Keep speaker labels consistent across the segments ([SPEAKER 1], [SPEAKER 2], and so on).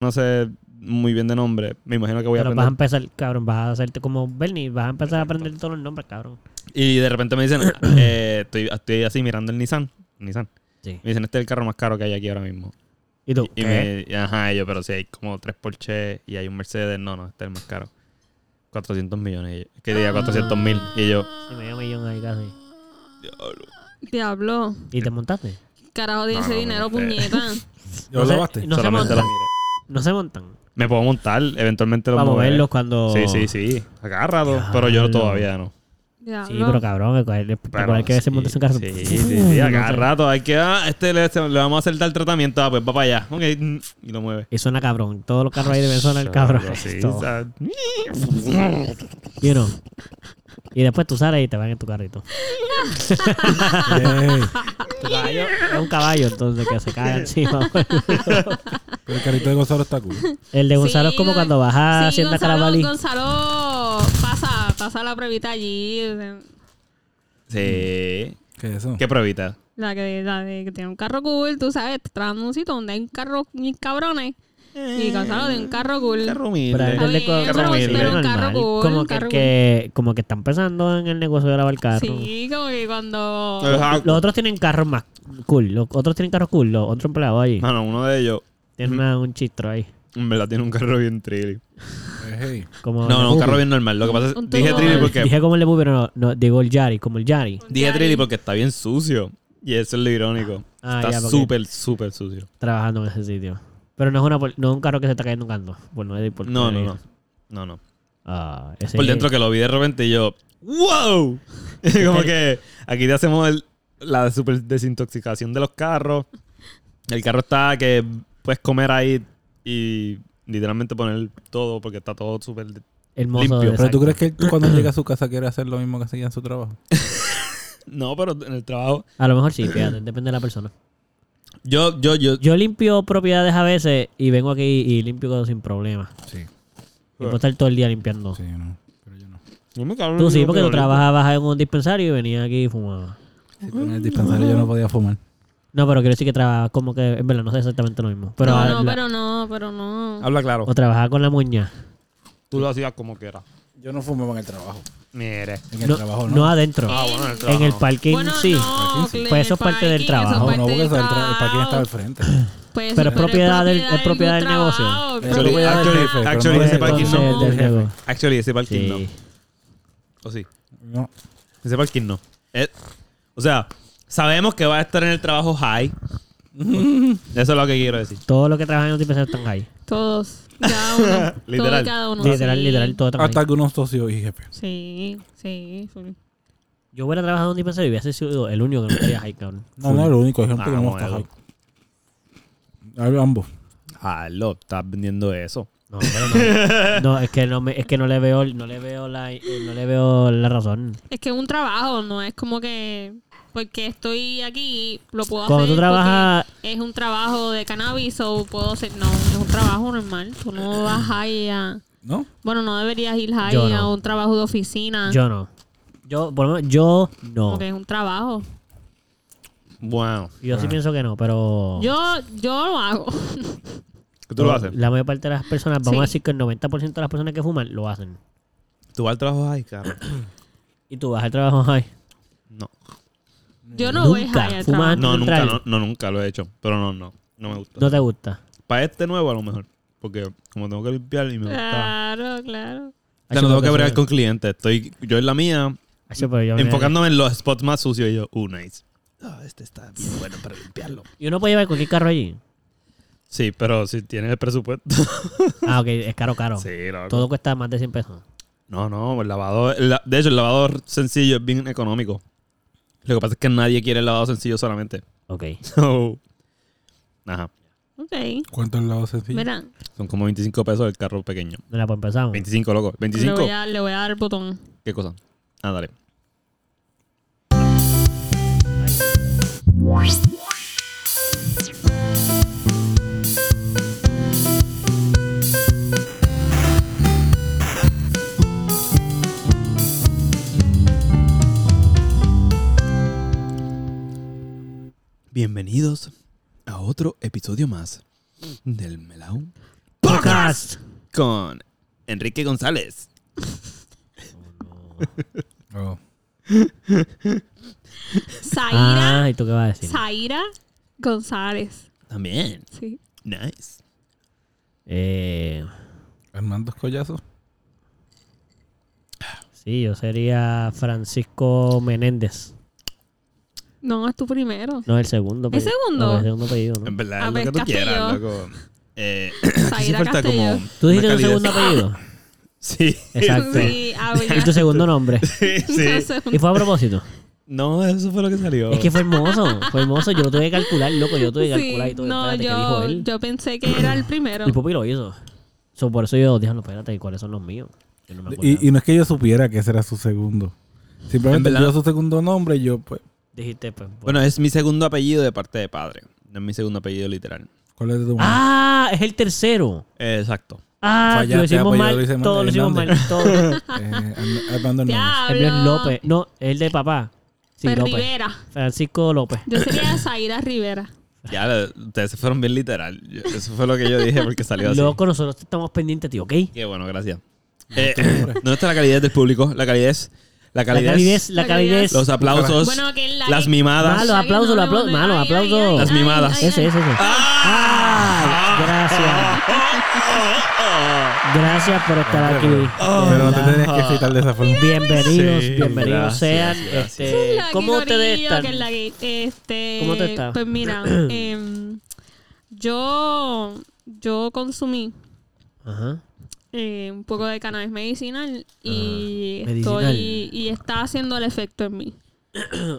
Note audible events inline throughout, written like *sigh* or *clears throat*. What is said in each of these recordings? [SPEAKER 1] no sé muy bien de nombre, me imagino que voy
[SPEAKER 2] Pero
[SPEAKER 1] a
[SPEAKER 2] vas a
[SPEAKER 1] aprender.
[SPEAKER 2] empezar, cabrón, vas a hacerte como Bernie, vas a empezar a aprender todos los nombres, cabrón.
[SPEAKER 1] Y de repente me
[SPEAKER 2] *coughs*
[SPEAKER 1] dicen, eh, estoy, estoy así mirando el Nissan. Nissan.
[SPEAKER 2] Sí.
[SPEAKER 1] Me dicen, este es el carro más caro que hay aquí ahora mismo.
[SPEAKER 2] ¿Y tú?
[SPEAKER 1] Y
[SPEAKER 2] ¿Qué?
[SPEAKER 1] me, y ajá, y yo, pero si hay como tres Porsche y hay un Mercedes, no, no, este es el más caro. 400 millones. Y yo, que diga 400 mil. Y yo,
[SPEAKER 2] Y medio millón ahí casi.
[SPEAKER 3] Diablo.
[SPEAKER 2] ¿Y te montaste?
[SPEAKER 3] Carajo de
[SPEAKER 1] No,
[SPEAKER 3] ese
[SPEAKER 1] no,
[SPEAKER 3] dinero,
[SPEAKER 1] no,
[SPEAKER 3] puñeta.
[SPEAKER 2] No
[SPEAKER 4] ¿Lo
[SPEAKER 2] sé-
[SPEAKER 4] lavaste?
[SPEAKER 2] No se
[SPEAKER 1] solamente
[SPEAKER 2] montan.
[SPEAKER 1] la miré.
[SPEAKER 2] No se montan.
[SPEAKER 1] Me puedo montar, eventualmente lo
[SPEAKER 2] Vamos a
[SPEAKER 1] moveré.
[SPEAKER 2] verlos cuando...
[SPEAKER 1] Sí, sí, sí. Agárralo. Pero yo
[SPEAKER 2] Diablo.
[SPEAKER 1] todavía no.
[SPEAKER 2] Sí, pero
[SPEAKER 3] Diablo.
[SPEAKER 2] cabrón, el- el espectacular que
[SPEAKER 1] sí,
[SPEAKER 2] ves se monta en carro. Mm,
[SPEAKER 1] Sí, sí, sí. A cada rato hay que. Ah, este le, le vamos a hacer tal tratamiento. Ah, pues va para allá. Ok. mm, Y lo mueve.
[SPEAKER 2] Y suena cabrón. Todos los carros ahí deben sonar cabrón.
[SPEAKER 1] Sí,
[SPEAKER 2] *laughs* Todo.
[SPEAKER 1] o sea, mm,
[SPEAKER 2] You know. Y después tú sales y te van en
[SPEAKER 1] *laughs*
[SPEAKER 2] tu carrito. *laughs*
[SPEAKER 4] Ey,
[SPEAKER 2] Tu caballo es un caballo, entonces, que
[SPEAKER 1] *laughs*
[SPEAKER 2] se cae encima. pues.
[SPEAKER 4] pero el carrito de Gonzalo
[SPEAKER 2] *laughs*
[SPEAKER 4] está cool.
[SPEAKER 2] El de Gonzalo es como
[SPEAKER 3] Gon-
[SPEAKER 2] cuando vas a
[SPEAKER 3] sí,
[SPEAKER 2] Hacienda
[SPEAKER 3] Gonzalo-
[SPEAKER 2] Carabalí.
[SPEAKER 3] Gonzalo pasa, pasa la pruebita allí.
[SPEAKER 1] sí.
[SPEAKER 4] ¿Qué es
[SPEAKER 2] Mm.
[SPEAKER 4] eso?
[SPEAKER 1] ¿Qué pruebita?
[SPEAKER 3] La que, la de que tiene un carro cool, tú sabes, te traen un sitio donde hay un carro mil cabrones.
[SPEAKER 2] Eh.
[SPEAKER 3] Y Gonzalo tiene un carro cool.
[SPEAKER 1] Carro
[SPEAKER 2] Pero
[SPEAKER 1] humilde.
[SPEAKER 2] es el de
[SPEAKER 3] Está bien,
[SPEAKER 2] co-
[SPEAKER 1] pero
[SPEAKER 2] como
[SPEAKER 1] un-
[SPEAKER 2] que
[SPEAKER 1] pero un
[SPEAKER 2] normal.
[SPEAKER 3] carro cool,
[SPEAKER 2] Como
[SPEAKER 3] un
[SPEAKER 2] que,
[SPEAKER 3] carro
[SPEAKER 2] que- como que están pensando en el negocio de lavar carro.
[SPEAKER 3] Sí, como que cuando.
[SPEAKER 1] Ajá.
[SPEAKER 2] Los otros tienen carros más cool. Los otros tienen carros cool. Los otros empleados allí.
[SPEAKER 1] Mano, uno de ellos,
[SPEAKER 2] Tienen una- un chistro ahí.
[SPEAKER 1] en verdad, tiene un carro bien trilly.
[SPEAKER 4] Ey,
[SPEAKER 2] Como
[SPEAKER 1] No,
[SPEAKER 2] el de
[SPEAKER 1] no, un
[SPEAKER 2] Bubi.
[SPEAKER 1] carro bien normal. Lo que pasa
[SPEAKER 3] Un
[SPEAKER 1] es. Dije
[SPEAKER 3] turbo
[SPEAKER 1] trilly
[SPEAKER 3] normal.
[SPEAKER 1] porque.
[SPEAKER 2] Dije como el de Bubi, pero no, no, digo el Yari, como el Yari.
[SPEAKER 1] Dije
[SPEAKER 3] Yari.
[SPEAKER 1] trilly porque está bien sucio. Y eso es lo irónico.
[SPEAKER 2] Ah, ya,
[SPEAKER 1] Está
[SPEAKER 2] porque-
[SPEAKER 1] súper, súper sucio.
[SPEAKER 2] trabajando en ese sitio. Pero no es una pol- no es un carro que se está cayendo un canto. Por no decir por
[SPEAKER 1] No, no, no. No, no.
[SPEAKER 2] Ah, ese-
[SPEAKER 1] Por dentro que lo vi de repente y yo, ¡Wow! *laughs* Como que aquí te hacemos el- la super desintoxicación de los carros. El carro está que puedes comer ahí y literalmente poner todo porque está todo súper.
[SPEAKER 2] hermoso.
[SPEAKER 1] limpio.
[SPEAKER 2] exacto.
[SPEAKER 4] Pero tú crees que él, cuando llega a su casa quiere hacer lo mismo que hacía en su trabajo.
[SPEAKER 1] No, pero en el trabajo.
[SPEAKER 2] A lo mejor sí, fíjate, depende de la persona.
[SPEAKER 1] Yo, yo, yo.
[SPEAKER 2] Yo limpio propiedades a veces y vengo aquí y limpio sin problema.
[SPEAKER 4] Sí,
[SPEAKER 2] Y puedo estar todo el día limpiando.
[SPEAKER 4] sí, no. Pero yo no.
[SPEAKER 1] yo me cago en
[SPEAKER 2] Tú sí,
[SPEAKER 1] Dios,
[SPEAKER 2] porque
[SPEAKER 1] pero limpio.
[SPEAKER 2] tú trabajabas en un dispensario y venías aquí y fumabas.
[SPEAKER 4] Sí, pero en el dispensario yo no podía fumar.
[SPEAKER 2] No, pero quiero decir que trabajabas como que, en verdad, no sé exactamente lo mismo. Pero,
[SPEAKER 3] no,
[SPEAKER 2] a-
[SPEAKER 3] no,
[SPEAKER 2] la-
[SPEAKER 3] pero no, pero no.
[SPEAKER 1] Habla claro.
[SPEAKER 2] O trabajaba con la muña.
[SPEAKER 1] Tú lo hacías como quieras.
[SPEAKER 4] Yo no fumaba en el trabajo.
[SPEAKER 1] Mire.
[SPEAKER 4] En el
[SPEAKER 2] no,
[SPEAKER 4] trabajo,
[SPEAKER 2] no
[SPEAKER 4] ¿no?
[SPEAKER 2] adentro.
[SPEAKER 1] Ah, bueno, en el
[SPEAKER 2] en
[SPEAKER 1] trabajo.
[SPEAKER 2] el parking
[SPEAKER 3] Bueno,
[SPEAKER 2] sí.
[SPEAKER 3] no,
[SPEAKER 2] Pues
[SPEAKER 3] en el
[SPEAKER 2] eso es parte del
[SPEAKER 3] parking, eso es
[SPEAKER 2] trabajo.
[SPEAKER 4] No,
[SPEAKER 3] parte
[SPEAKER 4] no, porque
[SPEAKER 3] del
[SPEAKER 4] el, tra- el parquín estaba
[SPEAKER 3] trabajo.
[SPEAKER 4] al frente.
[SPEAKER 3] Pues,
[SPEAKER 2] Pero es propiedad del- es propiedad del
[SPEAKER 3] algún
[SPEAKER 2] negocio.
[SPEAKER 3] trabajo,
[SPEAKER 4] Es
[SPEAKER 3] propiedad-
[SPEAKER 4] propiedad del
[SPEAKER 1] actually-
[SPEAKER 4] jefe, pero
[SPEAKER 1] actually
[SPEAKER 4] no
[SPEAKER 1] ese
[SPEAKER 4] del-
[SPEAKER 1] parking
[SPEAKER 2] Entonces,
[SPEAKER 1] no.
[SPEAKER 2] del
[SPEAKER 4] jefe.
[SPEAKER 2] nego-
[SPEAKER 1] Actually, ese parking no.
[SPEAKER 2] Sí.
[SPEAKER 1] ¿O sí?
[SPEAKER 4] *coughs* No.
[SPEAKER 1] Ese parking no. Eh, o sea, sabemos que va a estar en el trabajo *laughs* high. Eso es lo que quiero decir.
[SPEAKER 2] Todo lo que trabaja en un dispensario están ahí.
[SPEAKER 3] Todos. Cada uno.
[SPEAKER 1] Literal.
[SPEAKER 3] Todo, cada uno.
[SPEAKER 2] Literal,
[SPEAKER 3] sí.
[SPEAKER 2] literal, todo trabaja ahí.
[SPEAKER 4] Hasta algunos socios y jefes.
[SPEAKER 3] Sí, sí. full.
[SPEAKER 2] Yo hubiera trabajado en un dispensario y hubiese sido el único que no estaría high, cabrón.
[SPEAKER 4] No, no, el único ejemplo que
[SPEAKER 1] Ah,
[SPEAKER 4] no
[SPEAKER 1] bueno.
[SPEAKER 4] está ahí. Ambos.
[SPEAKER 1] Aló, estás vendiendo eso.
[SPEAKER 2] No,
[SPEAKER 1] *laughs*
[SPEAKER 2] pero no. No, es que no me, es que no le veo, no le veo la, eh, no le veo la razón.
[SPEAKER 3] Es que es un trabajo, no es como que porque estoy aquí lo puedo
[SPEAKER 2] Cuando
[SPEAKER 3] hacer.
[SPEAKER 2] tú trabajas-
[SPEAKER 3] porque Es un trabajo de cannabis o puedo hacer. No, es un trabajo normal. Tú no vas ahí a.
[SPEAKER 4] ¿No?
[SPEAKER 3] Bueno, no deberías ir ahí
[SPEAKER 2] Yo no.
[SPEAKER 3] a un trabajo de oficina.
[SPEAKER 2] Yo no. Yo, por lo menos, yo no.
[SPEAKER 3] Porque es un trabajo.
[SPEAKER 1] Wow.
[SPEAKER 2] Yo sí pienso que no, pero
[SPEAKER 3] Yo, yo lo hago. *laughs*
[SPEAKER 1] ¿Tú lo haces?
[SPEAKER 2] la mayor parte de las personas, vamos
[SPEAKER 3] Sí.
[SPEAKER 2] a decir que el 90% de las personas que fuman lo hacen.
[SPEAKER 1] ¿Tú vas al trabajo high, caro?
[SPEAKER 2] Y tú vas al trabajo high.
[SPEAKER 1] No.
[SPEAKER 3] Yo no voy
[SPEAKER 2] Nunca
[SPEAKER 3] high al
[SPEAKER 2] fumas
[SPEAKER 3] trabajo.
[SPEAKER 1] No, nunca,
[SPEAKER 2] Neutral.
[SPEAKER 1] no, no, nunca lo he hecho. Pero no, no. No me gusta.
[SPEAKER 2] No te gusta.
[SPEAKER 1] Para este nuevo a lo mejor. Porque como tengo que limpiar y me
[SPEAKER 3] Ah.
[SPEAKER 1] gusta.
[SPEAKER 3] Claro, claro.
[SPEAKER 1] O sea, no tengo que bregar con clientes. Estoy yo en la mía,
[SPEAKER 2] Hacho, pero yo me-
[SPEAKER 1] enfocándome en los spots más sucios y yo, uh, nice. Ah, este está bien bueno para limpiarlo.
[SPEAKER 2] Y uno puede llevar cualquier carro allí.
[SPEAKER 1] Sí, pero si tienes el presupuesto.
[SPEAKER 2] Ah, ok, es caro,
[SPEAKER 1] *laughs*
[SPEAKER 2] caro.
[SPEAKER 1] sí, loco.
[SPEAKER 2] Todo cuesta más de 100 pesos.
[SPEAKER 1] No, no, el lavado. el la- de hecho, el lavado sencillo es bien económico. Lo que pasa es que nadie quiere el lavado sencillo solamente. *laughs*
[SPEAKER 2] Ok.
[SPEAKER 1] So, ajá.
[SPEAKER 3] Ok.
[SPEAKER 4] ¿Cuánto es el lado sencillo?
[SPEAKER 3] Mira,
[SPEAKER 1] Son como 25 pesos el carro pequeño.
[SPEAKER 2] Mira, pues empezamos.
[SPEAKER 1] 25, loco.
[SPEAKER 3] le
[SPEAKER 1] 25.
[SPEAKER 3] voy, a, le voy a dar el botón.
[SPEAKER 1] ¿Qué cosa? Ah, dale. Bienvenidos a otro episodio más del Melao
[SPEAKER 2] Podcast.
[SPEAKER 1] con Enrique González.
[SPEAKER 4] Oh.
[SPEAKER 3] Zaira.
[SPEAKER 2] Ah, ¿y tú qué vas a decir?
[SPEAKER 3] Zaira González.
[SPEAKER 1] También.
[SPEAKER 3] Sí.
[SPEAKER 1] Nice.
[SPEAKER 2] Eh,
[SPEAKER 4] Armando Collazos.
[SPEAKER 2] sí, yo sería Francisco Menéndez.
[SPEAKER 3] No, es tu primero.
[SPEAKER 2] No es el segundo.
[SPEAKER 3] ¿Es
[SPEAKER 2] apellido.
[SPEAKER 3] segundo?
[SPEAKER 2] No, es el segundo apellido, ¿no?
[SPEAKER 1] En verdad, es
[SPEAKER 3] A
[SPEAKER 1] lo
[SPEAKER 3] ver,
[SPEAKER 1] que tú quieras,
[SPEAKER 3] Castillo.
[SPEAKER 1] loco. Eh, *clears throat* sí
[SPEAKER 3] Zaira
[SPEAKER 1] falta
[SPEAKER 3] Castillo.
[SPEAKER 1] como
[SPEAKER 2] Tú dijiste
[SPEAKER 1] una
[SPEAKER 2] tu
[SPEAKER 1] calidez.
[SPEAKER 2] segundo apellido.
[SPEAKER 1] *laughs* Sí.
[SPEAKER 2] Exacto.
[SPEAKER 3] Sí, a
[SPEAKER 2] *laughs*
[SPEAKER 3] ver. *laughs*
[SPEAKER 2] Y tu segundo nombre.
[SPEAKER 1] Sí, sí.
[SPEAKER 2] Y fue a propósito.
[SPEAKER 1] No, eso fue lo que salió.
[SPEAKER 2] Es que fue hermoso. Fue hermoso. Yo lo tuve que calcular, loco. Yo lo tuve que calcular y todo.
[SPEAKER 3] no,
[SPEAKER 2] Espérate, ¿qué dijo
[SPEAKER 3] yo,
[SPEAKER 2] él?
[SPEAKER 3] yo pensé que era el primero.
[SPEAKER 2] El Pupi lo hizo. So, por eso yo dije, no, espérate, ¿y ¿cuáles son los míos? Yo no me acuerdo.
[SPEAKER 4] Y, y no es que yo supiera que ese era su segundo.
[SPEAKER 1] En
[SPEAKER 4] Simplemente
[SPEAKER 1] verdad.
[SPEAKER 4] vio su segundo nombre y yo, pues,
[SPEAKER 2] Dijiste, pues. bueno.
[SPEAKER 1] Bueno, es mi segundo apellido de parte de padre. No es mi segundo apellido literal.
[SPEAKER 4] ¿cuál es de tu mamá?
[SPEAKER 2] Ah, es el tercero.
[SPEAKER 1] Eh, exacto.
[SPEAKER 2] Ah,
[SPEAKER 4] Fallaste,
[SPEAKER 2] lo hicimos
[SPEAKER 4] apoyo,
[SPEAKER 2] mal.
[SPEAKER 4] pues, lo hice mal,
[SPEAKER 2] Todo lo hicimos mal.
[SPEAKER 4] Hernández.
[SPEAKER 2] Todo. El
[SPEAKER 3] *laughs*
[SPEAKER 4] Eh, Arm- Armando Hernández.
[SPEAKER 3] Diablo.
[SPEAKER 2] mío es López. No, el de papá. Sí,
[SPEAKER 3] Fer
[SPEAKER 2] López.
[SPEAKER 3] Rivera.
[SPEAKER 2] Francisco López. *laughs*
[SPEAKER 3] Yo sería Zaira Rivera.
[SPEAKER 1] Ya, lo- ustedes se fueron bien literal. Yo- Eso fue lo que yo dije porque salió así.
[SPEAKER 2] Loco, nosotros estamos pendientes, tío, ¿ok?
[SPEAKER 1] Qué bueno, gracias. Eh, *laughs* ¿Dónde está la calidez del público? La calidez. La
[SPEAKER 2] La
[SPEAKER 1] calidez.
[SPEAKER 2] calidez, la
[SPEAKER 3] La
[SPEAKER 2] calidez.
[SPEAKER 3] calidez.
[SPEAKER 1] Los aplausos.
[SPEAKER 3] Bueno, que la-
[SPEAKER 1] las mimadas.
[SPEAKER 2] Malo, aplauso, lo aplauso. Malo, aplauso.
[SPEAKER 1] Las mimadas. ay,
[SPEAKER 2] Ese, ese, ese. Ah,
[SPEAKER 3] *laughs*
[SPEAKER 2] gracias. Gracias por estar aquí. De
[SPEAKER 4] Pero no te
[SPEAKER 2] verdad.
[SPEAKER 4] tenías que citar de esa forma.
[SPEAKER 2] Bienvenidos,
[SPEAKER 1] Sí,
[SPEAKER 2] bienvenidos
[SPEAKER 1] gracias,
[SPEAKER 2] sean.
[SPEAKER 1] gracias.
[SPEAKER 2] Este, ¿Cómo ustedes están?
[SPEAKER 3] este,
[SPEAKER 2] ¿Cómo tú estás? *clears throat*
[SPEAKER 3] Pues mira, em, yo, yo consumí
[SPEAKER 2] Ajá.
[SPEAKER 3] eh, un poco de cannabis medicinal y,
[SPEAKER 2] Ah,
[SPEAKER 3] estoy,
[SPEAKER 2] medicinal.
[SPEAKER 3] y está haciendo el efecto en mí.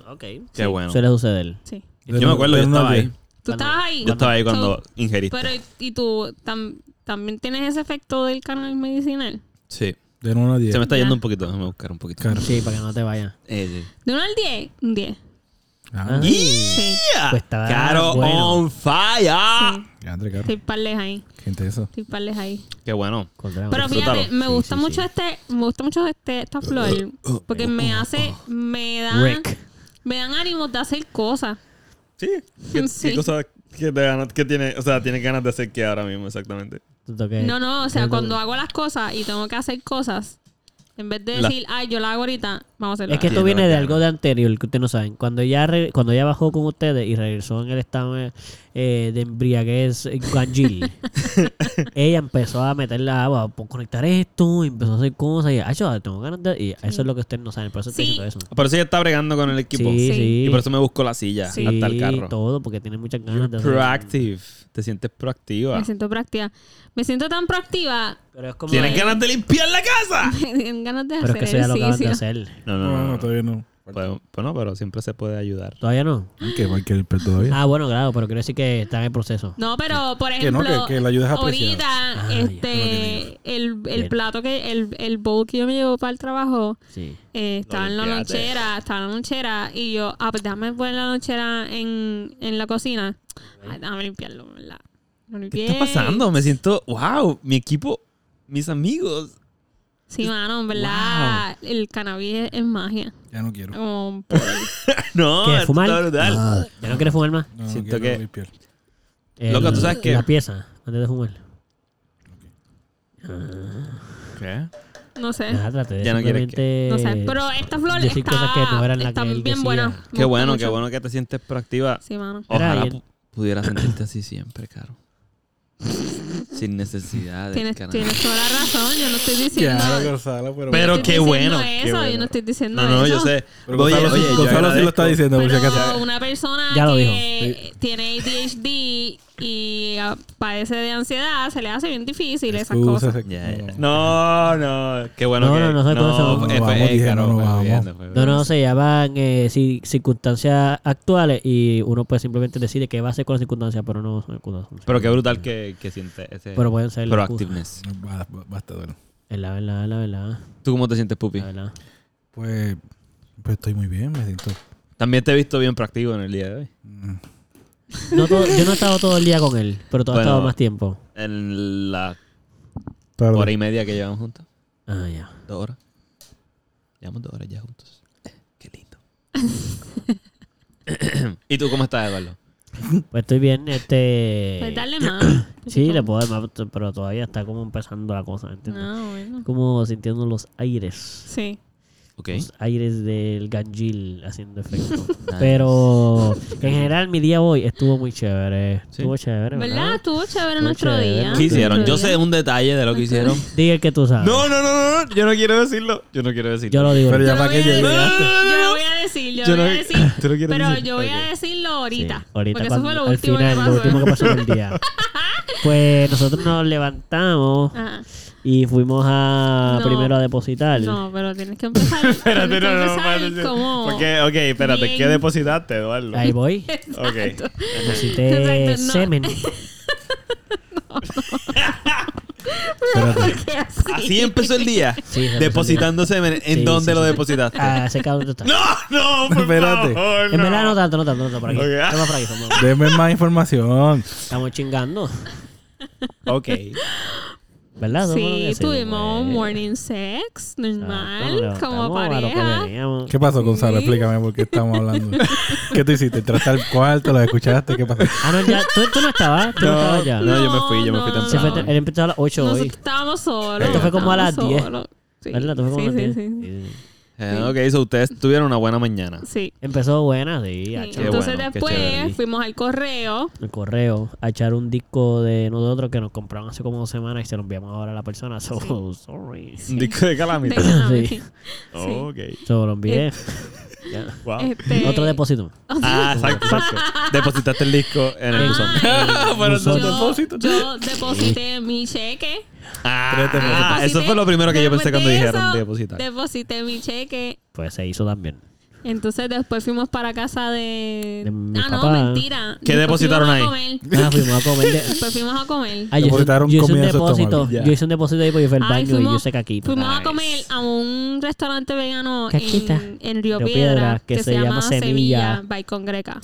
[SPEAKER 2] ok.
[SPEAKER 1] Qué bueno.
[SPEAKER 2] Suele suceder.
[SPEAKER 3] Sí.
[SPEAKER 1] Yo me acuerdo, yo estaba ahí.
[SPEAKER 3] ¿Tú
[SPEAKER 2] Cuando-
[SPEAKER 3] estabas ahí?
[SPEAKER 1] Yo estaba ahí cuando
[SPEAKER 3] So,
[SPEAKER 1] ingeriste.
[SPEAKER 3] pero, ¿y tú tam- también tienes ese efecto del cannabis medicinal?
[SPEAKER 1] Sí.
[SPEAKER 4] De 1 a
[SPEAKER 1] Se me
[SPEAKER 4] 10.
[SPEAKER 1] está yendo un poquito. Déjame buscar un poquito.
[SPEAKER 4] Claro.
[SPEAKER 2] Sí, para que no te vayan.
[SPEAKER 1] Eh,
[SPEAKER 3] ¿De 1 al 10? Un 10.
[SPEAKER 4] Ah,
[SPEAKER 2] Ay.
[SPEAKER 3] Sí,
[SPEAKER 1] yeah.
[SPEAKER 2] Pues estaba
[SPEAKER 1] Caro
[SPEAKER 2] bueno.
[SPEAKER 1] on fire.
[SPEAKER 3] sí.
[SPEAKER 4] ya, André, claro.
[SPEAKER 3] Estoy parles ahí.
[SPEAKER 4] Qué intenso.
[SPEAKER 3] Estoy parles ahí.
[SPEAKER 1] Qué Ah, bueno.
[SPEAKER 2] Contra-
[SPEAKER 3] Pero fíjate,
[SPEAKER 1] Disfrútalo.
[SPEAKER 3] me
[SPEAKER 2] Sí,
[SPEAKER 3] gusta
[SPEAKER 2] sí,
[SPEAKER 3] mucho
[SPEAKER 2] sí.
[SPEAKER 3] este, me gusta mucho este, esta flor. Porque me hace, me dan,
[SPEAKER 2] Rick.
[SPEAKER 3] me dan ánimos de hacer cosas.
[SPEAKER 1] Sí. ¿Qué,
[SPEAKER 3] Sí.
[SPEAKER 1] cosa que, te gana- que tiene, o sea, tiene ganas de hacer que ahora mismo, exactamente?
[SPEAKER 2] Tú toques-
[SPEAKER 3] No, no, o sea,
[SPEAKER 2] Pero-
[SPEAKER 3] cuando hago las cosas y tengo que hacer cosas, en vez de
[SPEAKER 1] La-
[SPEAKER 3] decir, ay, yo la hago ahorita, vamos a hacerlo.
[SPEAKER 2] Es que esto
[SPEAKER 1] Sí,
[SPEAKER 2] viene
[SPEAKER 1] no,
[SPEAKER 2] de
[SPEAKER 1] ya
[SPEAKER 2] algo
[SPEAKER 1] no.
[SPEAKER 2] de anterior que ustedes no saben. Cuando ella re- cuando ella bajó con ustedes y regresó en el estado eh, eh, de embriaguez eh,
[SPEAKER 1] *laughs*
[SPEAKER 2] ganjil, ella empezó a meter la agua, por conectar esto, y empezó a hacer cosas y "Ay, yo tengo ganas de-". y eso es lo que ustedes no saben, por eso estoy
[SPEAKER 3] Sí.
[SPEAKER 2] diciendo eso.
[SPEAKER 1] Por eso ella está bregando con el equipo.
[SPEAKER 2] Sí,
[SPEAKER 3] Sí.
[SPEAKER 2] sí.
[SPEAKER 1] Y por eso me busco la silla
[SPEAKER 3] Sí.
[SPEAKER 1] hasta el carro.
[SPEAKER 2] todo porque tiene muchas ganas de hacer eso.
[SPEAKER 1] Proactive. Te sientes proactiva.
[SPEAKER 3] Me siento proactiva. Me siento tan proactiva. *laughs*
[SPEAKER 2] Pero es como
[SPEAKER 1] ¿Tienes *laughs* ganas de limpiar la casa?
[SPEAKER 3] Me dan ganas de
[SPEAKER 2] Pero es
[SPEAKER 3] hacer
[SPEAKER 2] que eso ya lo acaban de
[SPEAKER 3] ejercicio.
[SPEAKER 2] hacer.
[SPEAKER 1] No, no,
[SPEAKER 4] No,
[SPEAKER 1] no.
[SPEAKER 4] no, todavía no.
[SPEAKER 1] Pues, pues no, pero siempre se puede ayudar.
[SPEAKER 2] Todavía no.
[SPEAKER 1] Ah,
[SPEAKER 4] Que cualquier pero todavía.
[SPEAKER 2] Ah, bueno, claro, pero quiero decir que está en el proceso.
[SPEAKER 3] No, pero por
[SPEAKER 4] Que no,
[SPEAKER 3] ejemplo,
[SPEAKER 4] que- que la ayudas a
[SPEAKER 3] ahorita
[SPEAKER 2] apreciar. Ah,
[SPEAKER 3] este el, el
[SPEAKER 2] Bien.
[SPEAKER 3] plato que el, el bowl que yo me llevo para el trabajo
[SPEAKER 2] Sí.
[SPEAKER 3] eh, estaba en la
[SPEAKER 1] limpiaste.
[SPEAKER 3] lonchera, estaba en la lonchera y yo, ah, pues déjame poner la lonchera en, en la cocina. Ay, déjame limpiarlo, ¿verdad? Lo
[SPEAKER 1] ¿Qué
[SPEAKER 3] limpié.
[SPEAKER 1] está pasando? Me siento, wow, mi equipo, mis amigos. *laughs*
[SPEAKER 3] Sí, mano, en verdad, el cannabis es, es magia.
[SPEAKER 4] Ya no quiero.
[SPEAKER 3] Como un poder.
[SPEAKER 1] No,
[SPEAKER 2] ¿Quieres
[SPEAKER 1] esto
[SPEAKER 2] fumar?
[SPEAKER 1] está brutal.
[SPEAKER 2] Ah, ¿Ya no quieres fumar más?
[SPEAKER 4] No, no
[SPEAKER 1] Siento
[SPEAKER 4] quiero
[SPEAKER 1] que-
[SPEAKER 4] limpiar.
[SPEAKER 2] El-
[SPEAKER 1] Loco, ¿tú sabes qué?
[SPEAKER 2] La pieza, antes de fumar.
[SPEAKER 1] ¿Qué?
[SPEAKER 2] *laughs*
[SPEAKER 3] no sé.
[SPEAKER 2] Nada, trate de
[SPEAKER 1] Ya no quieres
[SPEAKER 2] simplemente-
[SPEAKER 3] Eh. No sé, pero esta flor
[SPEAKER 2] decir
[SPEAKER 3] está,
[SPEAKER 2] eh, cosas que no eran las
[SPEAKER 3] está
[SPEAKER 2] que él
[SPEAKER 3] bien
[SPEAKER 2] decía.
[SPEAKER 3] buena. Me
[SPEAKER 1] Qué
[SPEAKER 3] gusta
[SPEAKER 1] bueno, qué
[SPEAKER 3] mucho.
[SPEAKER 1] bueno que te sientes proactiva.
[SPEAKER 3] Sí, mano.
[SPEAKER 1] Ojalá
[SPEAKER 2] Era bien.
[SPEAKER 1] pu- pudieras sentirte así siempre, Caro. Sin necesidad de
[SPEAKER 3] Tienes,
[SPEAKER 1] carajo.
[SPEAKER 3] tienes toda la razón, yo no estoy
[SPEAKER 4] Ya,
[SPEAKER 3] diciendo...
[SPEAKER 4] Gonzalo, pero.
[SPEAKER 1] Pero
[SPEAKER 3] estoy
[SPEAKER 1] qué
[SPEAKER 3] diciendo
[SPEAKER 1] bueno,
[SPEAKER 3] Eso,
[SPEAKER 1] qué
[SPEAKER 3] Yo
[SPEAKER 1] bueno.
[SPEAKER 3] no estoy diciendo
[SPEAKER 1] No, no, yo
[SPEAKER 3] eso.
[SPEAKER 1] sé.
[SPEAKER 4] Pero
[SPEAKER 1] Oye,
[SPEAKER 4] Gonzalo,
[SPEAKER 1] oye,
[SPEAKER 4] sí,
[SPEAKER 1] yo
[SPEAKER 4] Gonzalo sí lo está
[SPEAKER 1] agradezco.
[SPEAKER 4] diciendo, por si acaso.
[SPEAKER 3] Pero una persona
[SPEAKER 2] Ya lo
[SPEAKER 3] que tiene ADHD y ah, padece de ansiedad, se le hace bien difícil esas
[SPEAKER 2] Eh,
[SPEAKER 3] cosas.
[SPEAKER 4] Excusas,
[SPEAKER 1] Ya, ya.
[SPEAKER 4] no.
[SPEAKER 1] No, no, qué bueno
[SPEAKER 2] No,
[SPEAKER 1] que...
[SPEAKER 2] no, no sé todo eso.
[SPEAKER 1] fue-
[SPEAKER 4] No,
[SPEAKER 1] eh,
[SPEAKER 4] vamos,
[SPEAKER 1] fue- eh,
[SPEAKER 4] dije,
[SPEAKER 1] Caro,
[SPEAKER 4] no,
[SPEAKER 1] fue
[SPEAKER 4] vamos.
[SPEAKER 1] bien, fue
[SPEAKER 2] No,
[SPEAKER 1] bien.
[SPEAKER 2] no, se llaman eh, ci- circunstancias actuales y uno puede simplemente decide qué va a hacer con las circunstancias, pero no son circunstancias.
[SPEAKER 1] Pero qué brutal que, que sientes ese
[SPEAKER 2] Pero pueden ser las excusas.
[SPEAKER 1] proactiveness.
[SPEAKER 4] Ba- ba- Basta, bueno.
[SPEAKER 2] Es la verdad, es la verdad,
[SPEAKER 1] ¿Tú cómo te sientes, Pupi?
[SPEAKER 2] la verdad.
[SPEAKER 4] Pues. Pues estoy muy bien, me siento.
[SPEAKER 1] También te he visto bien proactivo en el día de hoy.
[SPEAKER 4] mm,
[SPEAKER 2] No todo- yo no he estado todo el día con él, pero tú has
[SPEAKER 1] Bueno.
[SPEAKER 2] estado más tiempo.
[SPEAKER 1] En la
[SPEAKER 4] tarde.
[SPEAKER 1] hora y media que llevamos juntos.
[SPEAKER 2] Ah, ya.
[SPEAKER 1] Dos horas. Llevamos dos horas ya *coughs* juntos. Qué lindo. ¿Y tú cómo estás, Eduardo?
[SPEAKER 2] Pues estoy bien, este...
[SPEAKER 3] Pues dale
[SPEAKER 2] *clears throat*
[SPEAKER 3] más.
[SPEAKER 2] Sí, le puedo dar más, t- pero todavía está como empezando la cosa, ¿entiendes?
[SPEAKER 3] No, Ah, bueno.
[SPEAKER 2] Como sintiendo los aires.
[SPEAKER 3] Sí.
[SPEAKER 1] Ok.
[SPEAKER 2] Los aires del ganjil haciendo
[SPEAKER 3] *laughs*
[SPEAKER 2] efecto. pero en general mi día hoy estuvo muy chévere.
[SPEAKER 1] Sí.
[SPEAKER 2] Estuvo chévere, ¿verdad?
[SPEAKER 3] ¿Verdad? Estuvo chévere
[SPEAKER 2] Estuvo
[SPEAKER 3] nuestro
[SPEAKER 2] chévere.
[SPEAKER 3] día.
[SPEAKER 1] ¿Qué hicieron?
[SPEAKER 3] Nuestro
[SPEAKER 1] Yo sé
[SPEAKER 3] día.
[SPEAKER 1] un detalle de lo que hicieron.
[SPEAKER 2] Diga el que tú sabes.
[SPEAKER 1] No, no, no, no, no, Yo no quiero decirlo. Yo no quiero decirlo.
[SPEAKER 2] Yo lo digo.
[SPEAKER 4] Pero
[SPEAKER 3] Yo
[SPEAKER 4] ya
[SPEAKER 3] no
[SPEAKER 4] para
[SPEAKER 3] voy
[SPEAKER 4] que
[SPEAKER 3] a decir-
[SPEAKER 1] llegué.
[SPEAKER 3] Yo no voy a decir, yo
[SPEAKER 1] Yo
[SPEAKER 3] no
[SPEAKER 1] no-
[SPEAKER 3] voy a
[SPEAKER 2] *laughs*
[SPEAKER 3] decir.
[SPEAKER 4] tú no quieres
[SPEAKER 3] Pero
[SPEAKER 4] decir.
[SPEAKER 3] yo voy a
[SPEAKER 1] Ok.
[SPEAKER 3] decirlo
[SPEAKER 2] Sí,
[SPEAKER 3] ahorita.
[SPEAKER 2] ahorita
[SPEAKER 3] porque eso
[SPEAKER 2] cuando-
[SPEAKER 3] fue lo
[SPEAKER 2] al
[SPEAKER 3] último
[SPEAKER 2] final,
[SPEAKER 3] que
[SPEAKER 2] lo
[SPEAKER 3] pasó.
[SPEAKER 2] último que pasó en el
[SPEAKER 3] *laughs*
[SPEAKER 2] día. Pues nosotros nos levantamos *laughs*
[SPEAKER 3] Ajá.
[SPEAKER 2] y fuimos a
[SPEAKER 3] Ah. No.
[SPEAKER 2] primero a depositar.
[SPEAKER 3] No, pero tienes que
[SPEAKER 2] *laughs*
[SPEAKER 3] empezar.
[SPEAKER 1] Espérate,
[SPEAKER 3] tienes que
[SPEAKER 1] no, no,
[SPEAKER 3] empezar
[SPEAKER 1] espérate.
[SPEAKER 3] como- *laughs*
[SPEAKER 1] Porque, ok, espérate,
[SPEAKER 3] Bien.
[SPEAKER 1] ¿qué depositaste, Eduardo?
[SPEAKER 2] Ahí
[SPEAKER 3] *laughs*
[SPEAKER 2] voy.
[SPEAKER 1] Ok.
[SPEAKER 2] Deposité
[SPEAKER 3] Exacto, no. *laughs*
[SPEAKER 2] semen.
[SPEAKER 3] *laughs*
[SPEAKER 4] Espérate.
[SPEAKER 3] Porque así.
[SPEAKER 1] Así empezó el día.
[SPEAKER 2] Sí, se
[SPEAKER 1] Depositándose en, en
[SPEAKER 2] Sí,
[SPEAKER 1] dónde
[SPEAKER 2] sí,
[SPEAKER 1] lo
[SPEAKER 2] sí.
[SPEAKER 1] depositaste.
[SPEAKER 2] Ah, ese cabrón está.
[SPEAKER 1] No, no, por
[SPEAKER 4] Espérate.
[SPEAKER 1] favor. *laughs*
[SPEAKER 2] En
[SPEAKER 1] no.
[SPEAKER 2] verdad no tanto, no tanto, no tanto. Por aquí.
[SPEAKER 1] Ok.
[SPEAKER 2] Vamos por aquí, vamos.
[SPEAKER 4] Deme más información.
[SPEAKER 2] Estamos chingando.
[SPEAKER 1] Ok.
[SPEAKER 2] ¿Verdad? Eso fue lo que
[SPEAKER 3] Sí,
[SPEAKER 2] hicimos,
[SPEAKER 3] tuvimos
[SPEAKER 2] pues.
[SPEAKER 3] morning sex,
[SPEAKER 2] Exacto,
[SPEAKER 3] normal,
[SPEAKER 2] nos levantamos
[SPEAKER 3] como
[SPEAKER 2] a Ah, lo que
[SPEAKER 3] pareja.
[SPEAKER 2] veníamos.
[SPEAKER 4] ¿Qué pasó, Gonzalo?
[SPEAKER 3] Sí.
[SPEAKER 4] Explícame por qué estamos hablando. ¿Qué tú hiciste? ¿Entraste al cuarto? ¿Lo escuchaste? ¿Qué pasó?
[SPEAKER 2] Ah, no, ya. ¿Tú, tú no estabas, tú no, estabas ya.
[SPEAKER 1] No, yo me fui, yo me fui
[SPEAKER 3] No, no,
[SPEAKER 2] Se
[SPEAKER 1] temprano.
[SPEAKER 2] fue,
[SPEAKER 3] no.
[SPEAKER 2] él empezó a las 8
[SPEAKER 3] Nosotros
[SPEAKER 2] hoy.
[SPEAKER 3] estábamos solos.
[SPEAKER 2] Esto fue como a las 10.
[SPEAKER 3] solos. Sí.
[SPEAKER 2] ¿Verdad? Tú fue como
[SPEAKER 3] sí,
[SPEAKER 2] a las
[SPEAKER 3] sí,
[SPEAKER 2] 10.
[SPEAKER 3] sí, sí.
[SPEAKER 2] Sí, sí.
[SPEAKER 1] Eh, ok, so ustedes tuvieron una buena mañana.
[SPEAKER 2] Empezó buena, sí.
[SPEAKER 3] Sí.
[SPEAKER 2] a echar
[SPEAKER 3] Entonces
[SPEAKER 1] bueno, qué chévere.
[SPEAKER 3] después fuimos al correo.
[SPEAKER 2] *laughs* el correo, a echar un disco de nosotros que nos compraron hace como dos semanas y se lo enviamos ahora a la persona. So, *laughs* sorry.
[SPEAKER 1] Un disco de
[SPEAKER 3] de
[SPEAKER 1] calamita.
[SPEAKER 3] Konami.
[SPEAKER 2] Sí.
[SPEAKER 1] Oh, ok.
[SPEAKER 2] Se lo envié. Ya.
[SPEAKER 1] Wow.
[SPEAKER 3] Este,
[SPEAKER 2] Otro depósito.
[SPEAKER 1] Ah, exacto, exacto. Depositaste el disco en el buzón. *laughs*
[SPEAKER 3] Ah,
[SPEAKER 1] Fueron dos
[SPEAKER 2] buzón.
[SPEAKER 3] yo-
[SPEAKER 1] depósitos.
[SPEAKER 3] Yo deposité mi cheque.
[SPEAKER 1] Ah,
[SPEAKER 3] Deposité-
[SPEAKER 1] eso fue lo primero que yo pensé
[SPEAKER 3] después
[SPEAKER 1] cuando
[SPEAKER 3] de
[SPEAKER 1] dijeron
[SPEAKER 3] eso,
[SPEAKER 1] depositar.
[SPEAKER 3] Deposité mi cheque.
[SPEAKER 2] Pues se hizo
[SPEAKER 3] *laughs*
[SPEAKER 2] también.
[SPEAKER 3] Entonces después fuimos para casa de...
[SPEAKER 2] De mi
[SPEAKER 3] ah, no,
[SPEAKER 2] papá.
[SPEAKER 3] mentira.
[SPEAKER 1] ¿Qué
[SPEAKER 3] Después
[SPEAKER 1] depositaron
[SPEAKER 3] fuimos a
[SPEAKER 1] ahí?
[SPEAKER 3] comer.
[SPEAKER 2] Ah, fuimos a comer. de-
[SPEAKER 3] Después fuimos a comer.
[SPEAKER 2] Ah, yo, hice-
[SPEAKER 4] Depositaron
[SPEAKER 2] yo hice un
[SPEAKER 4] comida en su
[SPEAKER 2] depósito.
[SPEAKER 4] estómago. Ya.
[SPEAKER 2] Yo hice un depósito ahí porque fue al
[SPEAKER 3] Ay,
[SPEAKER 2] baño y yo
[SPEAKER 3] fuimos-
[SPEAKER 2] sé pues, caquita.
[SPEAKER 3] Fuimos a
[SPEAKER 2] Nice.
[SPEAKER 3] comer a un restaurante vegano
[SPEAKER 2] Caquita.
[SPEAKER 3] en, en Río
[SPEAKER 2] Río
[SPEAKER 3] Piedra,
[SPEAKER 2] Piedra,
[SPEAKER 3] que, se, llama Semilla, by Congreca.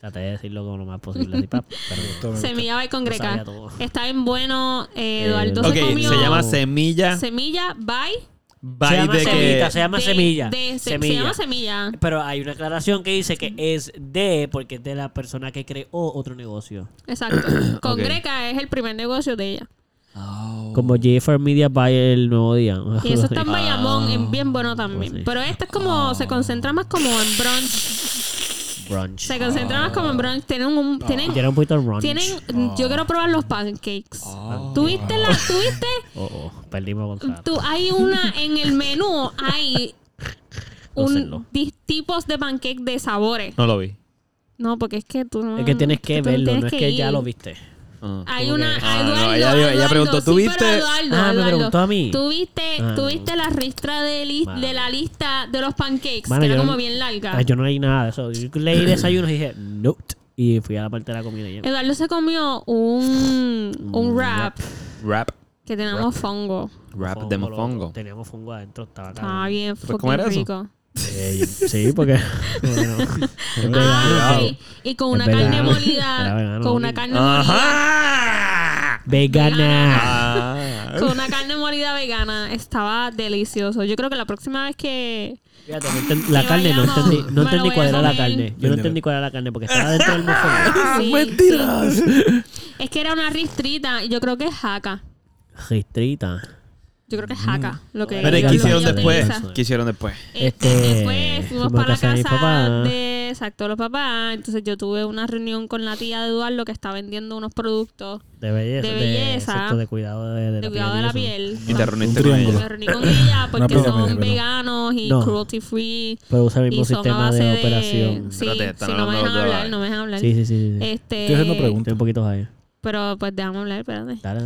[SPEAKER 2] Traté de decirlo como lo más posible. Así,
[SPEAKER 3] *laughs*
[SPEAKER 2] pa, pero-
[SPEAKER 3] Semilla by
[SPEAKER 2] sabía
[SPEAKER 3] Congreca.
[SPEAKER 2] todo.
[SPEAKER 3] Está bien bueno.
[SPEAKER 2] Eh,
[SPEAKER 3] eh, Eduardo
[SPEAKER 1] Ok,
[SPEAKER 3] se comió
[SPEAKER 1] se llama Semilla.
[SPEAKER 3] Semilla by
[SPEAKER 2] se
[SPEAKER 1] by
[SPEAKER 2] llama
[SPEAKER 1] de
[SPEAKER 2] semita, se
[SPEAKER 1] que.
[SPEAKER 2] llama
[SPEAKER 3] de-
[SPEAKER 2] semilla.
[SPEAKER 3] de- se, se
[SPEAKER 2] semilla.
[SPEAKER 3] llama Semilla.
[SPEAKER 2] Pero hay una aclaración que dice que es de, porque es de la persona que creó otro negocio. *clears throat*
[SPEAKER 3] Exacto. Congreca es el primer negocio
[SPEAKER 2] *laughs*
[SPEAKER 3] de ella.
[SPEAKER 4] Oh.
[SPEAKER 2] Como J4 Media by el nuevo día. *laughs*
[SPEAKER 3] Y eso está en Bayamón, en bien bueno también.
[SPEAKER 2] Ah, Pues sí.
[SPEAKER 3] Pero este es como, se concentra más como en brunch.
[SPEAKER 2] Brunch.
[SPEAKER 3] Se concentra más como en brunch. Tienen un, tienen,
[SPEAKER 2] Quiero un poquito de brunch.
[SPEAKER 3] tienen, yo quiero probar los pancakes. ¿Tuviste la, tuviste?
[SPEAKER 2] Oh, oh, perdimos a Gonzalo.
[SPEAKER 3] Tú, hay una en el menú,
[SPEAKER 2] *laughs*
[SPEAKER 3] hay
[SPEAKER 2] Gócenlo.
[SPEAKER 3] un, dis- tipos de pancake de sabores.
[SPEAKER 1] No lo vi.
[SPEAKER 3] No, porque es que tú no.
[SPEAKER 2] Es que tienes que
[SPEAKER 3] tú no
[SPEAKER 2] verlo,
[SPEAKER 3] tienes
[SPEAKER 2] no es que ya
[SPEAKER 3] ir.
[SPEAKER 2] lo viste.
[SPEAKER 1] Ah.
[SPEAKER 3] Hay una.
[SPEAKER 1] Ah,
[SPEAKER 3] Eduardo,
[SPEAKER 1] no, ella- ella
[SPEAKER 3] Eduardo,
[SPEAKER 1] preguntó,
[SPEAKER 3] sí,
[SPEAKER 1] ¿tú
[SPEAKER 3] pero
[SPEAKER 1] viste?
[SPEAKER 3] Eduardo,
[SPEAKER 2] Ah, me
[SPEAKER 3] Eduardo,
[SPEAKER 2] preguntó a mí.
[SPEAKER 3] ¿Tú viste,
[SPEAKER 2] Ah.
[SPEAKER 3] tú viste la ristra de, li-
[SPEAKER 2] Mano.
[SPEAKER 3] de la lista de los pancakes?
[SPEAKER 2] Mano,
[SPEAKER 3] que era
[SPEAKER 2] yo-
[SPEAKER 3] como bien larga.
[SPEAKER 2] Ah, yo no leí nada de eso. Yo
[SPEAKER 4] *coughs*
[SPEAKER 2] leí desayunos y dije, nope. Y fui a la parte de la comida. y ya.
[SPEAKER 3] Eduardo se comió un,
[SPEAKER 2] Mm,
[SPEAKER 3] un wrap
[SPEAKER 1] Rap.
[SPEAKER 3] que teníamos fongo.
[SPEAKER 1] Rap
[SPEAKER 2] Fongo,
[SPEAKER 1] de
[SPEAKER 2] loco.
[SPEAKER 1] mofongo.
[SPEAKER 2] Teníamos fungo adentro, estaba
[SPEAKER 3] Estaba
[SPEAKER 2] cabrón.
[SPEAKER 3] bien
[SPEAKER 1] ¿Puedes comer
[SPEAKER 3] fucking
[SPEAKER 1] eso?
[SPEAKER 3] rico.
[SPEAKER 2] Eh, Sí, porque. Bueno, es
[SPEAKER 3] Ah,
[SPEAKER 2] vegano.
[SPEAKER 3] sí. Y con
[SPEAKER 2] Es
[SPEAKER 3] una carne
[SPEAKER 2] vegano.
[SPEAKER 3] molida.
[SPEAKER 2] Era vegano,
[SPEAKER 3] con una
[SPEAKER 2] amigo.
[SPEAKER 3] carne molida.
[SPEAKER 1] Ajá.
[SPEAKER 2] Vegana.
[SPEAKER 1] Ah.
[SPEAKER 3] Con una carne molida vegana. Estaba delicioso. Yo creo que la próxima vez que.
[SPEAKER 2] Fíjate, no enten- la
[SPEAKER 3] Que
[SPEAKER 2] carne no
[SPEAKER 3] vayamos.
[SPEAKER 2] entendí, no
[SPEAKER 3] Me lo
[SPEAKER 2] entendí
[SPEAKER 3] voy
[SPEAKER 2] cuál
[SPEAKER 3] a
[SPEAKER 2] era la
[SPEAKER 3] comer.
[SPEAKER 2] carne. Yo no entendí cuál era la carne porque estaba dentro del mofongo.
[SPEAKER 1] Ah,
[SPEAKER 3] Sí,
[SPEAKER 4] ¡Mentiras!
[SPEAKER 3] sí. *laughs* Es que era una ristrita. Y yo creo que es jaca.
[SPEAKER 2] Ristrita.
[SPEAKER 3] Yo creo que es jaca. Lo que
[SPEAKER 1] Pero ¿y
[SPEAKER 3] lo
[SPEAKER 1] ¿qué
[SPEAKER 3] que
[SPEAKER 1] hicieron
[SPEAKER 3] ella
[SPEAKER 1] después?
[SPEAKER 3] utiliza.
[SPEAKER 1] ¿Qué hicieron después?
[SPEAKER 3] Este,
[SPEAKER 2] Este,
[SPEAKER 3] después fuimos
[SPEAKER 2] fuimos a
[SPEAKER 3] para
[SPEAKER 2] casa de
[SPEAKER 3] casa,
[SPEAKER 2] mi papá.
[SPEAKER 3] de exacto los papás. Entonces yo tuve una reunión con la tía de Eduardo que está vendiendo unos productos
[SPEAKER 2] De belleza.
[SPEAKER 3] De
[SPEAKER 2] De
[SPEAKER 3] belleza.
[SPEAKER 2] exacto, De, cuidado de, de
[SPEAKER 3] de cuidado de la piel.
[SPEAKER 1] Y te reuniste
[SPEAKER 4] un
[SPEAKER 1] con
[SPEAKER 4] triángulo.
[SPEAKER 1] ella.
[SPEAKER 3] Me reuní con
[SPEAKER 2] *coughs*
[SPEAKER 3] ella porque
[SPEAKER 4] pirámide,
[SPEAKER 3] son
[SPEAKER 4] perdón.
[SPEAKER 3] veganos y
[SPEAKER 2] No.
[SPEAKER 3] cruelty free.
[SPEAKER 2] Pero usa el mismo
[SPEAKER 3] Y son a
[SPEAKER 2] sistema
[SPEAKER 3] base
[SPEAKER 2] de,
[SPEAKER 3] de
[SPEAKER 2] operación.
[SPEAKER 3] Sí,
[SPEAKER 1] Espérate, están
[SPEAKER 3] si no me
[SPEAKER 1] hablando
[SPEAKER 3] dejan
[SPEAKER 1] de otra
[SPEAKER 3] hablar,
[SPEAKER 1] vez.
[SPEAKER 3] no me dejan hablar.
[SPEAKER 2] Sí, sí, sí. sí.
[SPEAKER 3] Este,
[SPEAKER 4] Estoy haciendo preguntas.
[SPEAKER 2] Estoy un poquito high.
[SPEAKER 3] Pero pues déjame hablar, espérate.
[SPEAKER 2] Dale,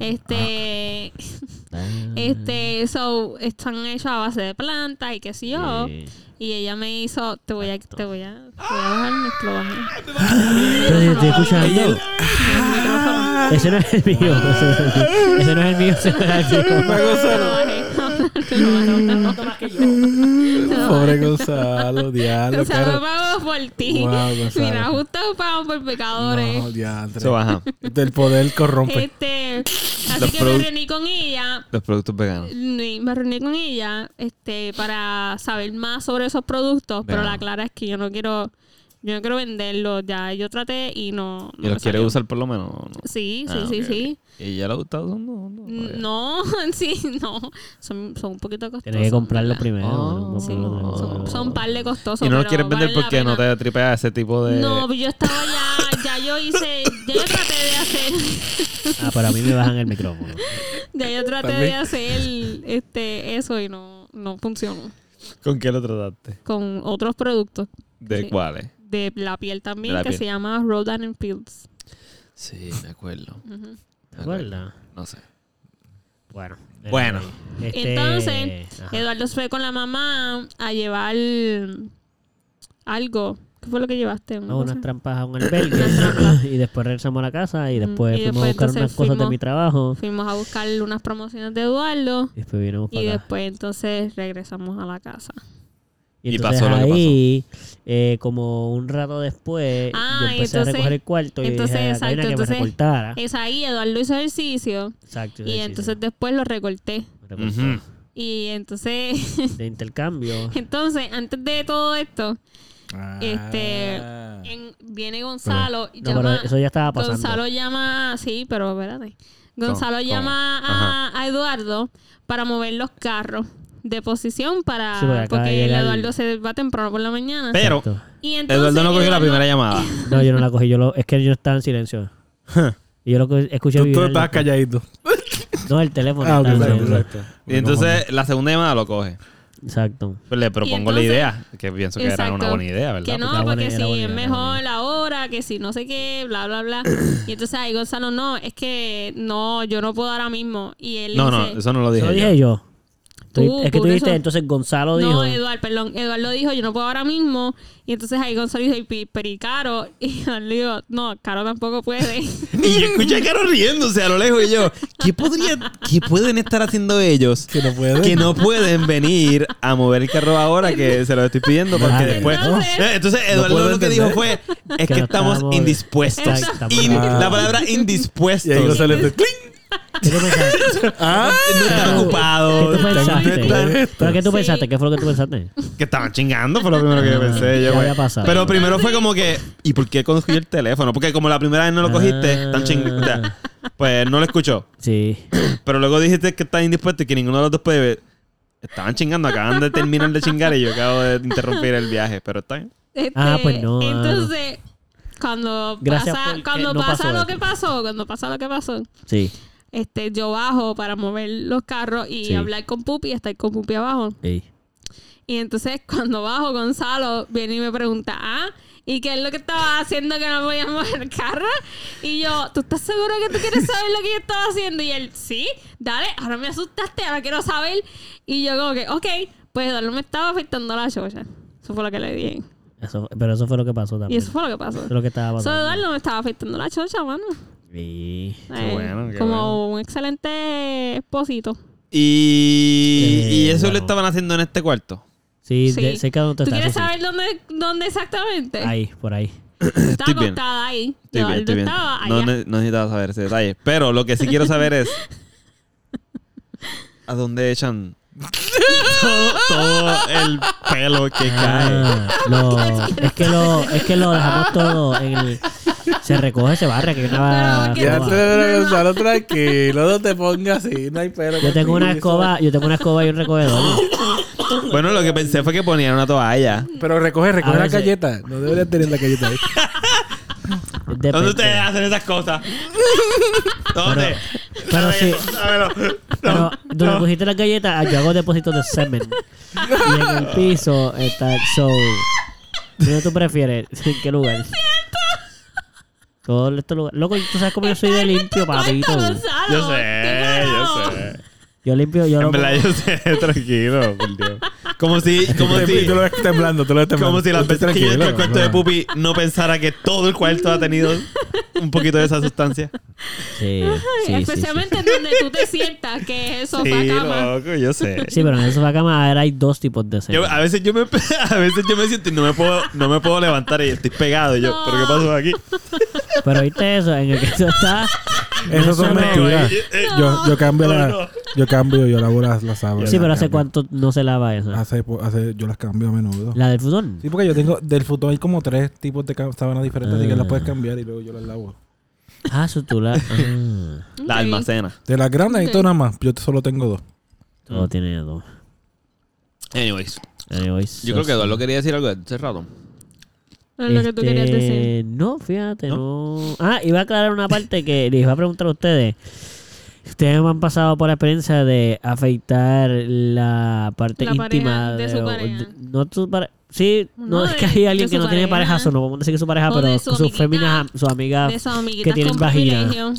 [SPEAKER 3] Este,
[SPEAKER 2] dale.
[SPEAKER 3] este, so, están hechos a base de plantas y qué sé yo.
[SPEAKER 2] Sí.
[SPEAKER 3] Y ella me hizo, te voy a, te voy a, te voy a bajar el micrófono.
[SPEAKER 2] Pero te estoy escuchando.
[SPEAKER 3] El micrófono.
[SPEAKER 2] Ese no es el mío. *laughs* Ese no es el mío. Ese no es el mío.
[SPEAKER 3] *laughs*
[SPEAKER 4] Pobre Gonzalo, diablo,
[SPEAKER 3] O sea, no
[SPEAKER 4] cara.
[SPEAKER 3] pagamos por ti.
[SPEAKER 4] Guau, Gonzalo.
[SPEAKER 3] Mira, justo pagamos por pecadores.
[SPEAKER 4] No, diantre.
[SPEAKER 1] Eso baja.
[SPEAKER 4] Del poder corrompe.
[SPEAKER 3] Este, así
[SPEAKER 1] Los
[SPEAKER 3] que me
[SPEAKER 1] produ-
[SPEAKER 3] reuní con ella.
[SPEAKER 1] Los productos veganos.
[SPEAKER 3] y Me reuní con ella este, para saber más sobre esos productos, pero
[SPEAKER 1] Vea.
[SPEAKER 3] la clara es que yo no quiero Yo no quiero venderlo ya. Yo traté y no. no
[SPEAKER 1] ¿Y
[SPEAKER 3] me
[SPEAKER 1] los quiere
[SPEAKER 3] salió.
[SPEAKER 1] usar por lo menos? o no?
[SPEAKER 3] Sí, sí,
[SPEAKER 1] Ah,
[SPEAKER 3] sí,
[SPEAKER 1] ok,
[SPEAKER 3] sí.
[SPEAKER 1] ok. Oh, ¿Y ya lo está usando? No. todavía.
[SPEAKER 3] No, *laughs* sí, no. Son, son un poquito costosos.
[SPEAKER 2] Tienes que comprarlo
[SPEAKER 3] ¿verdad?
[SPEAKER 2] primero.
[SPEAKER 1] Oh.
[SPEAKER 2] ¿no? Comprarlo
[SPEAKER 1] Sí,
[SPEAKER 2] primero.
[SPEAKER 3] Son, son un par de costosos.
[SPEAKER 1] Y no lo
[SPEAKER 3] pero
[SPEAKER 1] quieres vender
[SPEAKER 3] valen la
[SPEAKER 1] porque no
[SPEAKER 3] pena.
[SPEAKER 1] te tripea ese tipo de.
[SPEAKER 3] No, pero yo estaba ya. Ya yo hice. Ya yo traté de hacer. *laughs*
[SPEAKER 2] Ah, pero a mí me bajan el micrófono.
[SPEAKER 3] Ya yo traté de
[SPEAKER 4] También.
[SPEAKER 3] hacer este, eso y no, no funcionó.
[SPEAKER 1] ¿Con qué lo trataste?
[SPEAKER 3] Con otros productos
[SPEAKER 1] ¿De
[SPEAKER 3] Sí.
[SPEAKER 1] cuáles?
[SPEAKER 3] de la piel también
[SPEAKER 1] De la
[SPEAKER 3] que
[SPEAKER 1] piel.
[SPEAKER 3] se llama Rodan and Fields.
[SPEAKER 1] Sí, me acuerdo.
[SPEAKER 2] ¿Te acuerdas?
[SPEAKER 1] No sé.
[SPEAKER 2] Bueno.
[SPEAKER 1] Bueno.
[SPEAKER 2] eh, este-
[SPEAKER 3] Entonces,
[SPEAKER 2] ajá.
[SPEAKER 3] Eduardo se fue con la mamá a llevar algo. ¿Qué fue lo que llevaste?
[SPEAKER 2] No, unas
[SPEAKER 3] cosa?
[SPEAKER 2] trampas a un albergue. *laughs* y después regresamos a la casa y después
[SPEAKER 3] Mm, y
[SPEAKER 2] fuimos
[SPEAKER 3] después
[SPEAKER 2] a buscar
[SPEAKER 3] entonces
[SPEAKER 2] unas cosas de
[SPEAKER 3] fuimos-
[SPEAKER 2] mi trabajo.
[SPEAKER 3] Fuimos a buscar unas promociones de Eduardo
[SPEAKER 2] Y después vinimos para
[SPEAKER 3] y
[SPEAKER 2] acá.
[SPEAKER 3] después entonces regresamos a la casa.
[SPEAKER 2] Y
[SPEAKER 1] Y
[SPEAKER 2] entonces
[SPEAKER 1] pasó lo que
[SPEAKER 2] ahí, eh, como un rato después,
[SPEAKER 3] Ah,
[SPEAKER 2] yo
[SPEAKER 3] y
[SPEAKER 2] empecé a
[SPEAKER 3] entonces-
[SPEAKER 2] recoger el cuarto y
[SPEAKER 3] entonces,
[SPEAKER 2] dije, "Acá hay
[SPEAKER 3] exacto,
[SPEAKER 2] una que
[SPEAKER 3] entonces-
[SPEAKER 2] me recortara.
[SPEAKER 3] Es ahí, Eduardo hizo ejercicio
[SPEAKER 2] Exacto. sí,
[SPEAKER 3] y
[SPEAKER 2] sí,
[SPEAKER 3] entonces
[SPEAKER 2] sí,
[SPEAKER 3] después lo recorté.
[SPEAKER 2] me recortó.
[SPEAKER 1] Ujú.
[SPEAKER 3] Y entonces, *laughs*
[SPEAKER 2] De intercambio.
[SPEAKER 3] entonces antes de todo esto,
[SPEAKER 2] Eh,
[SPEAKER 4] Ah.
[SPEAKER 3] Este, en- viene Gonzalo y
[SPEAKER 2] Ah. No, pero
[SPEAKER 3] llama...
[SPEAKER 2] eso ya estaba pasando.
[SPEAKER 3] Gonzalo llama, sí, pero espérate. Gonzalo
[SPEAKER 1] ¿Cómo?
[SPEAKER 3] llama a, a Eduardo para mover los carros de posición
[SPEAKER 2] Sí,
[SPEAKER 3] para
[SPEAKER 2] porque acaba de
[SPEAKER 3] porque el
[SPEAKER 2] llegar-
[SPEAKER 3] Eduardo se va temprano por la mañana.
[SPEAKER 1] Pero-
[SPEAKER 2] Exacto.
[SPEAKER 3] y entonces,
[SPEAKER 1] Eduardo no cogió la
[SPEAKER 3] Eduardo-
[SPEAKER 1] primera
[SPEAKER 3] *laughs*
[SPEAKER 1] llamada.
[SPEAKER 2] No, yo no la cogí. Yo lo, es que yo estaba
[SPEAKER 1] *laughs*
[SPEAKER 2] en silencio. y yo lo que escuché
[SPEAKER 4] Tú, tú
[SPEAKER 2] vibrar la-
[SPEAKER 4] estabas calladito.
[SPEAKER 2] No, el teléfono.
[SPEAKER 4] Ah, ok,
[SPEAKER 2] estaba en
[SPEAKER 4] exacto,
[SPEAKER 2] silencio.
[SPEAKER 4] exacto.
[SPEAKER 1] Y entonces la segunda llamada lo coge.
[SPEAKER 2] Exacto.
[SPEAKER 1] Pues le propongo
[SPEAKER 3] entonces-
[SPEAKER 1] la idea, que pienso que era una
[SPEAKER 3] Exacto.
[SPEAKER 1] buena idea, ¿verdad?
[SPEAKER 3] Que no,
[SPEAKER 2] Porque era buena
[SPEAKER 3] porque
[SPEAKER 2] idea,
[SPEAKER 3] si
[SPEAKER 2] era buena
[SPEAKER 3] es
[SPEAKER 2] idea, era buena
[SPEAKER 3] mejor la hora, que si no sé qué, bla,
[SPEAKER 2] *coughs*
[SPEAKER 3] bla, bla. y entonces ahí Gonzalo, no, es que no, yo no puedo ahora mismo. Y él
[SPEAKER 1] Pues, No, no,
[SPEAKER 3] dice,
[SPEAKER 1] eso no lo dije.
[SPEAKER 2] Eso lo
[SPEAKER 1] yo.
[SPEAKER 2] dije yo. Tú-
[SPEAKER 3] Tú,
[SPEAKER 2] es que tú
[SPEAKER 3] por
[SPEAKER 2] dijiste,
[SPEAKER 3] eso-
[SPEAKER 2] entonces Gonzalo dijo.
[SPEAKER 3] No, Eduardo, perdón. Eduardo dijo, yo no puedo ahora mismo. Y entonces ahí Gonzalo dice, "Pi- pero y Caro. *laughs* Y Eduardo dijo, no, Caro tampoco
[SPEAKER 1] *laughs*
[SPEAKER 3] puede. *laughs* Este,
[SPEAKER 1] Y yo escuché a Caro riéndose a lo lejos y yo, ¿qué, podría, ¿qué pueden estar haciendo ellos?
[SPEAKER 4] Que no puede.
[SPEAKER 1] Que no pueden venir a mover el carro ahora que se lo estoy pidiendo porque
[SPEAKER 2] Nadie.
[SPEAKER 1] después...
[SPEAKER 3] Entonces-
[SPEAKER 1] Eh, Entonces
[SPEAKER 4] No
[SPEAKER 1] Eduardo
[SPEAKER 4] puedo
[SPEAKER 1] lo que dijo
[SPEAKER 4] entender.
[SPEAKER 1] fue, es
[SPEAKER 2] Que
[SPEAKER 1] que,
[SPEAKER 2] no
[SPEAKER 1] estamos
[SPEAKER 2] estamos-
[SPEAKER 1] indispuestos.
[SPEAKER 2] Exacto.
[SPEAKER 1] In-
[SPEAKER 4] Ah.
[SPEAKER 1] La palabra
[SPEAKER 4] Y ahí
[SPEAKER 1] indispuestos.
[SPEAKER 4] Gonzalo le ¡cling!
[SPEAKER 2] ¿Qué tú pensaste?
[SPEAKER 4] ¡Ah!
[SPEAKER 1] No están
[SPEAKER 2] ¿Qué
[SPEAKER 1] ocupados.
[SPEAKER 2] tú pensaste?
[SPEAKER 4] están-
[SPEAKER 2] ¿Pero qué tú
[SPEAKER 3] Sí.
[SPEAKER 2] pensaste? ¿Qué fue lo que tú pensaste?
[SPEAKER 1] Que estaban chingando, fue lo primero que yo
[SPEAKER 2] Ah,
[SPEAKER 1] pensé.
[SPEAKER 2] ya
[SPEAKER 1] yo, güey.
[SPEAKER 2] había pasado.
[SPEAKER 1] Pero primero fue como que, ¿y por qué cogí el teléfono? Porque como la primera vez no lo cogiste,
[SPEAKER 2] Ah.
[SPEAKER 1] están chingando. Pues no lo escuchó.
[SPEAKER 2] Sí.
[SPEAKER 1] Pero luego dijiste que estás indispuesto y que ninguno de los dos puede ver. Estaban chingando, acaban de terminar de chingar y yo acabo de interrumpir el viaje, pero está bien.
[SPEAKER 3] Este,
[SPEAKER 2] Ah, pues no, ah, no.
[SPEAKER 3] Entonces, cuando
[SPEAKER 2] Gracias
[SPEAKER 3] pasa,
[SPEAKER 2] porque
[SPEAKER 3] cuando
[SPEAKER 2] no
[SPEAKER 3] pasa
[SPEAKER 2] pasó
[SPEAKER 3] lo
[SPEAKER 2] eso.
[SPEAKER 3] que pasó, cuando pasa lo que pasó,
[SPEAKER 2] Sí.
[SPEAKER 3] este, yo bajo para mover los carros y
[SPEAKER 2] Sí.
[SPEAKER 3] hablar con Pupi, estar con Pupi abajo.
[SPEAKER 2] Ey.
[SPEAKER 3] Y entonces *laughs* cuando bajo, Gonzalo viene y me pregunta, ah, ¿y qué es lo que estaba haciendo que no podía mover el carro? Y yo, ¿tú estás seguro que tú quieres saber lo que yo estaba haciendo? Y él, sí, dale, ahora me asustaste, ahora quiero saber. Y yo como que, ok, pues Eduardo me estaba afectando la chocha. Eso fue lo que le dije.
[SPEAKER 2] Eso- pero eso fue lo que pasó
[SPEAKER 3] Y
[SPEAKER 2] también.
[SPEAKER 3] eso fue lo que pasó.
[SPEAKER 2] Eso es lo que estaba
[SPEAKER 3] Solo
[SPEAKER 2] pasando.
[SPEAKER 3] Eduardo me estaba afectando la chocha, mano.
[SPEAKER 2] Sí.
[SPEAKER 1] Qué
[SPEAKER 3] Eh,
[SPEAKER 1] bueno, qué
[SPEAKER 3] como
[SPEAKER 1] bueno.
[SPEAKER 3] un excelente esposito.
[SPEAKER 1] Y,
[SPEAKER 2] Eh,
[SPEAKER 1] y eso lo
[SPEAKER 2] bueno.
[SPEAKER 1] estaban haciendo en este cuarto.
[SPEAKER 2] Sí,
[SPEAKER 3] Sí.
[SPEAKER 2] de- sé que dónde
[SPEAKER 3] ¿Tú
[SPEAKER 2] está.
[SPEAKER 3] quieres
[SPEAKER 2] sí, sí.
[SPEAKER 3] saber dónde, dónde exactamente?
[SPEAKER 2] Ahí, por ahí.
[SPEAKER 3] Estaba
[SPEAKER 1] Estoy bien.
[SPEAKER 3] acostada ahí.
[SPEAKER 1] Estoy bien,
[SPEAKER 3] Eduardo
[SPEAKER 1] estoy bien.
[SPEAKER 3] estaba allá.
[SPEAKER 1] No, ne- no necesitaba saber ese detalle. Pero lo que sí quiero saber
[SPEAKER 3] *laughs*
[SPEAKER 1] es. ¿A dónde echan todo, todo el pelo que cae?
[SPEAKER 3] *laughs*
[SPEAKER 2] Ah, lo- es que lo, es que lo dejamos todo en el, se recoge, se barre, que hay una
[SPEAKER 3] Pero, ¿qué
[SPEAKER 4] Ya
[SPEAKER 2] escoba.
[SPEAKER 4] te Gonzalo, tranquilo, no te pongas así, no hay pelo.
[SPEAKER 2] Yo tengo una
[SPEAKER 4] contigo,
[SPEAKER 2] escoba, yo tengo una escoba y un recogedor.
[SPEAKER 1] Bueno, lo que pensé fue que ponían una toalla.
[SPEAKER 4] eso- Pero recoge, recoge
[SPEAKER 2] A
[SPEAKER 4] la
[SPEAKER 2] veces-
[SPEAKER 4] galleta. No deberías tener la galleta ahí.
[SPEAKER 1] *laughs*
[SPEAKER 2] Depende.
[SPEAKER 1] ¿Dónde ustedes hacen esas
[SPEAKER 2] *laughs*
[SPEAKER 1] cosas? ¿Dónde?
[SPEAKER 2] Pero sí,
[SPEAKER 1] Dámelo.
[SPEAKER 2] pero donde cogiste las galletas, ah, yo hago depósitos de semen. Y en el piso está el show. ¿Dónde tú prefieres? *laughs* ¿En qué lugar? Todo este lugar. Loco, tú sabes cómo yo soy de limpio, papito.
[SPEAKER 3] Gonzalo,
[SPEAKER 1] Yo sé,
[SPEAKER 3] dímelo.
[SPEAKER 1] yo
[SPEAKER 3] *laughs*
[SPEAKER 1] sé.
[SPEAKER 2] Yo limpio, yo
[SPEAKER 1] En
[SPEAKER 2] lo
[SPEAKER 1] verdad, yo sé, *laughs* tranquilo, por Dios. Como si, como
[SPEAKER 4] Te-
[SPEAKER 1] si,
[SPEAKER 4] Tú lo ves temblando, tú lo ves temblando.
[SPEAKER 1] como si las
[SPEAKER 4] Usted
[SPEAKER 1] veces que yo entré al
[SPEAKER 4] tranquilo, Ah.
[SPEAKER 1] cuarto de
[SPEAKER 4] no.
[SPEAKER 1] Pupi no pensara que todo el cuarto ha tenido un poquito de esa sustancia.
[SPEAKER 2] Sí, sí, sí, sí.
[SPEAKER 3] Especialmente donde tú te sientas, que es sofá
[SPEAKER 1] Sí,
[SPEAKER 3] cama.
[SPEAKER 1] loco, yo sé.
[SPEAKER 2] Sí, pero en el sofá cama ahora hay dos tipos de semen.
[SPEAKER 1] Yo- a veces yo me *laughs* a veces yo me siento y no me puedo no me puedo levantar y estoy pegado y yo,
[SPEAKER 3] No.
[SPEAKER 1] pero qué pasó aquí?
[SPEAKER 2] Pero viste eso, en el que eso está.
[SPEAKER 4] Eso son
[SPEAKER 2] no.
[SPEAKER 4] mentiras. Yo, yo cambio la, yo cambio, yo lavo las, las sábanas,
[SPEAKER 2] Sí, pero
[SPEAKER 4] las
[SPEAKER 2] ¿hace
[SPEAKER 4] cambio.
[SPEAKER 2] cuánto no se lava eso?
[SPEAKER 4] Hace, po- hace- yo las cambio a menudo.
[SPEAKER 2] ¿La del futón?
[SPEAKER 4] Sí, porque yo tengo del futón hay como tres tipos de ca- sábanas diferentes, así que
[SPEAKER 2] Ah.
[SPEAKER 4] las puedes cambiar y luego yo las lavo.
[SPEAKER 2] Ah, eso tú la. Ah,
[SPEAKER 1] La
[SPEAKER 3] Ok.
[SPEAKER 1] almacena.
[SPEAKER 4] De las grandes necesito
[SPEAKER 3] Ok.
[SPEAKER 4] nada más, yo solo tengo dos.
[SPEAKER 2] todo
[SPEAKER 1] Mm.
[SPEAKER 2] tiene dos.
[SPEAKER 1] Anyways,
[SPEAKER 2] Anyways,
[SPEAKER 1] yo creo que
[SPEAKER 2] eso.
[SPEAKER 1] Eduardo quería decir algo de ese rato.
[SPEAKER 3] Es lo que tú querías
[SPEAKER 2] Este,
[SPEAKER 3] decir.
[SPEAKER 2] No, fíjate, no. Ah, iba a aclarar una parte que les iba a preguntar a ustedes. Ustedes me han pasado por la experiencia de afeitar la parte
[SPEAKER 3] La
[SPEAKER 2] íntima
[SPEAKER 3] pareja de su pareja.
[SPEAKER 2] no tu pare- Sí, no,
[SPEAKER 3] No,
[SPEAKER 2] es que
[SPEAKER 3] de-
[SPEAKER 2] hay
[SPEAKER 3] de
[SPEAKER 2] alguien que
[SPEAKER 3] su
[SPEAKER 2] no tiene
[SPEAKER 3] pareja.
[SPEAKER 2] pareja, o no vamos a decir que su pareja,
[SPEAKER 3] O
[SPEAKER 2] pero
[SPEAKER 3] de su
[SPEAKER 2] sus
[SPEAKER 3] amiguita.
[SPEAKER 2] féminas, sus amigas,
[SPEAKER 3] De esas
[SPEAKER 2] ah, que
[SPEAKER 3] amiguitas
[SPEAKER 2] tienen
[SPEAKER 3] con
[SPEAKER 2] vagina.
[SPEAKER 3] privilegio.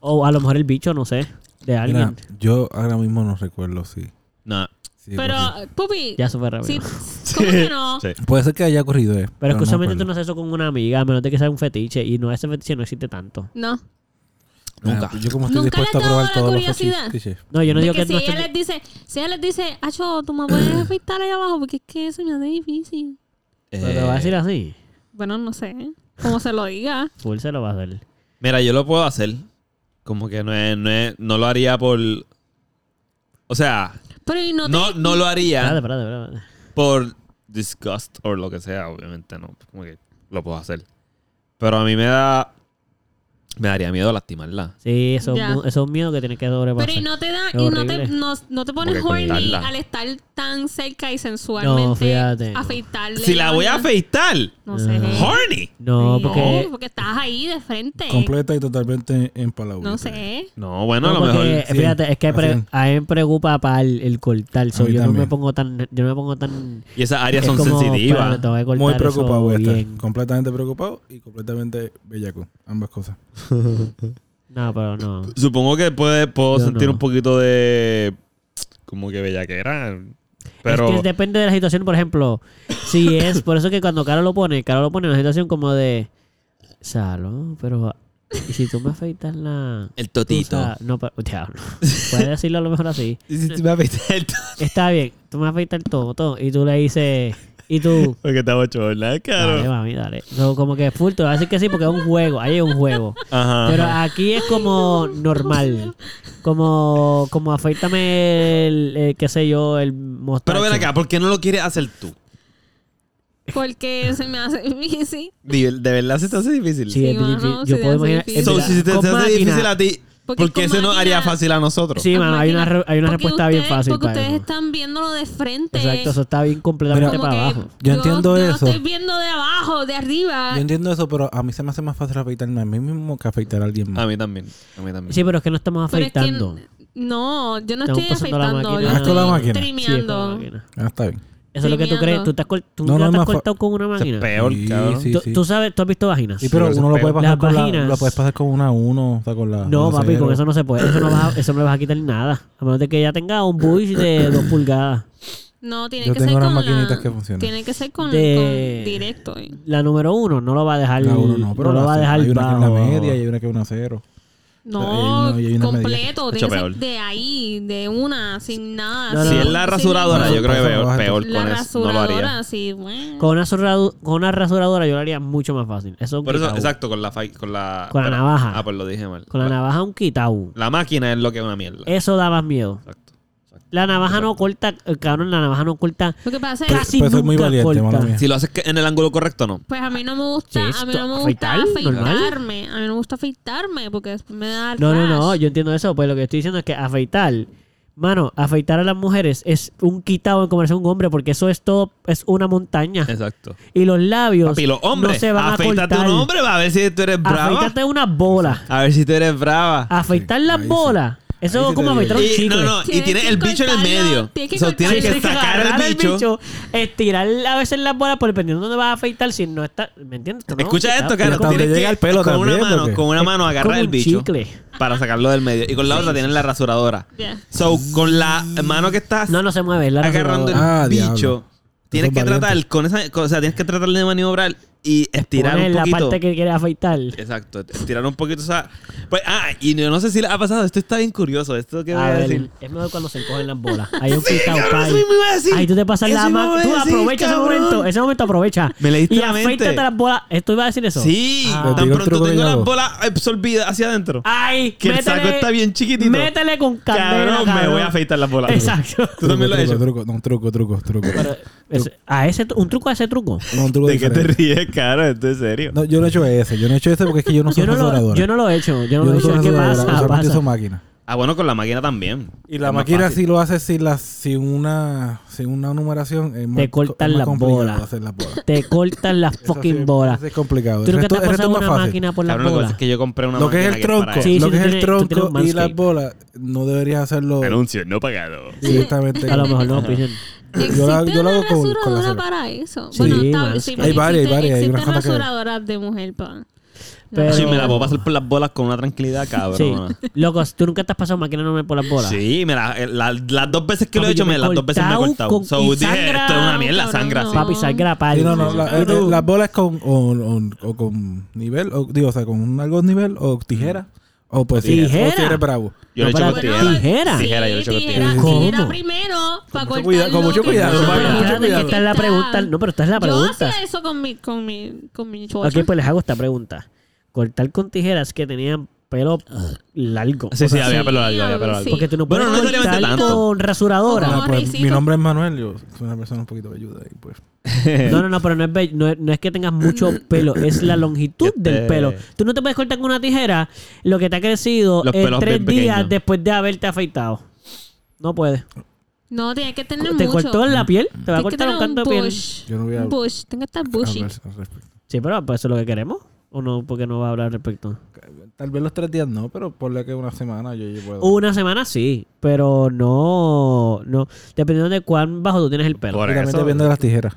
[SPEAKER 2] o a lo mejor el bicho, no sé, de alguien.
[SPEAKER 4] Mira, yo ahora mismo no recuerdo si.
[SPEAKER 1] No.
[SPEAKER 4] si
[SPEAKER 3] Pero,
[SPEAKER 4] ocurrió.
[SPEAKER 3] Pupi,
[SPEAKER 2] Ya eso fue rápido.
[SPEAKER 3] sí, ¿cómo
[SPEAKER 1] *laughs*
[SPEAKER 3] que no?
[SPEAKER 1] Sí.
[SPEAKER 4] Puede ser que haya ocurrido, eh.
[SPEAKER 2] Pero es que usualmente tú
[SPEAKER 4] me
[SPEAKER 2] no haces eso con una amiga, a menos de que sea un fetiche, y no ese fetiche no existe tanto.
[SPEAKER 3] No.
[SPEAKER 4] acuerdo.
[SPEAKER 1] Nunca.
[SPEAKER 4] Ah, yo como estoy
[SPEAKER 3] Nunca le
[SPEAKER 4] dispuesto a
[SPEAKER 3] ha dado
[SPEAKER 4] probar
[SPEAKER 3] la
[SPEAKER 4] todos los
[SPEAKER 3] curiosidad.
[SPEAKER 4] fetiches.
[SPEAKER 2] No, yo no digo
[SPEAKER 3] Porque
[SPEAKER 2] que
[SPEAKER 3] si
[SPEAKER 2] no
[SPEAKER 3] ella
[SPEAKER 2] esté-
[SPEAKER 3] les dice, si ella les dice, Acho, tú
[SPEAKER 2] *clears throat*
[SPEAKER 3] me puedes afeitar ahí abajo, porque es que se me hace difícil.
[SPEAKER 2] Pero te va a decir así,
[SPEAKER 3] Bueno, no sé. ¿eh? Como se lo diga.
[SPEAKER 2] full se lo va a hacer.
[SPEAKER 1] Mira, yo lo puedo hacer. Como que no es, no es- no lo haría por. O sea,
[SPEAKER 3] Pero y no te-
[SPEAKER 1] no, no lo
[SPEAKER 2] Espérate,
[SPEAKER 1] haría
[SPEAKER 2] espérate, espérate.
[SPEAKER 1] por disgust o lo que sea, obviamente no. Como que lo puedo hacer. Pero a mí me da. Me daría miedo lastimarla.
[SPEAKER 2] Sí, eso,
[SPEAKER 3] Ya.
[SPEAKER 2] es mu- eso es un miedo que tienes que sobrepasar.
[SPEAKER 3] Pero y no te da,
[SPEAKER 2] Es
[SPEAKER 3] y no te,
[SPEAKER 2] horrible.
[SPEAKER 3] no, no te pones
[SPEAKER 1] Como que
[SPEAKER 3] horny
[SPEAKER 1] cuidarla.
[SPEAKER 3] al estar tan cerca y sensualmente
[SPEAKER 2] fíjate.
[SPEAKER 3] afeitarle.
[SPEAKER 1] Si la voy a
[SPEAKER 3] vagina.
[SPEAKER 1] afeitar,
[SPEAKER 3] No sé.
[SPEAKER 1] horny.
[SPEAKER 2] No,
[SPEAKER 3] Sí.
[SPEAKER 2] porque...
[SPEAKER 3] No, porque estás ahí de frente.
[SPEAKER 4] Completa y totalmente en palabras.
[SPEAKER 3] No sé.
[SPEAKER 1] No, bueno, a lo
[SPEAKER 2] porque,
[SPEAKER 1] mejor.
[SPEAKER 2] eh, Fíjate, es que pre-
[SPEAKER 4] así.
[SPEAKER 2] a mí me preocupa para el, el cortar. so
[SPEAKER 4] mí
[SPEAKER 2] yo, no me
[SPEAKER 4] también.
[SPEAKER 2] pongo tan, yo no me pongo tan...
[SPEAKER 1] Y esas áreas son
[SPEAKER 2] es como, espérate,
[SPEAKER 1] sensitivas.
[SPEAKER 2] tengo que cortar
[SPEAKER 4] Muy
[SPEAKER 2] eso
[SPEAKER 4] preocupado voy a estar.
[SPEAKER 2] bien.
[SPEAKER 4] Completamente preocupado y completamente bellaco. Ambas cosas.
[SPEAKER 2] No, pero no.
[SPEAKER 1] Supongo que puede, puedo
[SPEAKER 2] Yo
[SPEAKER 1] sentir
[SPEAKER 2] no.
[SPEAKER 1] un poquito de. Como que bellaquera. Pero.
[SPEAKER 2] Es que depende de la situación, por ejemplo. Si es... Por eso que cuando Caro lo pone, Caro lo pone en una situación como de... Salo, pero... ¿Y si tú me afeitas la...
[SPEAKER 1] El
[SPEAKER 2] O sea, no, pero... Diablo. *laughs* Puedes decirlo a lo mejor así.
[SPEAKER 1] Y si te va a afeitar el totito.
[SPEAKER 2] Está bien, tú me afeitas el todo, todo. Y tú le dices... Y tú...
[SPEAKER 1] Porque estaba chorla,
[SPEAKER 2] Dale,
[SPEAKER 1] claro.
[SPEAKER 2] mami, dale. No, como que full, te voy a decir que sí porque es un juego. Ahí es un juego.
[SPEAKER 1] Ajá.
[SPEAKER 2] Pero aquí es como normal. Como, como afeítame el, el, qué sé yo, el mostacho.
[SPEAKER 1] Pero ven acá, ¿por qué no lo quieres hacer tú?
[SPEAKER 3] Porque se me hace *laughs* difícil.
[SPEAKER 1] De de verdad se te hace difícil.
[SPEAKER 2] Sí, es
[SPEAKER 3] Sí, mano,
[SPEAKER 2] difícil.
[SPEAKER 3] se
[SPEAKER 2] Yo
[SPEAKER 3] te
[SPEAKER 2] puedo
[SPEAKER 3] hace
[SPEAKER 2] imaginar.
[SPEAKER 3] difícil.
[SPEAKER 2] eh,
[SPEAKER 1] So,
[SPEAKER 2] mira,
[SPEAKER 1] si se te
[SPEAKER 2] con
[SPEAKER 1] hace
[SPEAKER 2] máquina-
[SPEAKER 1] difícil a ti,
[SPEAKER 3] Porque
[SPEAKER 1] ¿por qué
[SPEAKER 3] con
[SPEAKER 1] se nos haría
[SPEAKER 3] máquina-
[SPEAKER 1] fácil a nosotros?
[SPEAKER 2] Sí,
[SPEAKER 3] Las
[SPEAKER 2] mano, hay una,
[SPEAKER 3] máquinas-
[SPEAKER 2] re- hay una
[SPEAKER 3] porque
[SPEAKER 2] respuesta bien
[SPEAKER 3] ustedes-
[SPEAKER 2] fácil
[SPEAKER 3] Porque
[SPEAKER 2] para
[SPEAKER 3] ustedes
[SPEAKER 2] eso.
[SPEAKER 3] están viéndolo de frente.
[SPEAKER 2] Exacto, eso está bien completamente
[SPEAKER 3] Como
[SPEAKER 2] para
[SPEAKER 3] que
[SPEAKER 2] abajo.
[SPEAKER 4] Yo entiendo
[SPEAKER 3] yo
[SPEAKER 4] eso.
[SPEAKER 3] Lo estoy viendo de abajo, de arriba.
[SPEAKER 4] Yo entiendo eso, pero a mí se me hace más fácil afeitarme a mí mismo que afeitar a alguien más.
[SPEAKER 1] A mí también. A mí también.
[SPEAKER 2] Sí, pero es que no estamos
[SPEAKER 3] Pero es que-
[SPEAKER 2] afeitando.
[SPEAKER 3] no, yo no
[SPEAKER 2] Estamos
[SPEAKER 3] estoy
[SPEAKER 2] pasando la
[SPEAKER 3] afeitando.
[SPEAKER 2] máquina.
[SPEAKER 3] Yo
[SPEAKER 4] Ah, con la
[SPEAKER 3] estoy
[SPEAKER 4] máquina.
[SPEAKER 2] Sí, es con la
[SPEAKER 3] trimeando.
[SPEAKER 2] máquina.
[SPEAKER 4] Ah, está bien.
[SPEAKER 2] Eso es lo que tú
[SPEAKER 3] Trimeando.
[SPEAKER 2] crees. Tú, te has, cor- tú
[SPEAKER 4] No, no,
[SPEAKER 2] la
[SPEAKER 4] es
[SPEAKER 2] te has
[SPEAKER 4] más fa-
[SPEAKER 2] cortado con una
[SPEAKER 1] Eso es
[SPEAKER 2] máquina.
[SPEAKER 1] peor,
[SPEAKER 4] Sí,
[SPEAKER 1] cabrón.
[SPEAKER 4] sí.
[SPEAKER 2] ¿Tú, tú sabes, tú has visto vaginas.
[SPEAKER 4] Sí, pero
[SPEAKER 1] pero
[SPEAKER 4] uno lo
[SPEAKER 1] es
[SPEAKER 4] puede
[SPEAKER 1] peor.
[SPEAKER 4] pasar
[SPEAKER 2] Las
[SPEAKER 4] con la,
[SPEAKER 2] vaginas.
[SPEAKER 4] lo puedes pasar con una uno, o sea, con la
[SPEAKER 2] No,
[SPEAKER 4] la
[SPEAKER 2] papi, con
[SPEAKER 4] cero.
[SPEAKER 2] eso no se puede. Eso no, va, eso no le vas a quitar nada. A menos de que ya tenga un bush de dos pulgadas.
[SPEAKER 3] No, tiene
[SPEAKER 4] Yo
[SPEAKER 3] que
[SPEAKER 4] tengo
[SPEAKER 3] ser
[SPEAKER 4] unas
[SPEAKER 3] con
[SPEAKER 4] maquinitas
[SPEAKER 3] la-
[SPEAKER 4] que funcionan.
[SPEAKER 3] Tiene que ser con,
[SPEAKER 2] De-
[SPEAKER 3] con directo. eh.
[SPEAKER 2] La número uno no lo va a dejar.
[SPEAKER 4] La uno no, pero
[SPEAKER 2] no lo
[SPEAKER 4] la
[SPEAKER 2] va a
[SPEAKER 4] cero.
[SPEAKER 2] dejar
[SPEAKER 4] Hay una que es
[SPEAKER 2] bajo.
[SPEAKER 4] una media y hay una que es una cero.
[SPEAKER 3] No,
[SPEAKER 4] hay una- hay una
[SPEAKER 3] completo.
[SPEAKER 1] medida.
[SPEAKER 3] Tiene que ser
[SPEAKER 1] Hecho peor.
[SPEAKER 3] de ahí, de una, sin nada.
[SPEAKER 2] No, no,
[SPEAKER 3] sin-
[SPEAKER 1] Si es la
[SPEAKER 3] sin
[SPEAKER 1] rasuradora,
[SPEAKER 3] ningún-
[SPEAKER 1] yo creo que
[SPEAKER 4] Eso
[SPEAKER 1] peor,
[SPEAKER 4] baja,
[SPEAKER 1] peor
[SPEAKER 3] La
[SPEAKER 1] con eso. No lo haría.
[SPEAKER 3] rasuradora, sí, bueno.
[SPEAKER 2] Con una, sorradu- con una rasuradora yo lo haría mucho más fácil. Eso es un
[SPEAKER 1] Por eso,
[SPEAKER 2] quitau.
[SPEAKER 1] exacto, con la. fa- Con la,
[SPEAKER 2] Con la
[SPEAKER 1] pero-
[SPEAKER 2] navaja.
[SPEAKER 1] Ah, pues lo dije mal.
[SPEAKER 2] Con la Eh. navaja un quitau.
[SPEAKER 1] La máquina es lo que es una mierda.
[SPEAKER 2] Eso da más miedo.
[SPEAKER 1] Exacto. exacto.
[SPEAKER 2] La navaja no corta, eh, cabrón, la navaja no corta.
[SPEAKER 3] Lo que pasa es
[SPEAKER 2] Casi
[SPEAKER 4] Pero soy
[SPEAKER 2] nunca
[SPEAKER 4] muy valiente,
[SPEAKER 2] corta.
[SPEAKER 4] mala mía.
[SPEAKER 1] Si lo haces que- en el ángulo correcto, no.
[SPEAKER 3] pues a mí no me gusta,
[SPEAKER 2] Sí,
[SPEAKER 3] a mí
[SPEAKER 2] esto-
[SPEAKER 3] no me gusta
[SPEAKER 2] afeitar, normal.
[SPEAKER 3] afeitarme, a mí no me gusta afeitarme porque después me da
[SPEAKER 2] No, no, no,
[SPEAKER 3] rash.
[SPEAKER 2] yo entiendo eso. Pues lo que estoy diciendo es que afeitar, mano, afeitar a las mujeres es un quitau en comerse a un hombre porque eso es todo, es una montaña.
[SPEAKER 1] Exacto.
[SPEAKER 2] Y los labios
[SPEAKER 1] Papi, los hombres.
[SPEAKER 2] no se van
[SPEAKER 1] afeítate
[SPEAKER 2] a cortar.
[SPEAKER 1] un hombre va a ver si tú eres brava.
[SPEAKER 2] Afeitarte unas bolas.
[SPEAKER 1] A ver si tú eres brava.
[SPEAKER 2] Afeitar
[SPEAKER 4] Sí,
[SPEAKER 2] las
[SPEAKER 4] ahí sí.
[SPEAKER 2] bolas. Eso
[SPEAKER 4] Ahí
[SPEAKER 2] es
[SPEAKER 4] sí
[SPEAKER 2] como
[SPEAKER 4] te digo.
[SPEAKER 2] afeitar un
[SPEAKER 1] Y- no,
[SPEAKER 2] chicle.
[SPEAKER 1] no, y
[SPEAKER 3] Tienes
[SPEAKER 1] tienes
[SPEAKER 3] que
[SPEAKER 1] el bicho en el
[SPEAKER 3] cortarlo,
[SPEAKER 1] medio.
[SPEAKER 3] tienes que
[SPEAKER 1] So, tienes que
[SPEAKER 3] cortarlo.
[SPEAKER 1] sacar
[SPEAKER 2] agarrar
[SPEAKER 1] el bicho.
[SPEAKER 2] estirar a veces las bolas, por dependiendo de dónde vas a afeitar, si no está. ¿Me entiendes? Esto no es un
[SPEAKER 1] Escucha
[SPEAKER 2] quitado.
[SPEAKER 1] esto,
[SPEAKER 4] Pero
[SPEAKER 1] cara.
[SPEAKER 4] cuando
[SPEAKER 1] Tienes
[SPEAKER 4] llega
[SPEAKER 1] que
[SPEAKER 4] el pelo
[SPEAKER 1] con una
[SPEAKER 4] también,
[SPEAKER 1] mano,
[SPEAKER 4] porque-
[SPEAKER 1] con una mano
[SPEAKER 2] como
[SPEAKER 1] agarrar el
[SPEAKER 2] un
[SPEAKER 1] bicho
[SPEAKER 2] chicle.
[SPEAKER 1] para sacarlo del medio y con la otra tienes la rasuradora.
[SPEAKER 3] Ya.
[SPEAKER 1] So, con la mano que estás
[SPEAKER 2] No, no se mueve. es La
[SPEAKER 1] agarrando el
[SPEAKER 2] rasuradora.
[SPEAKER 4] Ah,
[SPEAKER 1] bicho,
[SPEAKER 4] diablo.
[SPEAKER 1] tienes
[SPEAKER 4] es
[SPEAKER 1] que
[SPEAKER 4] valiente.
[SPEAKER 1] tratar con esa, con- o sea, tienes que tratar de maniobrar y estirar
[SPEAKER 2] Pones
[SPEAKER 1] un
[SPEAKER 2] la
[SPEAKER 1] poquito.
[SPEAKER 2] parte que quieres afeitar.
[SPEAKER 1] Exacto, estirar un poquito. O sea, pues, ah, y yo no sé si le ha pasado. Esto está bien curioso. Esto que voy
[SPEAKER 2] A
[SPEAKER 1] a
[SPEAKER 2] ver,
[SPEAKER 1] decir.
[SPEAKER 2] es mejor cuando se cogen las
[SPEAKER 1] *laughs*
[SPEAKER 2] bolas. Hay un
[SPEAKER 1] Sí,
[SPEAKER 2] pintado
[SPEAKER 1] cabrón,
[SPEAKER 2] pay.
[SPEAKER 1] eso mismo iba a decir.
[SPEAKER 2] Ay, tú te pasas
[SPEAKER 1] Eso
[SPEAKER 2] la
[SPEAKER 1] mismo
[SPEAKER 2] mano.
[SPEAKER 1] iba a
[SPEAKER 2] Tú
[SPEAKER 1] decir,
[SPEAKER 2] aprovecha ese
[SPEAKER 1] cabrón.
[SPEAKER 2] momento. Ese momento aprovecha.
[SPEAKER 1] Me leíste
[SPEAKER 2] y
[SPEAKER 1] la mente.
[SPEAKER 2] afeítate las bolas. ¿Tú ibas a decir eso?
[SPEAKER 1] Sí,
[SPEAKER 2] Ah.
[SPEAKER 4] Les
[SPEAKER 1] tan
[SPEAKER 4] digo un
[SPEAKER 1] pronto
[SPEAKER 4] truco
[SPEAKER 1] tengo
[SPEAKER 4] bien
[SPEAKER 1] las
[SPEAKER 4] loco.
[SPEAKER 1] bolas absorbidas hacia adentro.
[SPEAKER 2] Ay,
[SPEAKER 1] que el
[SPEAKER 2] métele,
[SPEAKER 1] saco está bien chiquitito.
[SPEAKER 2] Métele con candela,
[SPEAKER 1] Cabrón, me voy a afeitar las bolas.
[SPEAKER 4] *laughs*
[SPEAKER 2] Exacto.
[SPEAKER 1] Tú también lo has
[SPEAKER 4] Truco,
[SPEAKER 1] hecho.
[SPEAKER 4] Truco, no, truco, truco, truco.
[SPEAKER 2] Pero, ese- a ese, tru- un truco a ese truco.
[SPEAKER 4] No, un truco
[SPEAKER 1] ¿De qué te
[SPEAKER 4] diferente.
[SPEAKER 1] ríes, caro? Esto es serio.
[SPEAKER 4] No, yo no he hecho ese. Yo no he hecho ese porque es que yo no soy
[SPEAKER 2] Yo no, lo,
[SPEAKER 4] rasuradora.
[SPEAKER 2] yo no lo he hecho. Yo no lo he
[SPEAKER 4] soy
[SPEAKER 2] hecho. ¿Qué
[SPEAKER 4] rasuradora,
[SPEAKER 2] pasa?
[SPEAKER 4] usualmente
[SPEAKER 2] Pasa.
[SPEAKER 4] uso máquina.
[SPEAKER 1] Ah, bueno, con la máquina también.
[SPEAKER 4] Y la
[SPEAKER 1] Es más
[SPEAKER 4] máquina
[SPEAKER 1] fácil.
[SPEAKER 4] si lo haces sin, las sin, una, sin una numeración es más,
[SPEAKER 2] Te cortan
[SPEAKER 4] es más
[SPEAKER 2] las
[SPEAKER 4] complicado
[SPEAKER 2] bolas.
[SPEAKER 4] hacer las *laughs* bolas.
[SPEAKER 2] Te cortan las
[SPEAKER 4] Eso sí,
[SPEAKER 2] fucking bolas.
[SPEAKER 4] eso Es complicado.
[SPEAKER 2] Tú
[SPEAKER 4] El
[SPEAKER 2] nunca te
[SPEAKER 4] resto,
[SPEAKER 2] has
[SPEAKER 4] el resto
[SPEAKER 2] pasado
[SPEAKER 4] es más
[SPEAKER 2] una
[SPEAKER 4] fácil.
[SPEAKER 2] máquina por las
[SPEAKER 1] Cabrón, lo que pasa
[SPEAKER 2] bolas.
[SPEAKER 1] es que yo compré una
[SPEAKER 4] Lo que es
[SPEAKER 1] máquina
[SPEAKER 4] el
[SPEAKER 1] para
[SPEAKER 4] tronco,
[SPEAKER 1] eso.
[SPEAKER 2] Sí,
[SPEAKER 4] lo
[SPEAKER 2] sí,
[SPEAKER 4] que
[SPEAKER 2] tú
[SPEAKER 4] es el
[SPEAKER 2] tienes- tú tienes
[SPEAKER 4] tronco
[SPEAKER 2] un
[SPEAKER 4] y las
[SPEAKER 2] manscape.
[SPEAKER 4] bolas no deberías hacerlo
[SPEAKER 1] Anuncio, no pagado.
[SPEAKER 4] directamente.
[SPEAKER 2] A lo mejor no piden.
[SPEAKER 4] Yo la-
[SPEAKER 3] Existe
[SPEAKER 4] yo lo
[SPEAKER 3] una
[SPEAKER 4] hago con- con la
[SPEAKER 3] rasuradora
[SPEAKER 4] cera.
[SPEAKER 3] para eso.
[SPEAKER 2] Sí,
[SPEAKER 3] bueno, está,
[SPEAKER 2] más
[SPEAKER 3] sí,
[SPEAKER 2] que-
[SPEAKER 3] pero
[SPEAKER 4] Hay varias, hay
[SPEAKER 3] existe-
[SPEAKER 4] varias, hay
[SPEAKER 3] Existen
[SPEAKER 4] unas cuantas que-
[SPEAKER 3] rasuradoras de mujer pa.
[SPEAKER 2] Pero-
[SPEAKER 1] Sí, me la puedo pasar por las bolas con una tranquilidad,
[SPEAKER 2] Sí.
[SPEAKER 1] cabrón.
[SPEAKER 2] Locos, tú nunca te has pasado máquina enorme por las bolas.
[SPEAKER 1] Sí, me la- eh, la- las dos veces que lo he
[SPEAKER 2] Papi,
[SPEAKER 1] hecho,
[SPEAKER 2] yo me
[SPEAKER 1] me, las dos veces me he
[SPEAKER 2] cortado
[SPEAKER 1] cortado.
[SPEAKER 2] con-
[SPEAKER 1] so,
[SPEAKER 2] y
[SPEAKER 1] dije,
[SPEAKER 2] sangra,
[SPEAKER 1] esto es una mierda,
[SPEAKER 3] cabrón,
[SPEAKER 1] sangra.
[SPEAKER 3] no.
[SPEAKER 1] sí.
[SPEAKER 2] Papi, salga la
[SPEAKER 4] Sí,
[SPEAKER 2] pálida.
[SPEAKER 4] no, no, la-
[SPEAKER 1] Pero
[SPEAKER 4] eh,
[SPEAKER 1] tú-
[SPEAKER 4] las bolas con, o, o- o con nivel, o, digo, o sea, con un algo nivel, o tijera, o pues sí, o si
[SPEAKER 2] ¿Tijera?
[SPEAKER 4] eres bravo.
[SPEAKER 1] Yo lo he hecho
[SPEAKER 2] No,
[SPEAKER 1] con
[SPEAKER 2] pero-
[SPEAKER 1] tijera.
[SPEAKER 2] Tijera.
[SPEAKER 1] Tijera, yo lo he
[SPEAKER 3] Sí,
[SPEAKER 1] hecho con
[SPEAKER 3] tijera,
[SPEAKER 1] tijera.
[SPEAKER 2] ¿Cómo?
[SPEAKER 3] tijera primero para
[SPEAKER 4] mucho
[SPEAKER 3] cortar
[SPEAKER 4] cuidado, con
[SPEAKER 3] lo
[SPEAKER 4] mucho
[SPEAKER 3] que
[SPEAKER 4] cuidado,
[SPEAKER 1] papi,
[SPEAKER 3] está.
[SPEAKER 1] con mucho
[SPEAKER 2] cuidado. Esta es la pregunta, no, pero esta es la
[SPEAKER 3] Yo
[SPEAKER 2] pregunta.
[SPEAKER 3] hacía eso con mi, con mi, con mi chocho.
[SPEAKER 2] Ok, pues les hago esta pregunta. Cortar con tijeras que tenían pelo largo.
[SPEAKER 1] Sí,
[SPEAKER 2] O
[SPEAKER 1] sí,
[SPEAKER 2] sea,
[SPEAKER 1] había
[SPEAKER 3] sí,
[SPEAKER 1] pelo largo, había
[SPEAKER 3] sí.
[SPEAKER 1] pelo largo.
[SPEAKER 2] Porque tú no
[SPEAKER 1] Bueno,
[SPEAKER 2] puedes
[SPEAKER 1] no necesariamente
[SPEAKER 2] cortar
[SPEAKER 1] tanto.
[SPEAKER 2] con rasuradora.
[SPEAKER 3] Como
[SPEAKER 4] Ah, pues,
[SPEAKER 3] Risito.
[SPEAKER 4] mi nombre es Manuel, yo soy una persona un poquito ayuda y pues.
[SPEAKER 2] No, no, no, pero no es, be- no, es- no es que
[SPEAKER 1] *coughs*
[SPEAKER 2] tengas mucho pelo, es la longitud
[SPEAKER 1] Que
[SPEAKER 2] del
[SPEAKER 1] te-
[SPEAKER 2] pelo. Tú no te puedes cortar con una tijera lo que te ha crecido
[SPEAKER 1] Los
[SPEAKER 2] en
[SPEAKER 1] pelos
[SPEAKER 2] tres
[SPEAKER 1] bien
[SPEAKER 2] días
[SPEAKER 1] pequeños.
[SPEAKER 2] después de haberte afeitado. No puedes.
[SPEAKER 3] No, tienes que tener
[SPEAKER 2] Te
[SPEAKER 3] mucho.
[SPEAKER 2] cortó en la piel, te va a
[SPEAKER 3] Tienes que
[SPEAKER 2] cortar un
[SPEAKER 3] tener
[SPEAKER 2] canto de piel.
[SPEAKER 3] bush.
[SPEAKER 4] Yo no voy a-
[SPEAKER 3] Un bush. Tengo que estar bushy.
[SPEAKER 4] hablar al respecto.
[SPEAKER 2] Sí, pero pues, eso es lo que queremos. ¿O no? Porque no va a hablar al respecto.
[SPEAKER 4] Tal vez los tres días no, pero ponle que una semana yo, yo puedo.
[SPEAKER 2] Una semana sí, pero no, no. Dependiendo de cuán bajo tú tienes el pelo.
[SPEAKER 1] Por
[SPEAKER 4] y también
[SPEAKER 1] eso.
[SPEAKER 4] dependiendo de las tijeras.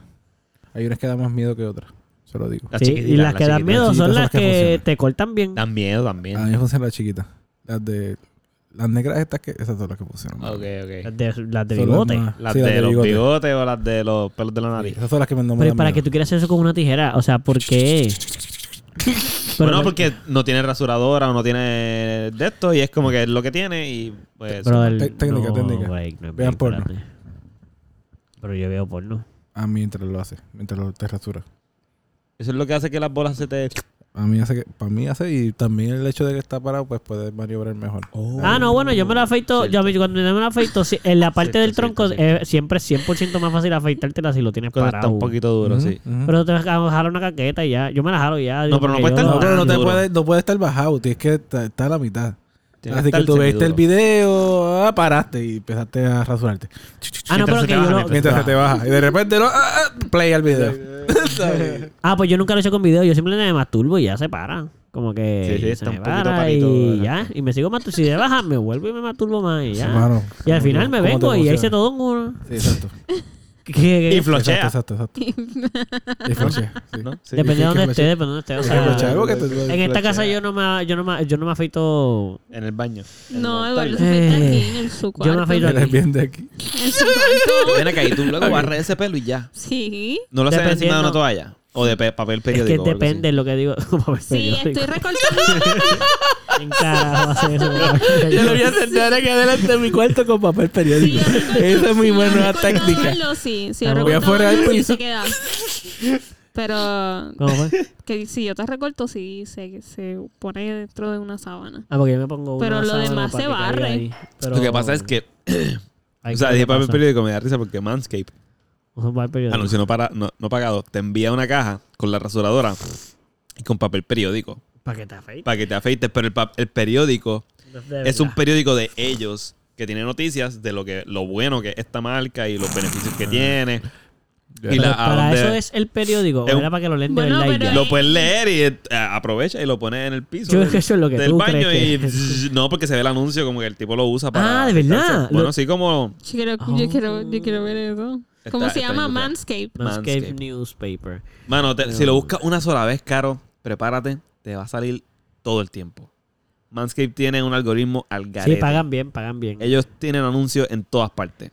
[SPEAKER 4] Hay unas que dan más miedo que otras, se lo digo.
[SPEAKER 1] La
[SPEAKER 2] Sí, y
[SPEAKER 1] chiquitita,
[SPEAKER 2] las
[SPEAKER 1] la
[SPEAKER 2] que dan
[SPEAKER 1] chiquitita.
[SPEAKER 2] miedo
[SPEAKER 4] chiquitita
[SPEAKER 2] son
[SPEAKER 4] son
[SPEAKER 2] las
[SPEAKER 4] las que
[SPEAKER 2] que
[SPEAKER 4] funcionan.
[SPEAKER 2] te cortan bien.
[SPEAKER 1] Dan miedo
[SPEAKER 4] A
[SPEAKER 1] también.
[SPEAKER 4] mí funcionan las chiquitas. Las de. Las negras estas que. Esas son las que funcionan.
[SPEAKER 1] Ok, ok.
[SPEAKER 2] Las de, las de
[SPEAKER 4] Son las
[SPEAKER 2] bigote.
[SPEAKER 4] más-
[SPEAKER 1] Las
[SPEAKER 4] sí,
[SPEAKER 1] de los
[SPEAKER 4] bigote.
[SPEAKER 1] bigotes o las de los pelos de la nariz.
[SPEAKER 4] Esas son las que me
[SPEAKER 2] Pero ¿y
[SPEAKER 4] nombran.
[SPEAKER 2] Pues para que tú quieras hacer eso con una tijera, o sea,
[SPEAKER 1] *laughs*
[SPEAKER 2] ¿por qué? Pero
[SPEAKER 1] bueno, porque no tiene rasuradora o no tiene de esto y es como que es lo que tiene y pues...
[SPEAKER 2] Pero el-
[SPEAKER 4] Té- técnica,
[SPEAKER 2] no,
[SPEAKER 4] técnica.
[SPEAKER 2] break, no es
[SPEAKER 4] Vean
[SPEAKER 2] break,
[SPEAKER 4] porno.
[SPEAKER 2] espérate. Pero yo veo porno.
[SPEAKER 4] A mí mientras lo hace, mientras lo te rasura.
[SPEAKER 1] Eso es lo que hace que las bolas se te...
[SPEAKER 4] A mí hace que, para mí hace, y también el hecho de que está parado, pues puede maniobrar mejor.
[SPEAKER 2] Ah, no, bueno, yo me lo afeito. Yo, a mí cuando yo me lo afeito, sí, en la parte
[SPEAKER 1] Cierto,
[SPEAKER 2] del tronco
[SPEAKER 1] cierto, cierto.
[SPEAKER 2] eh, siempre es 100% más fácil afeitártela si lo tienes
[SPEAKER 1] Cuando
[SPEAKER 2] parado.
[SPEAKER 1] está un poquito duro,
[SPEAKER 4] Ujú,
[SPEAKER 1] sí.
[SPEAKER 4] ujú.
[SPEAKER 2] Pero te vas a jalar una caqueta y ya. Yo me la jalo y ya. digo,
[SPEAKER 1] pero no puede
[SPEAKER 2] porque yo-
[SPEAKER 1] estar
[SPEAKER 4] no, pero no te
[SPEAKER 1] duro.
[SPEAKER 4] puede, no puede estar bajado, tienes que estar, estar a la mitad.
[SPEAKER 1] Tiene
[SPEAKER 4] Así que
[SPEAKER 1] estar
[SPEAKER 4] tú viste el
[SPEAKER 1] semiduro.
[SPEAKER 4] video, ah, paraste y empezaste a rasurarte.
[SPEAKER 2] Ah,
[SPEAKER 1] Mientras
[SPEAKER 2] no, pero
[SPEAKER 1] se
[SPEAKER 2] que
[SPEAKER 1] te
[SPEAKER 2] yo
[SPEAKER 1] baja,
[SPEAKER 2] lo-
[SPEAKER 1] mientras
[SPEAKER 4] Mientras se te baja. Y de repente, no, ah, ah, play al video. *laughs* ¿Sabes?
[SPEAKER 2] Ah, pues yo nunca lo he hecho con video. Yo simplemente me masturbo y ya se para. Como que
[SPEAKER 1] Sí, sí,
[SPEAKER 2] se
[SPEAKER 1] está
[SPEAKER 2] me
[SPEAKER 1] un poquito
[SPEAKER 2] para
[SPEAKER 1] palito,
[SPEAKER 2] y ya.
[SPEAKER 1] ¿verdad?
[SPEAKER 2] Y me sigo masturbando. Si de baja, me vuelvo y me masturbo más y ya.
[SPEAKER 4] Mano,
[SPEAKER 2] y al
[SPEAKER 4] ¿cómo
[SPEAKER 2] final
[SPEAKER 4] te-
[SPEAKER 2] me
[SPEAKER 4] cómo te
[SPEAKER 2] vengo y ya hice
[SPEAKER 4] emociona?
[SPEAKER 2] todo en uno. *laughs*
[SPEAKER 4] Sí, exacto.
[SPEAKER 2] ¿Qué- qué- qué?
[SPEAKER 1] Y flochea.
[SPEAKER 4] Exacto,
[SPEAKER 2] *laughs*
[SPEAKER 4] exacto. exacto. Y flochea, sí.
[SPEAKER 1] ¿no? Sí.
[SPEAKER 2] Depende de
[SPEAKER 4] ¿qué-
[SPEAKER 2] dónde
[SPEAKER 4] qué
[SPEAKER 2] esté,
[SPEAKER 4] flochea?
[SPEAKER 2] depende de dónde esté. O
[SPEAKER 4] Por
[SPEAKER 2] sea,
[SPEAKER 4] ejemplo, Chago, que te-
[SPEAKER 2] en esta
[SPEAKER 1] flochea.
[SPEAKER 2] casa yo no me, yo no me, yo no me afeito.
[SPEAKER 1] En el baño.
[SPEAKER 3] No,
[SPEAKER 1] Está
[SPEAKER 3] Eduardo
[SPEAKER 1] bien.
[SPEAKER 2] Eh,
[SPEAKER 3] se afeita aquí en el su cuarto.
[SPEAKER 2] yo me afeito
[SPEAKER 4] Eres bien de aquí.
[SPEAKER 3] En su
[SPEAKER 1] *laughs*
[SPEAKER 3] cuarto.
[SPEAKER 1] Ven acá y tú luego barres ese pelo y ya.
[SPEAKER 3] Sí.
[SPEAKER 1] No lo haces encima
[SPEAKER 2] Dependiendo-
[SPEAKER 1] de una toalla. O de pe- papel
[SPEAKER 2] Es
[SPEAKER 1] periódico.
[SPEAKER 2] que
[SPEAKER 1] o algo así.
[SPEAKER 2] depende lo que digo. *laughs* Como me
[SPEAKER 3] Sí,
[SPEAKER 2] periódico. *laughs*
[SPEAKER 3] estoy recortando.
[SPEAKER 2] ¿Quién carajo
[SPEAKER 1] *laughs*
[SPEAKER 2] hace eso?
[SPEAKER 4] Yo lo voy a sentar aquí adelante de mi cuarto con papel
[SPEAKER 3] Sí,
[SPEAKER 4] periódico.
[SPEAKER 3] yo recorto-
[SPEAKER 4] *laughs* Esa es mi
[SPEAKER 3] sí, yo
[SPEAKER 4] buena
[SPEAKER 3] recorto
[SPEAKER 4] táctica.
[SPEAKER 3] algo, Sí, sí, yo
[SPEAKER 2] Voy
[SPEAKER 3] recorto
[SPEAKER 4] afuera del
[SPEAKER 3] algo y
[SPEAKER 4] piso.
[SPEAKER 3] se queda. Pero
[SPEAKER 2] ¿Cómo fue?
[SPEAKER 3] que si yo te recorto, sí, se, se pone dentro de una sábana.
[SPEAKER 2] Ah, porque yo me pongo una
[SPEAKER 3] Pero lo
[SPEAKER 2] sábana
[SPEAKER 3] demás
[SPEAKER 2] para
[SPEAKER 3] se
[SPEAKER 2] que caiga
[SPEAKER 3] barre.
[SPEAKER 2] ahí. Pero-
[SPEAKER 1] Lo que pasa es que...
[SPEAKER 2] Ay,
[SPEAKER 1] O sea,
[SPEAKER 2] ¿qué
[SPEAKER 1] dije papel
[SPEAKER 2] pasa?
[SPEAKER 1] periódico, me da risa porque Manscape,
[SPEAKER 2] Uso papel periódico.
[SPEAKER 1] anuncio Ah, no, para, no, no pagado, te envía una caja con la rasuradora y con papel periódico
[SPEAKER 2] Para que te afeites.
[SPEAKER 1] para que te afeites. Pero el, pa- el periódico
[SPEAKER 2] De
[SPEAKER 1] es un
[SPEAKER 2] verdad.
[SPEAKER 1] periódico de ellos que tiene noticias de lo que lo bueno que es esta marca y los beneficios que tiene. Y
[SPEAKER 2] Ah. Pero
[SPEAKER 1] la, a
[SPEAKER 2] para
[SPEAKER 1] dónde-
[SPEAKER 2] eso es el periódico.
[SPEAKER 1] Es
[SPEAKER 2] o
[SPEAKER 1] un-
[SPEAKER 2] era para que lo leen de
[SPEAKER 3] Bueno,
[SPEAKER 2] verdad y
[SPEAKER 3] pero
[SPEAKER 2] ya.
[SPEAKER 1] Lo puedes leer y eh, aprovecha y lo pones en el piso.
[SPEAKER 2] Yo
[SPEAKER 1] del-
[SPEAKER 2] creo que eso es lo que
[SPEAKER 1] del
[SPEAKER 2] tú
[SPEAKER 1] baño
[SPEAKER 2] crees que-
[SPEAKER 1] y bzz, *laughs* no porque se ve el anuncio como que el tipo lo usa para
[SPEAKER 2] Ah, ¿de verdad?
[SPEAKER 1] bueno
[SPEAKER 2] Lo-
[SPEAKER 1] sí como
[SPEAKER 3] Yo quiero,
[SPEAKER 2] Oh.
[SPEAKER 3] yo quiero, yo quiero ver eso. ¿Cómo
[SPEAKER 1] Está-
[SPEAKER 3] se
[SPEAKER 1] está
[SPEAKER 3] llama?
[SPEAKER 1] brutal.
[SPEAKER 3] Manscape.
[SPEAKER 2] Manscaped
[SPEAKER 1] Manscaped.
[SPEAKER 2] Newspaper.
[SPEAKER 1] mano te- si lo buscas una sola vez caro prepárate te va a salir todo el tiempo Manscape tiene un algoritmo al
[SPEAKER 2] Sí,
[SPEAKER 1] garete
[SPEAKER 2] pagan bien, pagan bien.
[SPEAKER 1] ellos tienen anuncios en todas partes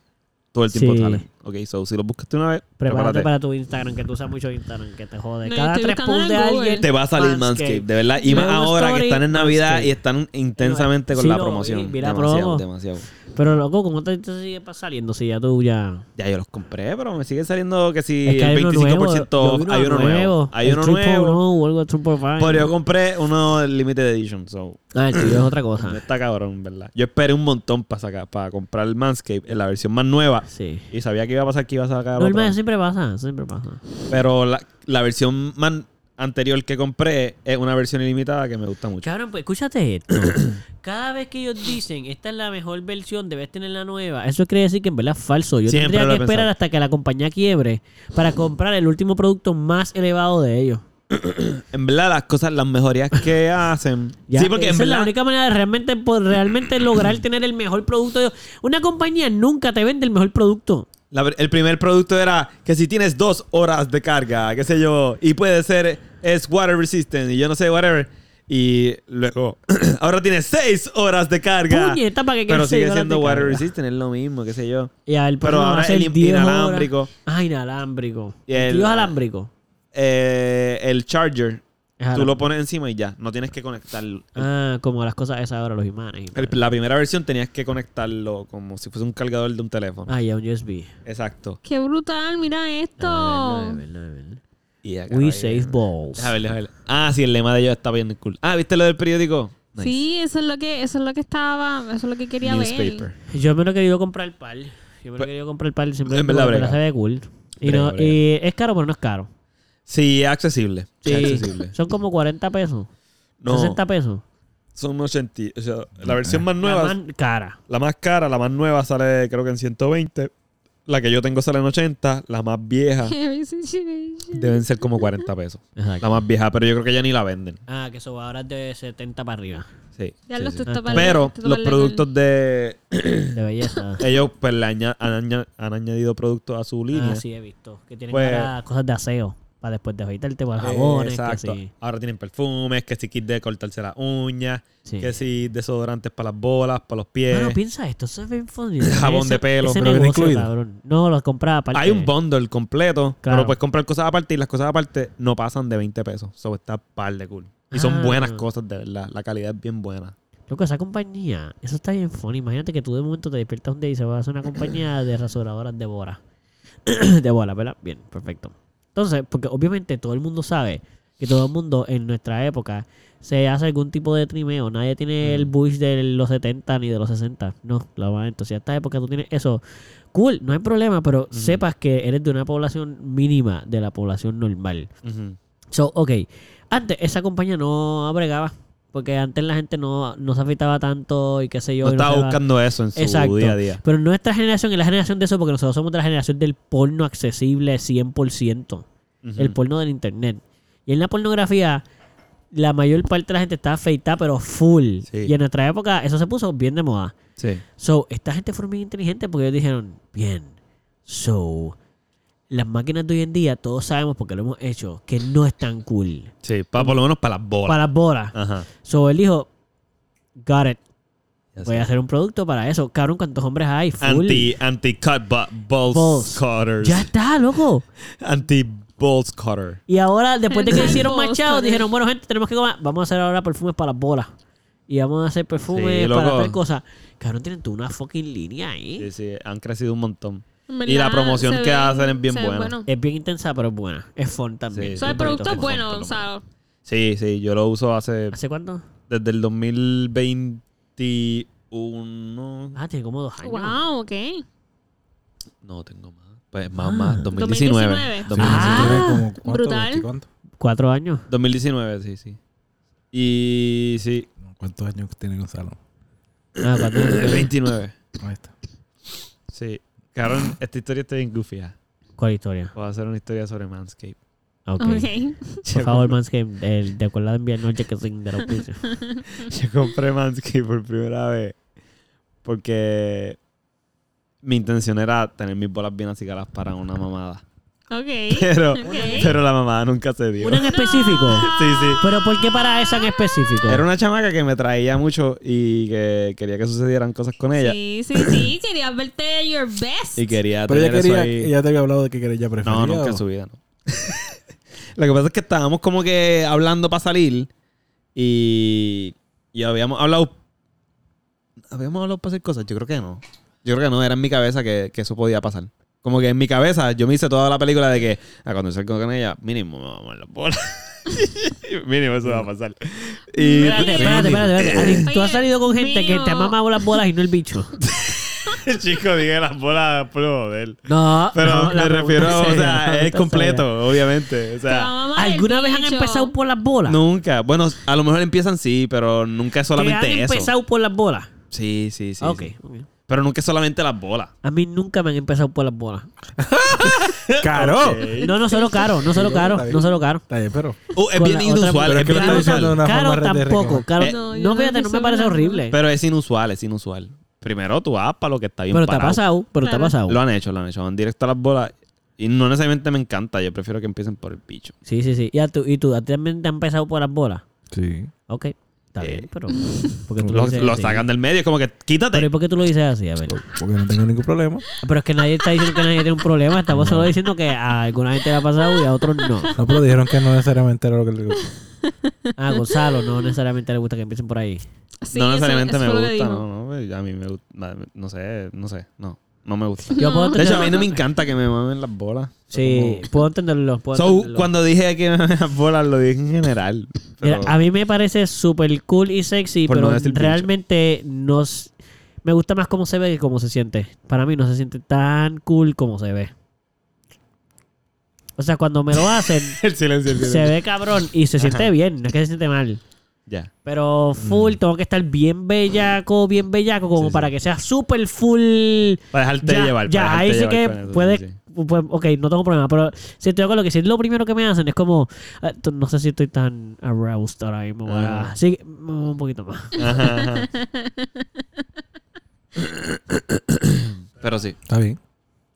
[SPEAKER 1] todo el tiempo
[SPEAKER 2] Sí.
[SPEAKER 1] salen Ok, so si lo buscaste una vez,
[SPEAKER 2] Prepárate
[SPEAKER 1] prepárate.
[SPEAKER 2] para tu Instagram, que tú usas mucho Instagram, que te jode.
[SPEAKER 3] No, yo
[SPEAKER 2] Cada
[SPEAKER 3] estoy
[SPEAKER 2] tres
[SPEAKER 3] buscando
[SPEAKER 2] posts de
[SPEAKER 3] en Google.
[SPEAKER 2] alguien.
[SPEAKER 3] para-
[SPEAKER 1] Te va a salir
[SPEAKER 2] Manscaped.
[SPEAKER 1] Manscaped, de verdad. Y
[SPEAKER 2] Yo
[SPEAKER 1] más
[SPEAKER 2] veo
[SPEAKER 1] ahora que
[SPEAKER 2] story,
[SPEAKER 1] están en Navidad
[SPEAKER 2] Manscaped.
[SPEAKER 1] y están intensamente con
[SPEAKER 2] Sí,
[SPEAKER 1] la
[SPEAKER 2] lo vi,
[SPEAKER 1] promoción.
[SPEAKER 2] vi la
[SPEAKER 1] demasiado,
[SPEAKER 2] promo.
[SPEAKER 1] demasiado.
[SPEAKER 2] Pero loco, ¿cómo te, te sigue pa- saliendo si ya tú ya.
[SPEAKER 1] Ya yo los compré, pero me sigue saliendo que si
[SPEAKER 2] Es que
[SPEAKER 1] el
[SPEAKER 2] hay uno nuevo,
[SPEAKER 1] 25%
[SPEAKER 2] yo
[SPEAKER 1] off,
[SPEAKER 2] vi uno
[SPEAKER 1] hay uno nuevo. Hay
[SPEAKER 2] el
[SPEAKER 1] uno
[SPEAKER 2] 3.1
[SPEAKER 1] nuevo.
[SPEAKER 2] o algo de 3.5.
[SPEAKER 1] Pero yo compré uno limited edition, so
[SPEAKER 2] Ah, el tuyo es otra
[SPEAKER 1] no
[SPEAKER 2] cosa.
[SPEAKER 1] está cabrón, ¿verdad? Yo esperé un montón para sacar, para comprar el Manscaped en la versión más nueva.
[SPEAKER 2] Sí.
[SPEAKER 1] Y sabía que iba a pasar que iba a sacar otro.
[SPEAKER 2] Normal, siempre pasa, siempre pasa.
[SPEAKER 1] Pero la, la versión man- anterior que compré es una versión ilimitada que me gusta mucho.
[SPEAKER 2] Cabrón, pues escúchate
[SPEAKER 1] *coughs*
[SPEAKER 2] esto. Cada vez que ellos dicen esta es la mejor versión, debes tener la nueva, eso quiere decir que en verdad es falso. Yo
[SPEAKER 1] Siempre
[SPEAKER 2] tendría
[SPEAKER 1] lo he
[SPEAKER 2] que esperar
[SPEAKER 1] pensado.
[SPEAKER 2] hasta que la compañía quiebre para comprar el último producto más elevado de ellos.
[SPEAKER 1] En verdad, las cosas, las mejorías
[SPEAKER 2] *laughs*
[SPEAKER 1] que hacen.
[SPEAKER 2] Ya,
[SPEAKER 1] sí, porque en
[SPEAKER 2] esa es la
[SPEAKER 1] verdad.
[SPEAKER 2] única manera de realmente, po-
[SPEAKER 1] *coughs*
[SPEAKER 2] realmente lograr tener el mejor producto. de- Una compañía nunca te vende el mejor producto.
[SPEAKER 1] la ver- el primer producto era que si tienes dos horas de carga, qué sé yo, y puede ser, es water resistant y yo no sé, whatever. Y luego, *clears throat* ahora tienes seis horas de carga.
[SPEAKER 2] Puñeta, ¿para qué
[SPEAKER 1] Pero
[SPEAKER 2] quieres seis
[SPEAKER 1] sigue
[SPEAKER 2] horas de
[SPEAKER 1] siendo water
[SPEAKER 2] carga?
[SPEAKER 1] resistant, es lo mismo, qué sé yo.
[SPEAKER 2] Y al
[SPEAKER 1] Pero
[SPEAKER 2] próximo va a
[SPEAKER 1] ahora
[SPEAKER 2] ser
[SPEAKER 1] el in-
[SPEAKER 2] 10 horas.
[SPEAKER 1] inalámbrico.
[SPEAKER 2] Ah, inalámbrico.
[SPEAKER 1] Y el-
[SPEAKER 2] Tío alámbrico.
[SPEAKER 1] Eh, el charger,
[SPEAKER 2] Es
[SPEAKER 1] tú lo
[SPEAKER 2] alámbrico.
[SPEAKER 1] pones encima y ya, no tienes que conectarlo.
[SPEAKER 2] Ah, como las cosas esas ahora, los imanes.
[SPEAKER 1] El- la primera versión tenías que conectarlo como si fuese un cargador de un teléfono.
[SPEAKER 2] Ah, ya, un USB.
[SPEAKER 1] Exacto.
[SPEAKER 3] Qué brutal, mira esto.
[SPEAKER 2] Ah, de verdad, de verdad, de verdad.
[SPEAKER 1] Y acá,
[SPEAKER 2] We
[SPEAKER 1] ahí,
[SPEAKER 2] save
[SPEAKER 1] déjame-
[SPEAKER 2] balls.
[SPEAKER 1] déjame ver, déjame ver. Ah, sí, el lema de ellos está bien cool. Ah, ¿viste lo del periódico? Nice.
[SPEAKER 3] Sí, eso es lo que eso es lo que estaba, eso es lo que quería ver. *laughs*
[SPEAKER 1] Newspaper.
[SPEAKER 2] Yo me lo he querido comprar el par. Yo me lo he
[SPEAKER 1] Pero-
[SPEAKER 2] querido comprar el par. Siempre
[SPEAKER 1] En verdad,
[SPEAKER 2] porque me la
[SPEAKER 1] brega.
[SPEAKER 2] se ve cool. Y,
[SPEAKER 1] Brega,
[SPEAKER 2] no,
[SPEAKER 1] brega.
[SPEAKER 2] y es caro, pero no es caro.
[SPEAKER 1] Sí, es accesible. Sí. Es accesible.
[SPEAKER 2] Son como 40 pesos.
[SPEAKER 1] No,
[SPEAKER 2] 60 pesos.
[SPEAKER 1] son 80. O sea, la versión más
[SPEAKER 2] La
[SPEAKER 1] nueva,
[SPEAKER 2] más cara.
[SPEAKER 1] la más cara, la más nueva sale creo que en 120. La que yo tengo sale en 80. La más
[SPEAKER 3] *laughs*
[SPEAKER 1] vieja deben ser como 40 pesos.
[SPEAKER 2] Exacto.
[SPEAKER 1] La más vieja, pero yo creo que ya ni la venden.
[SPEAKER 2] Ah, que eso va ahora de 70 para arriba.
[SPEAKER 1] Sí.
[SPEAKER 3] Ya
[SPEAKER 1] sí,
[SPEAKER 3] lo
[SPEAKER 1] sí.
[SPEAKER 2] Ah,
[SPEAKER 3] estoy topando,
[SPEAKER 1] Pero
[SPEAKER 3] estoy
[SPEAKER 1] los
[SPEAKER 3] topando.
[SPEAKER 1] productos de, *coughs* *laughs*
[SPEAKER 2] De belleza.
[SPEAKER 1] ellos pues le aña- han, aña- han añadido productos a su línea.
[SPEAKER 2] ah, sí, he visto. Que tienen
[SPEAKER 1] Pues-
[SPEAKER 2] ahora cosas de aseo. Para después de afeitarte, para
[SPEAKER 1] Eh,
[SPEAKER 2] jabones, que
[SPEAKER 1] exacto.
[SPEAKER 2] sí.
[SPEAKER 1] Ahora tienen perfumes, que si kit de cortarse las uñas,
[SPEAKER 2] Sí.
[SPEAKER 1] que si desodorantes para las bolas, para los pies.
[SPEAKER 2] Mano, piensa esto, eso es bien
[SPEAKER 1] Eh,
[SPEAKER 2] funny.
[SPEAKER 1] *laughs* Jabón
[SPEAKER 2] Ese-
[SPEAKER 1] de pelo,
[SPEAKER 2] ese
[SPEAKER 4] pero viene
[SPEAKER 2] negocio,
[SPEAKER 4] incluido.
[SPEAKER 2] cabrón. No, lo compraba aparte.
[SPEAKER 1] Hay un bundle completo,
[SPEAKER 2] Claro.
[SPEAKER 1] pero puedes comprar cosas aparte y las cosas aparte no pasan de 20 pesos. So está par de cool. Y son
[SPEAKER 2] Ah.
[SPEAKER 1] buenas cosas, de verdad. La calidad es bien buena.
[SPEAKER 2] Loco, esa compañía, eso está bien funny. Imagínate que tú de momento te despiertas un día y se va a hacer una compañía de rasuradoras de bola. *coughs* de bola, ¿verdad? Bien, perfecto. Entonces, porque obviamente todo el mundo sabe que todo el mundo en nuestra época se hace algún tipo de trimeo. Nadie tiene el bush de los 70 ni de los 60. No, la verdad. Entonces, a esta época tú tienes eso. Cool, no hay problema, pero sepas que eres de una población mínima de la población normal.
[SPEAKER 1] Ujú.
[SPEAKER 2] So, ok. Antes esa compañía no abregaba. Porque antes la gente no, no se afeitaba tanto y qué sé yo.
[SPEAKER 1] No
[SPEAKER 2] y
[SPEAKER 1] estaba
[SPEAKER 2] se daba-
[SPEAKER 1] buscando eso en su
[SPEAKER 2] Exacto.
[SPEAKER 1] día a día.
[SPEAKER 2] Pero nuestra generación es la generación de eso porque nosotros somos de la generación del porno accesible 100%.
[SPEAKER 1] Ujú.
[SPEAKER 2] El porno del internet. Y en la pornografía, la mayor parte de la gente está afeitada pero full.
[SPEAKER 1] Sí.
[SPEAKER 2] Y en nuestra época eso se puso bien de moda.
[SPEAKER 1] Sí.
[SPEAKER 2] So, esta gente fue muy inteligente porque ellos dijeron, bien, so, las máquinas de hoy en día, todos sabemos porque lo hemos hecho, que no es tan cool.
[SPEAKER 1] Sí, pa- por lo menos para las bolas.
[SPEAKER 2] Para las bolas.
[SPEAKER 1] Ajá.
[SPEAKER 2] So, él dijo, got it,
[SPEAKER 1] Ya
[SPEAKER 2] voy
[SPEAKER 1] sé.
[SPEAKER 2] Pues a hacer un producto para eso. Cabrón, ¿cuántos hombres hay? Full.
[SPEAKER 1] Anti, anti cut balls,
[SPEAKER 2] Balls.
[SPEAKER 1] cutters.
[SPEAKER 2] Ya está, loco.
[SPEAKER 1] Anti balls cutter.
[SPEAKER 2] Y ahora,
[SPEAKER 3] *laughs*
[SPEAKER 2] después de que hicieron
[SPEAKER 3] Balls,
[SPEAKER 2] machado,
[SPEAKER 3] cabrón.
[SPEAKER 2] dijeron, bueno, gente, tenemos que comer. Vamos a hacer ahora perfumes para las bolas. Y vamos a hacer perfumes
[SPEAKER 1] Sí,
[SPEAKER 2] para
[SPEAKER 1] loco.
[SPEAKER 2] hacer cosas. Cabrón, tienen tú una fucking línea ahí.
[SPEAKER 1] Sí, sí, han crecido un montón.
[SPEAKER 3] En
[SPEAKER 1] Y la
[SPEAKER 3] verdad,
[SPEAKER 1] promoción
[SPEAKER 3] se
[SPEAKER 1] que
[SPEAKER 3] ven-
[SPEAKER 1] hacen es bien
[SPEAKER 3] se ven
[SPEAKER 1] buena. Eh,
[SPEAKER 3] buenos.
[SPEAKER 2] Es bien intensa, pero es buena. Es fun también.
[SPEAKER 1] Sí,
[SPEAKER 3] O sea, el
[SPEAKER 1] son
[SPEAKER 3] producto es
[SPEAKER 1] bonitos,
[SPEAKER 3] bueno,
[SPEAKER 1] son
[SPEAKER 3] Gonzalo.
[SPEAKER 1] Sí, sí, yo lo uso hace
[SPEAKER 2] ¿Hace cuánto?
[SPEAKER 1] desde el 2021.
[SPEAKER 2] Ah, tiene como dos años.
[SPEAKER 3] Wow, ok.
[SPEAKER 1] No, tengo más. Pues más, más.
[SPEAKER 3] 2019.
[SPEAKER 1] 2019. 2019,
[SPEAKER 2] Ah,
[SPEAKER 4] como, ¿cuánto?
[SPEAKER 3] brutal.
[SPEAKER 4] ¿Sí, ¿Cuánto?
[SPEAKER 2] Cuatro años.
[SPEAKER 1] 2019, sí, sí. Y sí,
[SPEAKER 4] ¿Cuántos años tiene Gonzalo?
[SPEAKER 2] Ah, cuatro
[SPEAKER 1] *laughs*
[SPEAKER 2] años.
[SPEAKER 1] 29.
[SPEAKER 4] Ahí está.
[SPEAKER 1] Sí. Cabrón, esta historia está bien goofy. ah.
[SPEAKER 2] ¿Cuál historia?
[SPEAKER 1] Voy a hacer una historia sobre Manscape.
[SPEAKER 2] Ah, ok.
[SPEAKER 3] Ok.
[SPEAKER 2] Por favor, Manscape, el, de acuerdo de enviarnos el chequecín de la auspicio.
[SPEAKER 1] *laughs* Yo compré Manscaped por primera vez porque mi intención era tener mis bolas bien acicaladas para una mamada. *laughs*
[SPEAKER 3] Ok. *laughs*
[SPEAKER 1] Pero,
[SPEAKER 3] Ok.
[SPEAKER 1] pero la mamá nunca se dio.
[SPEAKER 2] ¿Una en específico?
[SPEAKER 1] *laughs* Sí, sí.
[SPEAKER 2] ¿Pero por qué para esa en específico?
[SPEAKER 1] Era una chamaca que me traía mucho y que quería que sucedieran cosas con ella.
[SPEAKER 3] Sí, sí, sí. Querías verte your best.
[SPEAKER 1] Y quería
[SPEAKER 4] Pero ella
[SPEAKER 1] tener eso
[SPEAKER 4] quería,
[SPEAKER 1] ahí.
[SPEAKER 4] ella te había hablado de que ella prefería.
[SPEAKER 1] No, nunca en
[SPEAKER 4] ¿o?
[SPEAKER 1] su vida, no. *laughs* Lo que pasa es que estábamos como que hablando para salir y, y habíamos hablado. Habíamos hablado para hacer cosas. Yo creo que no. Yo creo que no, era en mi cabeza que, que eso podía pasar. Como que en mi cabeza yo me hice toda la película de que ah, cuando salgo con ella, mínimo me vamos a mover las bolas. *laughs* mínimo eso va a pasar. Y,
[SPEAKER 2] Espérate,
[SPEAKER 1] *laughs*
[SPEAKER 2] espérate, espérate.
[SPEAKER 3] *laughs*
[SPEAKER 2] espérate. Ari, Tú has salido con gente que te ha
[SPEAKER 3] mío.
[SPEAKER 2] mamado las bolas y no el bicho.
[SPEAKER 1] chico, dije las bolas, pero de él.
[SPEAKER 2] *laughs* No,
[SPEAKER 1] Pero
[SPEAKER 2] no, la
[SPEAKER 1] me refiero,
[SPEAKER 2] *laughs* pregunta
[SPEAKER 1] o
[SPEAKER 2] seria, la
[SPEAKER 1] sea, es
[SPEAKER 2] pregunta
[SPEAKER 1] completo,
[SPEAKER 2] seria.
[SPEAKER 1] obviamente. O
[SPEAKER 3] Te
[SPEAKER 1] sea,
[SPEAKER 3] va a mamar el
[SPEAKER 2] ¿Alguna vez han
[SPEAKER 3] bicho.
[SPEAKER 2] empezado por las bolas?
[SPEAKER 1] Nunca. Bueno, a lo mejor empiezan sí, pero nunca es
[SPEAKER 2] ¿Que
[SPEAKER 1] solamente
[SPEAKER 2] han
[SPEAKER 1] eso.
[SPEAKER 2] empezado por las bolas?
[SPEAKER 1] Sí, sí, sí.
[SPEAKER 2] Ah, ok,
[SPEAKER 1] sí.
[SPEAKER 2] ok.
[SPEAKER 1] Pero nunca es solamente las
[SPEAKER 2] *laughs*
[SPEAKER 1] bolas.
[SPEAKER 2] A mí nunca me han empezado por las bolas.
[SPEAKER 4] ¡Caro!
[SPEAKER 2] No, no solo caro, no solo
[SPEAKER 4] Sí,
[SPEAKER 2] caro,
[SPEAKER 4] está bien.
[SPEAKER 2] no solo caro.
[SPEAKER 4] Está bien, pero.
[SPEAKER 1] Oh, es
[SPEAKER 2] Con
[SPEAKER 1] bien
[SPEAKER 2] la otra-
[SPEAKER 1] inusual,
[SPEAKER 4] Pero
[SPEAKER 1] es
[SPEAKER 4] es que
[SPEAKER 1] bien
[SPEAKER 4] lo está
[SPEAKER 1] inusual.
[SPEAKER 4] diciendo de una
[SPEAKER 2] Caro
[SPEAKER 4] forma de
[SPEAKER 2] tampoco,
[SPEAKER 4] reclamar.
[SPEAKER 2] caro.
[SPEAKER 3] Eh,
[SPEAKER 2] No,
[SPEAKER 3] no, yo no
[SPEAKER 2] fíjate, no me
[SPEAKER 3] empiezo
[SPEAKER 2] parece
[SPEAKER 3] por las
[SPEAKER 2] horrible. Pero,
[SPEAKER 1] Pero es inusual, es inusual. Primero tú vas para lo que está bien
[SPEAKER 2] te ha
[SPEAKER 1] parado.
[SPEAKER 2] pasado, pero te ha
[SPEAKER 3] Claro.
[SPEAKER 2] pasado.
[SPEAKER 1] Lo han hecho, lo han hecho. Van directo a las bolas. Y no necesariamente me encanta. Yo prefiero que empiecen por el picho.
[SPEAKER 2] Sí, sí, sí. ¿Y, a tú, y tú, a ti también te han empezado por las bolas?
[SPEAKER 4] Sí.
[SPEAKER 2] Ok, está
[SPEAKER 1] Eh,
[SPEAKER 2] bien, pero... Porque
[SPEAKER 1] *laughs*
[SPEAKER 2] tú
[SPEAKER 1] Lo,
[SPEAKER 2] dices
[SPEAKER 1] lo
[SPEAKER 2] así.
[SPEAKER 1] sacan del medio. Es como que quítate.
[SPEAKER 2] Pero ¿y por qué tú lo dices así? A ver.
[SPEAKER 4] Porque no tengo ningún problema.
[SPEAKER 2] Pero es que nadie está diciendo que nadie tiene un problema. Estamos solo diciendo que a alguna gente le ha pasado y a otros no.
[SPEAKER 4] No, pero dijeron que no necesariamente era lo que le gusta.
[SPEAKER 2] Ah, Gonzalo, no necesariamente le gusta que empiecen por ahí.
[SPEAKER 3] Sí,
[SPEAKER 1] no
[SPEAKER 3] eso-
[SPEAKER 1] necesariamente
[SPEAKER 3] eso
[SPEAKER 1] me
[SPEAKER 3] fue lo que
[SPEAKER 1] gusta.
[SPEAKER 3] dijo.
[SPEAKER 1] No, no, a mí me gusta. No sé, no sé. No, no me
[SPEAKER 3] *laughs*
[SPEAKER 1] gusta.
[SPEAKER 2] Yo puedo
[SPEAKER 1] De hecho, a
[SPEAKER 2] entenderlo.
[SPEAKER 1] mí no me encanta que me mamen las bolas.
[SPEAKER 2] Sí, puedo entenderlo. puedo
[SPEAKER 1] So,
[SPEAKER 2] entenderlo.
[SPEAKER 1] cuando dije que me mamen las bolas, lo dije en general.
[SPEAKER 2] Mira,
[SPEAKER 1] Pero-
[SPEAKER 2] a mí me parece súper cool y sexy,
[SPEAKER 1] Por no
[SPEAKER 2] pero
[SPEAKER 1] decir pinche.
[SPEAKER 2] realmente nos... Me gusta más cómo se ve que cómo se siente. Para mí no se siente tan cool como se ve. O sea, cuando me lo hacen,
[SPEAKER 1] *laughs* el silencio. el
[SPEAKER 2] se
[SPEAKER 1] silencio.
[SPEAKER 2] ve cabrón y se siente bien, no es que se siente mal.
[SPEAKER 1] Ya.
[SPEAKER 2] Pero full, tengo que estar bien bellaco, bien bellaco, como
[SPEAKER 1] Mm. Sí,
[SPEAKER 2] para que sea súper full.
[SPEAKER 1] Para dejarte
[SPEAKER 2] ya,
[SPEAKER 1] llevar.
[SPEAKER 2] ya,
[SPEAKER 1] para
[SPEAKER 2] ahí sí
[SPEAKER 1] dejarte
[SPEAKER 2] que
[SPEAKER 1] llevar con eso,
[SPEAKER 2] puede.
[SPEAKER 1] sí, sí.
[SPEAKER 2] pues, ok, no tengo problema, pero si te con lo que si es lo primero que me hacen es como. ah, t- no sé si estoy tan aroused ahora mismo.
[SPEAKER 1] Ah.
[SPEAKER 2] ah, Sí, mm, un poquito más.
[SPEAKER 1] Ajá, ajá. Pero sí.
[SPEAKER 4] Está bien.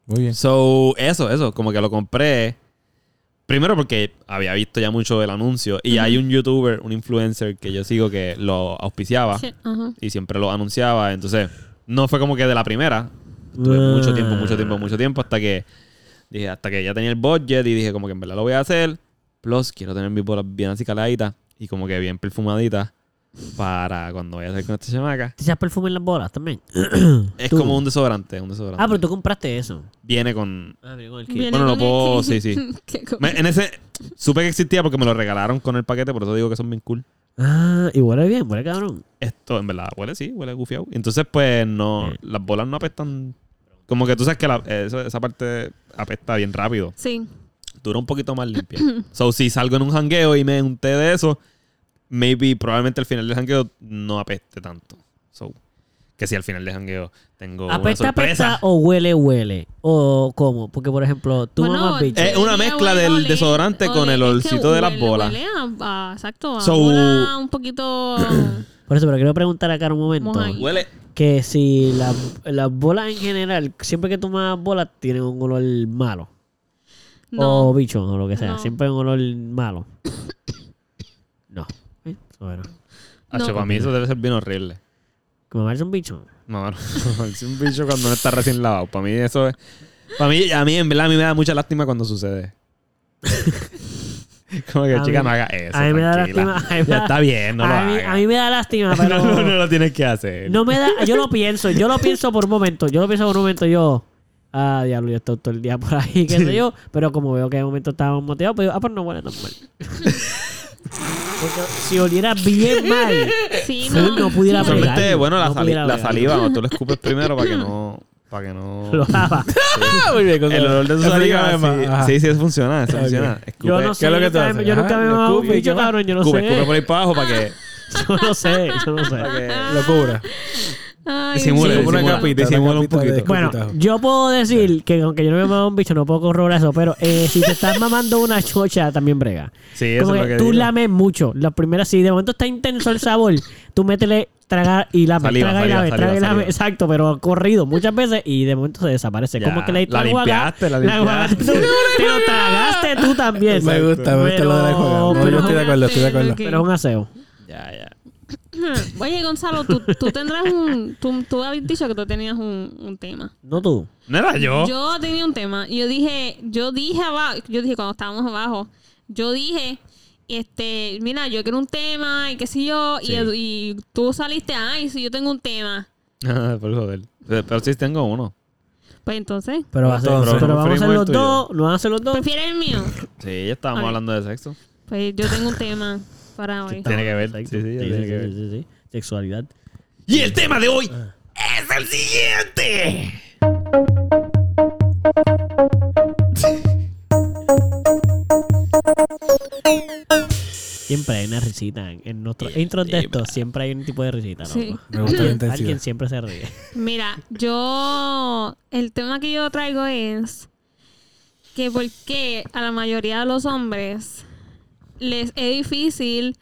[SPEAKER 4] Muy bien.
[SPEAKER 1] So, eso, eso. Como que lo compré. Primero porque había visto ya mucho del anuncio. Y hay un youtuber, un influencer que yo sigo que lo auspiciaba.
[SPEAKER 3] Sí, ajá.
[SPEAKER 1] Y siempre lo anunciaba. Entonces, no fue como que de la primera. Tuve
[SPEAKER 2] Ah.
[SPEAKER 1] mucho tiempo, mucho tiempo, mucho tiempo hasta que dije, hasta que ya tenía el budget y dije como que en verdad lo voy a hacer. Plus, quiero tener mis bolas bien así caladitas y como que bien perfumaditas para cuando vaya a hacer con esta chamaca.
[SPEAKER 2] ¿Te echas perfume en las bolas también?
[SPEAKER 1] Es
[SPEAKER 2] Tú.
[SPEAKER 1] como un desodorante, un desodorante.
[SPEAKER 2] Ah, pero tú compraste eso.
[SPEAKER 1] Viene con...
[SPEAKER 2] Ah, mira, con el kit.
[SPEAKER 3] Viene
[SPEAKER 1] Bueno, lo
[SPEAKER 3] con el- *laughs*
[SPEAKER 1] puedo- sí, sí.
[SPEAKER 3] Qué co-
[SPEAKER 1] Me- en ese... Supe que existía porque me lo regalaron con el paquete, por eso digo que son bien cool.
[SPEAKER 2] Ah, y huele bien, huele cabrón.
[SPEAKER 1] Esto, en verdad, huele sí, huele gufiado. Entonces, pues, no...
[SPEAKER 2] Sí.
[SPEAKER 1] Las bolas no apestan... Como que tú sabes que la- esa- esa parte apesta bien rápido.
[SPEAKER 3] Sí.
[SPEAKER 1] dura un poquito más
[SPEAKER 2] *coughs*
[SPEAKER 1] limpia. so, si salgo en un jangueo y me unté de eso, maybe probablemente al final del jangueo no apeste tanto. So, que si al final del jangueo tengo
[SPEAKER 2] ¿Apesta,
[SPEAKER 1] Oh, una sorpresa.
[SPEAKER 2] apesta o huele, huele? ¿O cómo? Porque, por ejemplo, tú
[SPEAKER 3] Bueno,
[SPEAKER 2] mamás bicho.
[SPEAKER 1] eh, Es una
[SPEAKER 3] huele-
[SPEAKER 1] mezcla del
[SPEAKER 3] huele-
[SPEAKER 1] desodorante con el
[SPEAKER 3] huele- es que
[SPEAKER 1] olorcito de las
[SPEAKER 3] huele-
[SPEAKER 1] bolas.
[SPEAKER 3] huele a- a- exacto, a
[SPEAKER 1] So-
[SPEAKER 3] bola un poquito...
[SPEAKER 2] Por eso, pero quiero preguntar acá un momento.
[SPEAKER 3] Moja ahí.
[SPEAKER 1] Huele.
[SPEAKER 2] que si la- las bolas en general, siempre que tomas bolas, tienen un olor malo.
[SPEAKER 3] No.
[SPEAKER 2] O bicho, o lo que sea.
[SPEAKER 3] No.
[SPEAKER 2] Siempre un olor
[SPEAKER 3] *coughs*
[SPEAKER 2] malo. No. Eh, Bueno.
[SPEAKER 1] Acho,
[SPEAKER 3] No.
[SPEAKER 1] para mí eso debe ser bien horrible.
[SPEAKER 2] Que Mamarse un bicho.
[SPEAKER 1] No, *laughs* no, es un bicho cuando no está recién lavado. Para mí eso es... Para mí, a mí, en verdad, a mí me da mucha lástima cuando sucede. *laughs* Como que,
[SPEAKER 2] A
[SPEAKER 1] chica,
[SPEAKER 2] mí-
[SPEAKER 1] no haga eso.
[SPEAKER 2] a mí me da
[SPEAKER 1] tranquila.
[SPEAKER 2] lástima, a mí me
[SPEAKER 1] Ya
[SPEAKER 2] da-
[SPEAKER 1] está bien, no lo
[SPEAKER 2] a, mí,
[SPEAKER 1] haga.
[SPEAKER 2] a mí me
[SPEAKER 1] *laughs*
[SPEAKER 2] da lástima, pero.
[SPEAKER 1] no,
[SPEAKER 2] no,
[SPEAKER 1] no, no lo tienes que hacer.
[SPEAKER 2] me da. Yo lo pienso, yo lo pienso por un momento. Yo lo pienso por un momento, yo. Ah, diablo, yo estoy todo el día por ahí, qué sé yo. Pero como veo que de momento estábamos motivados, pues digo, ah, pues no huele tan
[SPEAKER 1] *laughs*
[SPEAKER 2] mal. Porque si oliera bien mal,
[SPEAKER 3] Sí,
[SPEAKER 2] Full
[SPEAKER 3] no.
[SPEAKER 2] no pudiera
[SPEAKER 1] Solamente,
[SPEAKER 2] pegarlo,
[SPEAKER 1] bueno, la,
[SPEAKER 2] no
[SPEAKER 1] sali-
[SPEAKER 2] pudiera
[SPEAKER 1] la
[SPEAKER 2] pegarlo. *laughs*
[SPEAKER 1] saliva, cuando tú lo escupes primero para que no. Para que no.
[SPEAKER 2] lo lava.
[SPEAKER 4] Ah, Muy bien,
[SPEAKER 1] El olor de tu saliva. sí, Sí, sí, eso funciona, eso
[SPEAKER 4] Ok.
[SPEAKER 1] funciona. Escupe,
[SPEAKER 2] Yo no sé.
[SPEAKER 4] ¿Qué es lo
[SPEAKER 2] yo
[SPEAKER 4] que tú
[SPEAKER 2] nunca-
[SPEAKER 4] haces?
[SPEAKER 2] Yo nunca
[SPEAKER 4] Ajá,
[SPEAKER 2] me he
[SPEAKER 4] lo
[SPEAKER 2] mamado un
[SPEAKER 4] escupes,
[SPEAKER 2] bicho,
[SPEAKER 4] ¿qué más?
[SPEAKER 2] cabrón. Yo no
[SPEAKER 1] escupe,
[SPEAKER 2] sé.
[SPEAKER 1] escupe por ahí para abajo para que.
[SPEAKER 2] *laughs* Yo no sé. Yo no sé.
[SPEAKER 1] para que-
[SPEAKER 4] Lo cubra.
[SPEAKER 3] Ay,
[SPEAKER 1] Disimula,
[SPEAKER 3] sí.
[SPEAKER 4] como una
[SPEAKER 1] disimula,
[SPEAKER 4] capita, una
[SPEAKER 1] disimula un
[SPEAKER 4] capita de-
[SPEAKER 1] poquito.
[SPEAKER 2] Bueno,
[SPEAKER 4] Escupitajo.
[SPEAKER 2] yo puedo decir que aunque yo no me he mamado un bicho, no puedo corroborar eso. Pero eh, si te estás mamando una chocha, también brega.
[SPEAKER 1] Sí, eso
[SPEAKER 2] Como
[SPEAKER 1] es lo
[SPEAKER 2] que
[SPEAKER 1] que
[SPEAKER 2] tú
[SPEAKER 1] digo.
[SPEAKER 2] lames mucho. La primera, si de momento está intenso el sabor, tú métele traga y lame,
[SPEAKER 1] Saliva,
[SPEAKER 2] traga y
[SPEAKER 1] saliva,
[SPEAKER 2] lame,
[SPEAKER 1] saliva,
[SPEAKER 2] traga y lame.
[SPEAKER 1] saliva.
[SPEAKER 2] Exacto, pero corrido muchas veces y de momento se desaparece.
[SPEAKER 1] Ya,
[SPEAKER 2] Como que le diste
[SPEAKER 1] la
[SPEAKER 2] al guagá,
[SPEAKER 1] limpiaste, la
[SPEAKER 2] guagaste.
[SPEAKER 1] limpiaste.
[SPEAKER 2] *laughs* Te lo tragaste tú también.
[SPEAKER 4] Me gusta, me gusta lo de la
[SPEAKER 2] Pero-
[SPEAKER 4] juega. No, yo
[SPEAKER 2] pero-
[SPEAKER 4] estoy de acuerdo, estoy de acuerdo.
[SPEAKER 2] Pero es un aseo.
[SPEAKER 1] *laughs* Ya, ya.
[SPEAKER 3] Oye, Gonzalo, tú, tú tendrás un. Tú, tú habías dicho que tú tenías un, un tema.
[SPEAKER 2] No tú.
[SPEAKER 1] No era yo.
[SPEAKER 3] Yo tenía un tema. Yo dije, yo dije abajo, yo dije cuando estábamos abajo, yo dije, este, mira, yo quiero un tema y qué sé yo. y
[SPEAKER 1] Sí.
[SPEAKER 3] Edu- Y, tú saliste, ay, si yo tengo un tema.
[SPEAKER 1] *laughs* Ah, por joder. Pero, pero sí tengo uno.
[SPEAKER 3] Pues entonces,
[SPEAKER 2] Pero, va a ser-
[SPEAKER 4] Entonces,
[SPEAKER 2] pero vamos a hacer
[SPEAKER 1] preferimos el
[SPEAKER 2] los
[SPEAKER 1] tuyo.
[SPEAKER 2] dos. No van a hacer los dos.
[SPEAKER 3] ¿prefieres el mío?
[SPEAKER 1] Sí, ya estábamos
[SPEAKER 3] Ok.
[SPEAKER 1] hablando de sexo.
[SPEAKER 3] Pues yo tengo un tema para hoy.
[SPEAKER 1] Tiene que ver. Sí,
[SPEAKER 2] Perfecto.
[SPEAKER 1] sí,
[SPEAKER 2] Sí,
[SPEAKER 1] tiene
[SPEAKER 2] sí,
[SPEAKER 1] que ver.
[SPEAKER 2] sí, sí, sí. Sexualidad. Ah.
[SPEAKER 1] Y el tema de hoy es el siguiente.
[SPEAKER 2] Siempre hay una risita. En- En nuestros intros de esto siempre hay un tipo de risita. ¿no?
[SPEAKER 3] Sí.
[SPEAKER 4] Me gusta la
[SPEAKER 2] Alguien
[SPEAKER 4] intensidad.
[SPEAKER 2] siempre se ríe.
[SPEAKER 3] Mira, yo. El tema que yo traigo es. Que por qué a la mayoría de los hombres les es difícil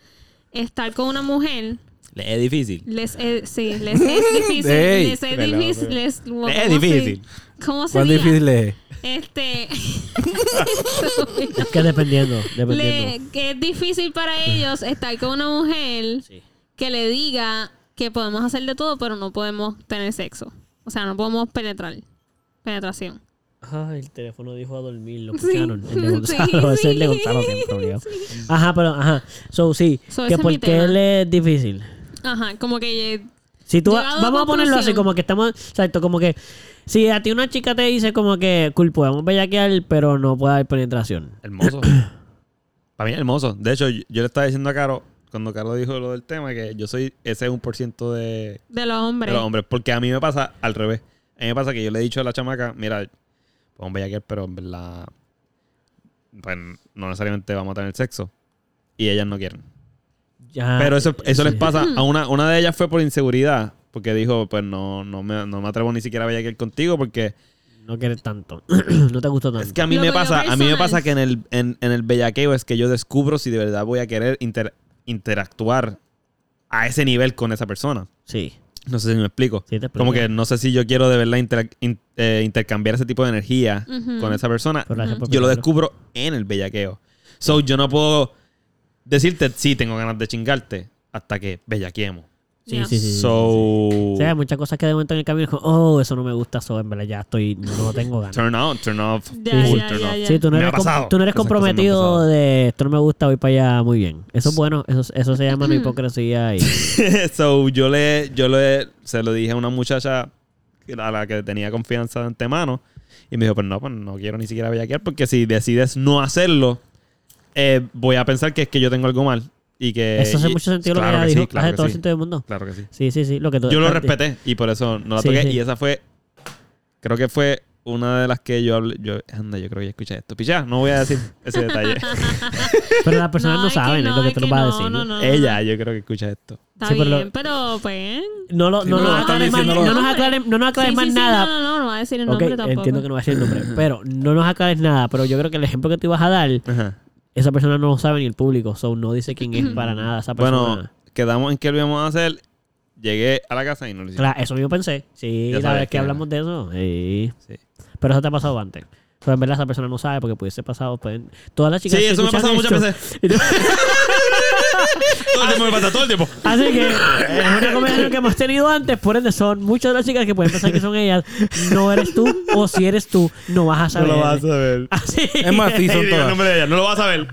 [SPEAKER 3] estar con una mujer.
[SPEAKER 1] Es difícil.
[SPEAKER 3] Les es, sí, les
[SPEAKER 1] *laughs*
[SPEAKER 3] es difícil.
[SPEAKER 4] Ey,
[SPEAKER 3] les es
[SPEAKER 1] perdón,
[SPEAKER 3] difícil.
[SPEAKER 1] perdón.
[SPEAKER 3] les- ¿cómo
[SPEAKER 1] Es
[SPEAKER 3] se-
[SPEAKER 1] difícil.
[SPEAKER 3] ¿Cómo se
[SPEAKER 4] ¿Cuán difícil es?
[SPEAKER 3] Este.
[SPEAKER 1] *laughs*
[SPEAKER 3] *laughs*
[SPEAKER 2] Es que dependiendo. Dependiendo.
[SPEAKER 3] le- que es difícil para ellos estar con una mujer
[SPEAKER 2] Sí.
[SPEAKER 3] que le diga que podemos hacer de todo, pero no podemos tener sexo. O sea, no podemos penetrar. Penetración.
[SPEAKER 2] Ay, el teléfono dijo a dormir, lo
[SPEAKER 3] Sí,
[SPEAKER 2] escucharon.
[SPEAKER 3] *laughs*
[SPEAKER 2] El de
[SPEAKER 3] sí,
[SPEAKER 2] *laughs* Gonzalo, ese es el de
[SPEAKER 3] sí,
[SPEAKER 2] Gonzalo siempre obligado. Ajá, pero, ajá. So, sí,
[SPEAKER 3] So, ese
[SPEAKER 2] que
[SPEAKER 3] es mi
[SPEAKER 2] por qué
[SPEAKER 3] tema.
[SPEAKER 2] él es difícil.
[SPEAKER 3] Ajá, como que eh,
[SPEAKER 2] Si tú,
[SPEAKER 3] Llegado a
[SPEAKER 2] vamos a ponerlo así,
[SPEAKER 3] conclusión.
[SPEAKER 2] como que estamos, exacto, como que, si a ti una chica te dice como que, cool, podemos bellaquear, pero no puede haber penetración.
[SPEAKER 1] *coughs* Hermoso. Para mí es hermoso. De hecho, yo, yo le estaba diciendo a Caro, cuando Caro dijo lo del tema, que yo soy ese 1% de,
[SPEAKER 3] de los hombres.
[SPEAKER 1] de los hombres. Porque a mí me pasa al revés. A mí me pasa que yo le he dicho a la chamaca, mira, pues, vamos a bellaquear, pero en verdad, pues, no necesariamente vamos a tener sexo. Y ellas no quieren.
[SPEAKER 2] Ya,
[SPEAKER 1] Pero eso, eso
[SPEAKER 2] sí.
[SPEAKER 1] les pasa a una, una de ellas fue por inseguridad. Porque dijo, pues no, no, me, no me atrevo ni siquiera a bellaquear contigo porque
[SPEAKER 2] No quieres tanto, *clears throat* no te gustó tanto.
[SPEAKER 1] es que a mí
[SPEAKER 3] Lo
[SPEAKER 1] me
[SPEAKER 3] que yo
[SPEAKER 1] pasa, a mí me
[SPEAKER 3] personal-
[SPEAKER 1] pasa que en el, en, en el bellaqueo es que yo descubro si de verdad voy a querer inter- interactuar a ese nivel con esa persona.
[SPEAKER 2] Sí,
[SPEAKER 1] No sé si me explico.
[SPEAKER 2] sí te explico.
[SPEAKER 1] Como que no sé si yo quiero de verdad interac- in- eh, intercambiar ese tipo de energía
[SPEAKER 3] Ujú.
[SPEAKER 1] con esa persona.
[SPEAKER 2] Pero gracias por
[SPEAKER 1] Yo lo
[SPEAKER 2] pensarlo.
[SPEAKER 1] descubro en el bellaqueo. So, yo no puedo decirte, sí, tengo ganas de chingarte hasta que bellaqueemos.
[SPEAKER 3] Ya.
[SPEAKER 2] Sí, sí, sí. sí.
[SPEAKER 1] So,
[SPEAKER 2] O sea, hay muchas cosas que de momento en el camino, como, oh, eso no me gusta, eso en verdad ya estoy, no, no tengo ganas.
[SPEAKER 1] turn on, turn off.
[SPEAKER 3] Ya,
[SPEAKER 1] full
[SPEAKER 3] ya,
[SPEAKER 1] turn
[SPEAKER 3] ya,
[SPEAKER 1] off.
[SPEAKER 3] ya.
[SPEAKER 2] Sí, tú no
[SPEAKER 1] Me ha
[SPEAKER 2] eres, com-
[SPEAKER 1] pasado.
[SPEAKER 2] tú no eres
[SPEAKER 1] Esas cosas me han
[SPEAKER 2] comprometido
[SPEAKER 1] pasado.
[SPEAKER 2] de esto no me gusta, voy para allá muy bien. Eso es bueno, eso, eso se
[SPEAKER 3] Mm.
[SPEAKER 2] llama no hipocresía. Y,
[SPEAKER 1] *laughs* so, yo le, yo le, se lo dije a una muchacha a la que tenía confianza de antemano y me dijo, pues no, pues no quiero ni siquiera bellaquear porque si decides no hacerlo, eh, voy a pensar que es que yo tengo algo mal y que...
[SPEAKER 2] eso hace
[SPEAKER 1] y-
[SPEAKER 2] mucho sentido
[SPEAKER 1] claro
[SPEAKER 2] lo que ella
[SPEAKER 1] sí,
[SPEAKER 2] dijo, hace
[SPEAKER 1] claro que
[SPEAKER 2] todo el
[SPEAKER 1] sí,
[SPEAKER 2] sentido del mundo.
[SPEAKER 1] claro que sí.
[SPEAKER 2] Sí, sí, sí. Lo que tú-
[SPEAKER 1] Yo lo
[SPEAKER 2] ah,
[SPEAKER 1] respeté y por eso no la
[SPEAKER 2] Sí,
[SPEAKER 1] toqué
[SPEAKER 2] sí.
[SPEAKER 1] y esa fue, creo que fue una de las que yo hablé, yo, anda, yo creo que ya escuché esto. Pichá, no voy a decir ese
[SPEAKER 2] *laughs*
[SPEAKER 1] detalle.
[SPEAKER 2] Pero las personas no,
[SPEAKER 3] es que
[SPEAKER 2] saben, es lo que
[SPEAKER 3] es
[SPEAKER 2] tú nos
[SPEAKER 3] que
[SPEAKER 2] vas a
[SPEAKER 3] no,
[SPEAKER 2] decir.
[SPEAKER 3] no, no, no.
[SPEAKER 1] Ella, yo creo que escucha esto.
[SPEAKER 3] Está
[SPEAKER 2] Sí, pero lo-
[SPEAKER 3] bien, pero pues.
[SPEAKER 2] No, lo-
[SPEAKER 4] Sí,
[SPEAKER 2] no
[SPEAKER 4] no,
[SPEAKER 2] nos
[SPEAKER 4] no,
[SPEAKER 2] aclaren
[SPEAKER 4] están
[SPEAKER 2] más-
[SPEAKER 4] diciendo
[SPEAKER 2] no
[SPEAKER 4] lo-
[SPEAKER 2] nos aclaren- no nos
[SPEAKER 3] Sí,
[SPEAKER 2] aclaren
[SPEAKER 3] sí,
[SPEAKER 2] más
[SPEAKER 3] sí,
[SPEAKER 2] nada.
[SPEAKER 3] No, no, no, no va a decir el
[SPEAKER 2] Ok,
[SPEAKER 3] nombre tampoco.
[SPEAKER 2] entiendo que no va a ser el nombre, pero no nos aclares nada. Pero yo creo que el ejemplo que tú ibas a dar,
[SPEAKER 1] Ajá.
[SPEAKER 2] esa persona no lo sabe ni el público, so no dice quién
[SPEAKER 3] *clears throat*
[SPEAKER 2] es para nada esa persona.
[SPEAKER 1] Pues Bueno, quedamos en que lo íbamos a hacer. Llegué a la casa y no lo hicimos.
[SPEAKER 2] Claro, eso mismo pensé. Sí,
[SPEAKER 1] Ya
[SPEAKER 2] la
[SPEAKER 1] sabes
[SPEAKER 2] vez que
[SPEAKER 1] quién era.
[SPEAKER 2] hablamos de eso. Sí.
[SPEAKER 1] Sí.
[SPEAKER 2] Pero eso te ha pasado antes. Pero en verdad esa persona no sabe porque pudiese pasado. Pueden... Todas las chicas.
[SPEAKER 1] Sí,
[SPEAKER 2] que
[SPEAKER 1] eso me ha pasado
[SPEAKER 2] escuchan
[SPEAKER 1] muchas
[SPEAKER 2] esto- *laughs*
[SPEAKER 1] veces. Todo el tiempo me pasa, todo el tiempo.
[SPEAKER 2] Así que es una conversación que hemos tenido antes. Por ende, son muchas de las chicas que pueden pensar que son ellas. No eres tú. O si eres tú, no vas a saber.
[SPEAKER 1] ver.
[SPEAKER 2] *laughs* Así.
[SPEAKER 4] Es más, sí, son
[SPEAKER 1] Ey, diga el
[SPEAKER 4] todas.
[SPEAKER 1] nombre de ella, no lo vas a ver.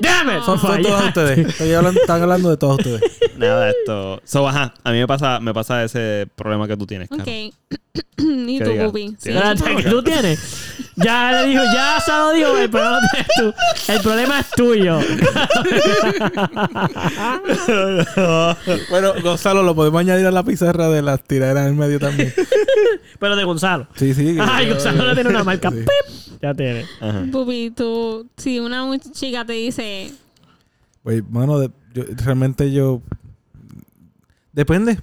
[SPEAKER 2] Damn it.
[SPEAKER 4] Son, son
[SPEAKER 2] Fallaste.
[SPEAKER 4] todas ustedes. Estoy hablando- están hablando de todos ustedes.
[SPEAKER 1] *laughs* Nada, esto. So, ajá, a mí me pasa, me pasa ese problema que tú tienes, Caro.
[SPEAKER 3] Ok. Pues *clears throat* y
[SPEAKER 1] Que
[SPEAKER 3] tú,
[SPEAKER 1] diga,
[SPEAKER 3] Pupi. Sí. *laughs*
[SPEAKER 1] tiene-
[SPEAKER 2] Espérate, que tú tienes. Ya le dijo, ya se lo dijo. El problema no eres tú. El problema es tuyo. *laughs*
[SPEAKER 4] Bueno, Gonzalo, lo podemos añadir a la pizarra de las tiraderas en medio también.
[SPEAKER 2] Pero de Gonzalo.
[SPEAKER 4] Sí, sí.
[SPEAKER 2] Ay, Gonzalo le tiene una marca.
[SPEAKER 4] Sí.
[SPEAKER 2] Pip. Ya tiene.
[SPEAKER 1] Ajá.
[SPEAKER 3] Pupi, tú. Si una mu- chica te dice.
[SPEAKER 4] Oye, mano, de- yo- realmente yo. Depende.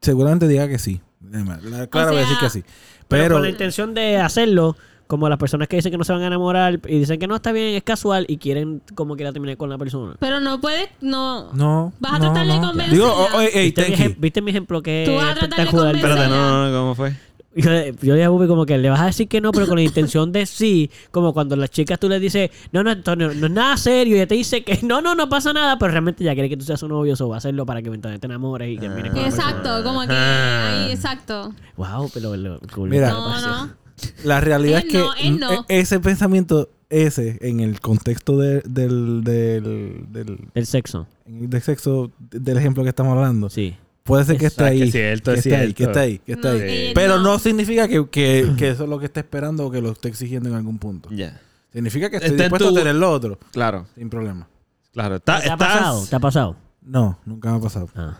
[SPEAKER 4] Seguramente diga que sí. Eh, La- Claro, voy a decir
[SPEAKER 3] sea,
[SPEAKER 4] que sí.
[SPEAKER 2] Pero,
[SPEAKER 4] Pero.
[SPEAKER 2] con la intención de hacerlo, Como las personas que dicen que no se van a enamorar y dicen que no está bien, es casual y quieren como quiera terminar con la persona.
[SPEAKER 3] Pero no puedes, no.
[SPEAKER 4] No.
[SPEAKER 3] Vas a este
[SPEAKER 4] no,
[SPEAKER 3] tratar de
[SPEAKER 4] no.
[SPEAKER 3] convencerla.
[SPEAKER 4] Digo, oh, ey, ey,
[SPEAKER 2] ¿Viste, mi
[SPEAKER 4] thank you.
[SPEAKER 2] ejem- viste mi ejemplo que
[SPEAKER 3] Tú vas a
[SPEAKER 2] es
[SPEAKER 3] tratar de
[SPEAKER 2] espectacular?
[SPEAKER 3] convencer-
[SPEAKER 1] Espérate, no, no, ¿cómo fue?
[SPEAKER 2] Yo, yo le dije a Bubi como que le vas a decir que no, pero con la intención de sí. Como cuando las chicas tú le dices, no, no, Antonio, no es nada serio. Y ella te dice que no, no, no pasa nada, pero realmente ya quiere que tú seas su novio, o va a hacerlo para que eventualmente te enamores y que termines con la
[SPEAKER 3] Exacto, como que
[SPEAKER 2] Ah.
[SPEAKER 3] ahí, exacto.
[SPEAKER 2] persona. Wow, pero lo, cool,
[SPEAKER 4] Mira.
[SPEAKER 2] lo que
[SPEAKER 3] No,
[SPEAKER 2] pasa.
[SPEAKER 3] no.
[SPEAKER 4] La realidad
[SPEAKER 3] Él
[SPEAKER 4] es que
[SPEAKER 3] no, él no.
[SPEAKER 4] e- ese pensamiento, ese, en el contexto de- del, del, del,
[SPEAKER 2] El sexo.
[SPEAKER 4] del sexo, del ejemplo que estamos hablando,
[SPEAKER 2] Sí.
[SPEAKER 4] puede ser que esté
[SPEAKER 1] Exacto,
[SPEAKER 4] ahí.
[SPEAKER 1] es cierto,
[SPEAKER 4] que
[SPEAKER 1] es
[SPEAKER 4] esté ahí, que
[SPEAKER 1] cierto.
[SPEAKER 4] esté ahí, que esté
[SPEAKER 3] No,
[SPEAKER 4] ahí.
[SPEAKER 3] eh,
[SPEAKER 4] Pero
[SPEAKER 3] no.
[SPEAKER 4] no significa que, que- que eso es lo que está esperando o que lo esté exigiendo en algún punto.
[SPEAKER 1] Ya.
[SPEAKER 4] Significa que estoy
[SPEAKER 1] Está en
[SPEAKER 4] dispuesto
[SPEAKER 1] tu-
[SPEAKER 4] a tener lo otro,
[SPEAKER 1] Claro,
[SPEAKER 4] sin problema.
[SPEAKER 1] claro. Está,
[SPEAKER 2] ¿Te Pues
[SPEAKER 1] Ah,
[SPEAKER 2] ha
[SPEAKER 1] estás-
[SPEAKER 2] pasado? ¿Te ha pasado?
[SPEAKER 4] No, nunca me ha pasado.
[SPEAKER 2] Ah.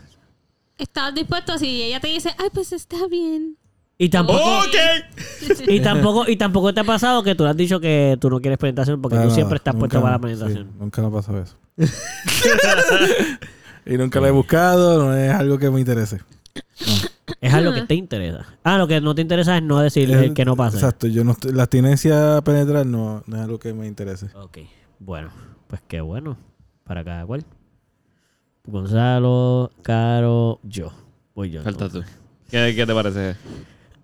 [SPEAKER 3] Estás dispuesto si ella te dice, ay, pues está bien.
[SPEAKER 2] Y tampoco...
[SPEAKER 1] ¡Ok!
[SPEAKER 2] *laughs* Y tampoco, y tampoco te ha pasado que tú le has dicho que tú no quieres presentación porque
[SPEAKER 4] Para
[SPEAKER 2] tú
[SPEAKER 4] nada,
[SPEAKER 2] siempre estás
[SPEAKER 4] nunca
[SPEAKER 2] puesto para la
[SPEAKER 4] me- sí,
[SPEAKER 2] presentación.
[SPEAKER 4] nunca me ha
[SPEAKER 2] *laughs*
[SPEAKER 4] pasado eso. y nunca lo he buscado, no es algo que me interese.
[SPEAKER 2] Es algo que te interesa. Ah, lo que no te interesa es no decir el que no pasa.
[SPEAKER 4] Exacto, yo no estoy- la abstinencia penetral no, no es algo que me interese.
[SPEAKER 2] Ok, bueno, pues qué bueno para cada cual. Gonzalo, Caro, yo. Voy yo.
[SPEAKER 1] Falta
[SPEAKER 2] entonces.
[SPEAKER 1] tú. ¿Qué, qué te parece?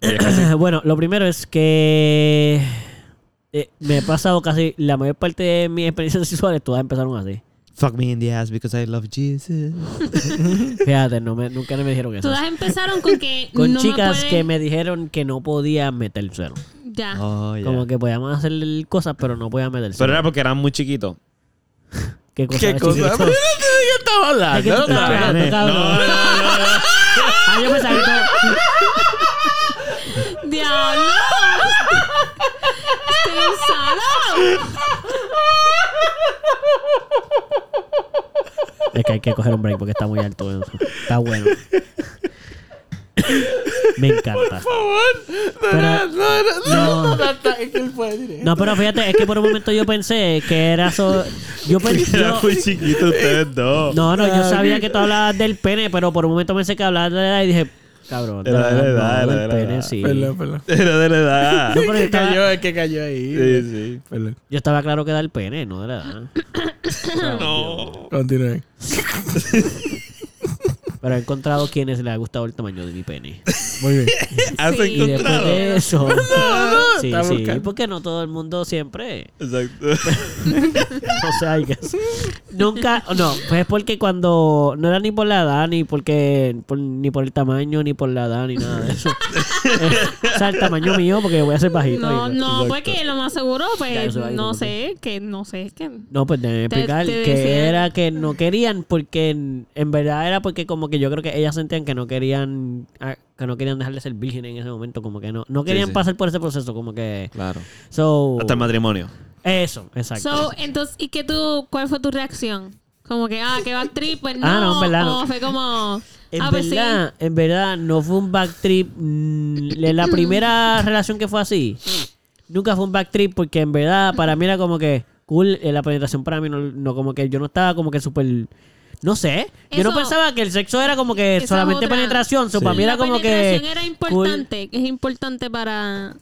[SPEAKER 2] *coughs* bueno, lo primero es que eh, me he pasado casi la mayor parte de mis experiencias *laughs* sexuales todas empezaron así.
[SPEAKER 1] Fuck me in the ass because I love Jesus.
[SPEAKER 2] Fíjate, no me, nunca me dijeron eso.
[SPEAKER 3] *laughs* Todas empezaron con que
[SPEAKER 2] *laughs* Con
[SPEAKER 3] no
[SPEAKER 2] chicas
[SPEAKER 3] me pueden-
[SPEAKER 2] que me dijeron que no podía meter el suelo.
[SPEAKER 3] Ya.
[SPEAKER 1] Oh, yeah.
[SPEAKER 2] Como que podíamos hacer cosas, pero no podía meter el
[SPEAKER 1] Pero
[SPEAKER 2] suelo.
[SPEAKER 1] era porque eran muy chiquitos.
[SPEAKER 2] ¿Qué cosa?
[SPEAKER 1] ¿Qué
[SPEAKER 2] es
[SPEAKER 1] cosa?
[SPEAKER 2] eso?
[SPEAKER 1] Mira, mira, ¿Qué estaba
[SPEAKER 2] Es que
[SPEAKER 1] hablando?
[SPEAKER 2] tú estás
[SPEAKER 1] cabrón?
[SPEAKER 2] hablando, Ah, cabrón.
[SPEAKER 1] No, no, no, no.
[SPEAKER 2] Ah, yo pensaba que todo-
[SPEAKER 3] ¡Diablo! *laughs* ¡Estoy usado!
[SPEAKER 2] Es que hay que coger un break porque está muy alto eso. Está bueno. Me encanta. Pero- no. No, pero fíjate, es que por un momento yo pensé que era so... Yo pensé...
[SPEAKER 1] Eran muy chiquitos ustedes dos.
[SPEAKER 2] No, no, yo sabía que tú hablabas del pene, pero por un momento pensé que hablabas de la edad y dije, cabrón,
[SPEAKER 1] Era de la
[SPEAKER 2] no,
[SPEAKER 1] edad,
[SPEAKER 2] no,
[SPEAKER 1] era
[SPEAKER 2] el
[SPEAKER 1] de la
[SPEAKER 2] pene
[SPEAKER 1] edad.
[SPEAKER 2] sí.
[SPEAKER 4] Perdón, perdón.
[SPEAKER 1] Era de la edad. *laughs*
[SPEAKER 2] No, pero yo estaba,
[SPEAKER 4] es que cayó ahí.
[SPEAKER 1] Sí, sí.
[SPEAKER 4] Perdón,
[SPEAKER 2] yo estaba claro que era el pene, no de la edad.
[SPEAKER 1] No.
[SPEAKER 4] continúen.
[SPEAKER 2] Pero he encontrado quienes le ha gustado el tamaño de mi pene.
[SPEAKER 4] Muy
[SPEAKER 2] *laughs*
[SPEAKER 4] bien.
[SPEAKER 1] Has
[SPEAKER 3] Sí.
[SPEAKER 2] Y después
[SPEAKER 1] encontrado. *laughs*
[SPEAKER 2] de eso... Sí,
[SPEAKER 4] está
[SPEAKER 2] sí,
[SPEAKER 4] buscando.
[SPEAKER 2] porque no todo el
[SPEAKER 1] *laughs*
[SPEAKER 2] mundo siempre...
[SPEAKER 1] Exacto.
[SPEAKER 2] O sea, hay que- nunca, no, pues porque cuando no era ni por la edad, ni porque por- ni por el tamaño, ni por la edad, ni nada
[SPEAKER 1] *laughs*
[SPEAKER 2] de eso. *laughs* Eh, o sea, el tamaño mío, porque voy a ser bajito.
[SPEAKER 3] No,
[SPEAKER 2] y-
[SPEAKER 3] no, pues que lo más seguro,
[SPEAKER 2] Ya,
[SPEAKER 3] pues
[SPEAKER 2] eso ahí,
[SPEAKER 3] no
[SPEAKER 2] como
[SPEAKER 3] sé, que no sé, que.
[SPEAKER 2] No, pues déjame
[SPEAKER 3] Te-
[SPEAKER 2] explicar
[SPEAKER 3] te
[SPEAKER 2] que
[SPEAKER 3] decían-
[SPEAKER 2] era que no querían, porque en, en verdad era porque como que yo creo que ellas sentían que no querían, ah, que no querían dejar de ser virgen en ese momento, como que no, no querían
[SPEAKER 1] sí.
[SPEAKER 2] pasar por ese proceso, como que,
[SPEAKER 1] Claro.
[SPEAKER 2] so,
[SPEAKER 1] Hasta el matrimonio.
[SPEAKER 2] eso, exacto.
[SPEAKER 3] So, entonces, ¿y qué tú, cuál fue tu reacción? Como que, ah, que va trip, pues no.
[SPEAKER 2] Ah, no, en verdad no.
[SPEAKER 3] O fue como,
[SPEAKER 2] En
[SPEAKER 3] ah, pues sí.
[SPEAKER 2] verdad, en verdad, no fue un backtrip. La
[SPEAKER 3] *clears throat*
[SPEAKER 2] primera relación que fue así,
[SPEAKER 3] Mm.
[SPEAKER 2] nunca fue un backtrip porque en verdad para mí era como que cool. eh, La penetración para mí no, no como que yo no estaba como que súper... No sé, yo no
[SPEAKER 3] Eso-
[SPEAKER 2] pensaba que el sexo era como que
[SPEAKER 3] esa es
[SPEAKER 2] solamente
[SPEAKER 3] otra.
[SPEAKER 2] penetración. so, Para mí
[SPEAKER 3] La
[SPEAKER 2] era como que...
[SPEAKER 3] penetración era
[SPEAKER 2] cool.
[SPEAKER 3] importante, es importante para.